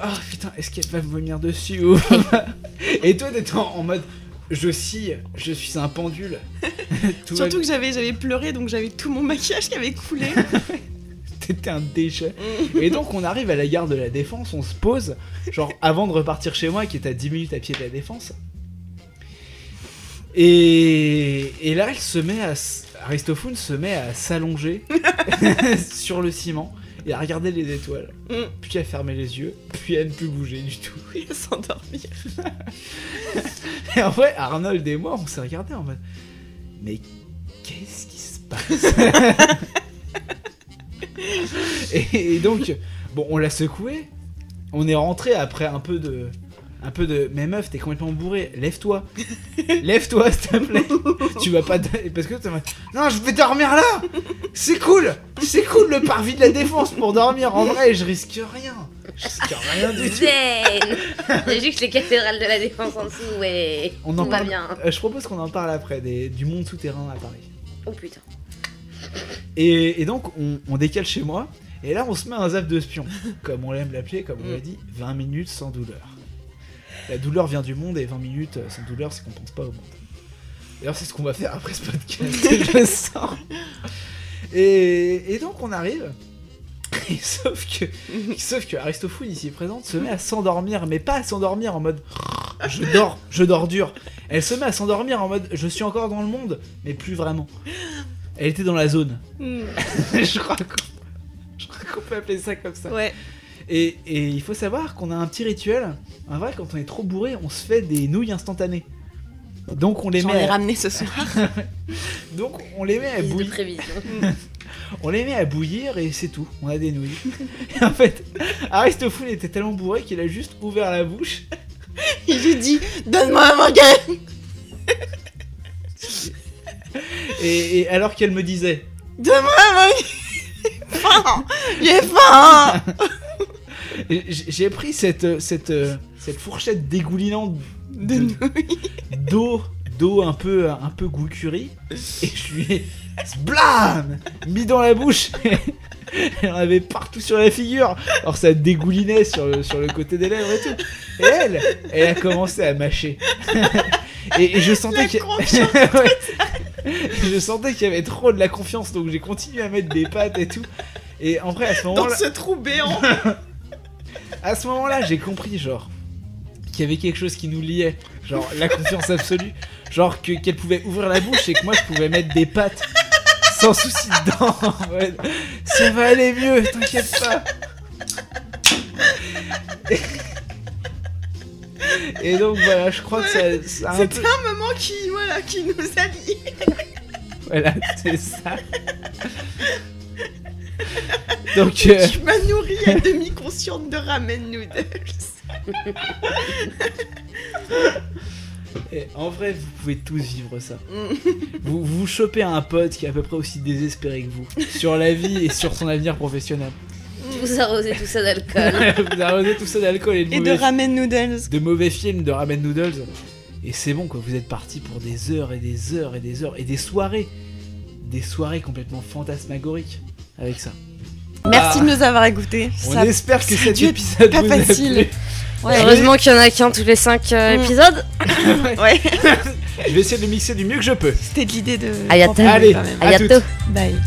Ah putain, est-ce qu'elle va me vomir dessus ou Et toi, t'étais en, en mode. Je scie, je suis un pendule. Tout va
Surtout que j'avais j'avais pleuré, donc j'avais tout mon maquillage qui avait coulé.
T'étais un déchet. Et donc, on arrive à la gare de la Défense, on se pose, genre avant de repartir chez moi, qui est à 10 minutes à pied de la Défense. Et, et là, elle se met à. s- Aristophane se met à s'allonger sur le ciment et à regarder les étoiles,
Mm.
puis à fermer les yeux, puis à ne plus bouger du tout.
Il s'endormir.
Et en vrai, Arnold et moi, on s'est regardés en mode. Mais qu'est-ce qui se passe et, et donc, bon, on l'a secoué. On est rentré après un peu de. un peu de mais meuf t'es complètement bourré lève-toi lève-toi s'il te plaît tu vas pas te- parce que t'as- non je vais dormir là c'est cool c'est cool le parvis de la défense pour dormir en vrai je risque rien je risque rien du tout
Zen J'ai juste les cathédrales de la défense en dessous, ouais.
on en
va
parle
bien.
euh, je propose qu'on en parle après des- du monde souterrain à Paris
Oh putain.
Et, et donc, on, on décale chez moi, et là, on se met un zap de spion. Comme on l'aime l'appeler, comme on l'a dit, 20 minutes sans douleur. La douleur vient du monde, et 20 minutes euh, sans douleur, c'est qu'on pense pas au monde. D'ailleurs, c'est ce qu'on va faire après ce podcast, je le sens. Et, et donc, on arrive. Et sauf que, sauf que Aristophone, ici présente, se met à s'endormir, mais pas à s'endormir en mode je dors, je dors dur. Elle se met à s'endormir en mode je suis encore dans le monde, mais plus vraiment. Elle était dans la zone. je crois qu'on je crois qu'on peut appeler ça comme ça.
Ouais.
Et, et il faut savoir qu'on a un petit rituel. En vrai, quand on est trop bourré, on se fait des nouilles instantanées. Donc on les
J'en
met,
ai
à,
ramené ce soir.
donc on les met à
Prise de
bouillir.
prévision.
On les met à bouillir et c'est tout, on a des nouilles. Et en fait, Aristophane était tellement bourré qu'il a juste ouvert la bouche.
Il lui dit Donne-moi un mangan
Et, et alors qu'elle me disait,
Donne-moi un mangan Faim J'ai faim
et j- j'ai pris cette, euh, cette, euh, cette fourchette dégoulinante
De
de-
nouilles.
d'eau, d'eau un peu, un peu goût curry, et je lui ai blam mis dans la bouche. Elle en avait partout sur la figure. Alors ça dégoulinait sur le, sur le côté des lèvres et tout. Et elle, elle a commencé à mâcher. Et, et je sentais
La
qu'il
confiance.
Ouais. je sentais qu'il y avait trop de la confiance, donc j'ai continué à mettre des pattes et tout. Et en vrai, à ce moment-là,
trou hein. béant
à ce moment-là, j'ai compris, genre, qu'il y avait quelque chose qui nous liait. Genre, la confiance absolue. Genre, que, qu'elle pouvait ouvrir la bouche et que moi, je pouvais mettre des pattes sans souci dedans. en mode, Ça va aller mieux, t'inquiète pas. Et, et donc, voilà, je crois que ça, ça a un peu...
un moment qui, voilà, qui nous a liés.
Voilà, c'est ça. Donc, euh,
m'as nourri à demi consciente de ramen noodles.
et en vrai, vous pouvez tous vivre ça. Vous, vous chopez un pote qui est à peu près aussi désespéré que vous sur la vie et sur son avenir professionnel.
Vous arrosez tout ça d'alcool.
vous arrosez tout ça d'alcool et de,
Et de
mauvais,
ramen noodles.
de mauvais films, de ramen noodles. Et c'est bon quoi, vous êtes parti pour des heures et des heures et des heures et des soirées. Des soirées complètement fantasmagoriques avec ça.
Merci
Ah.
de nous avoir écoutés.
On
Ça-
espère que
ça a
cet
dû être
épisode
pas
vous a
facile.
plu.
Ouais.
Heureusement qu'il y en a qu'un tous les 5
Mm.
épisodes.
Ouais.
Je vais essayer de le mixer du mieux que je peux.
C'était de l'idée de.
Ayatollah.
Allez,
Allez,
quand même.
à
À
toutes.
bientôt.
Bye.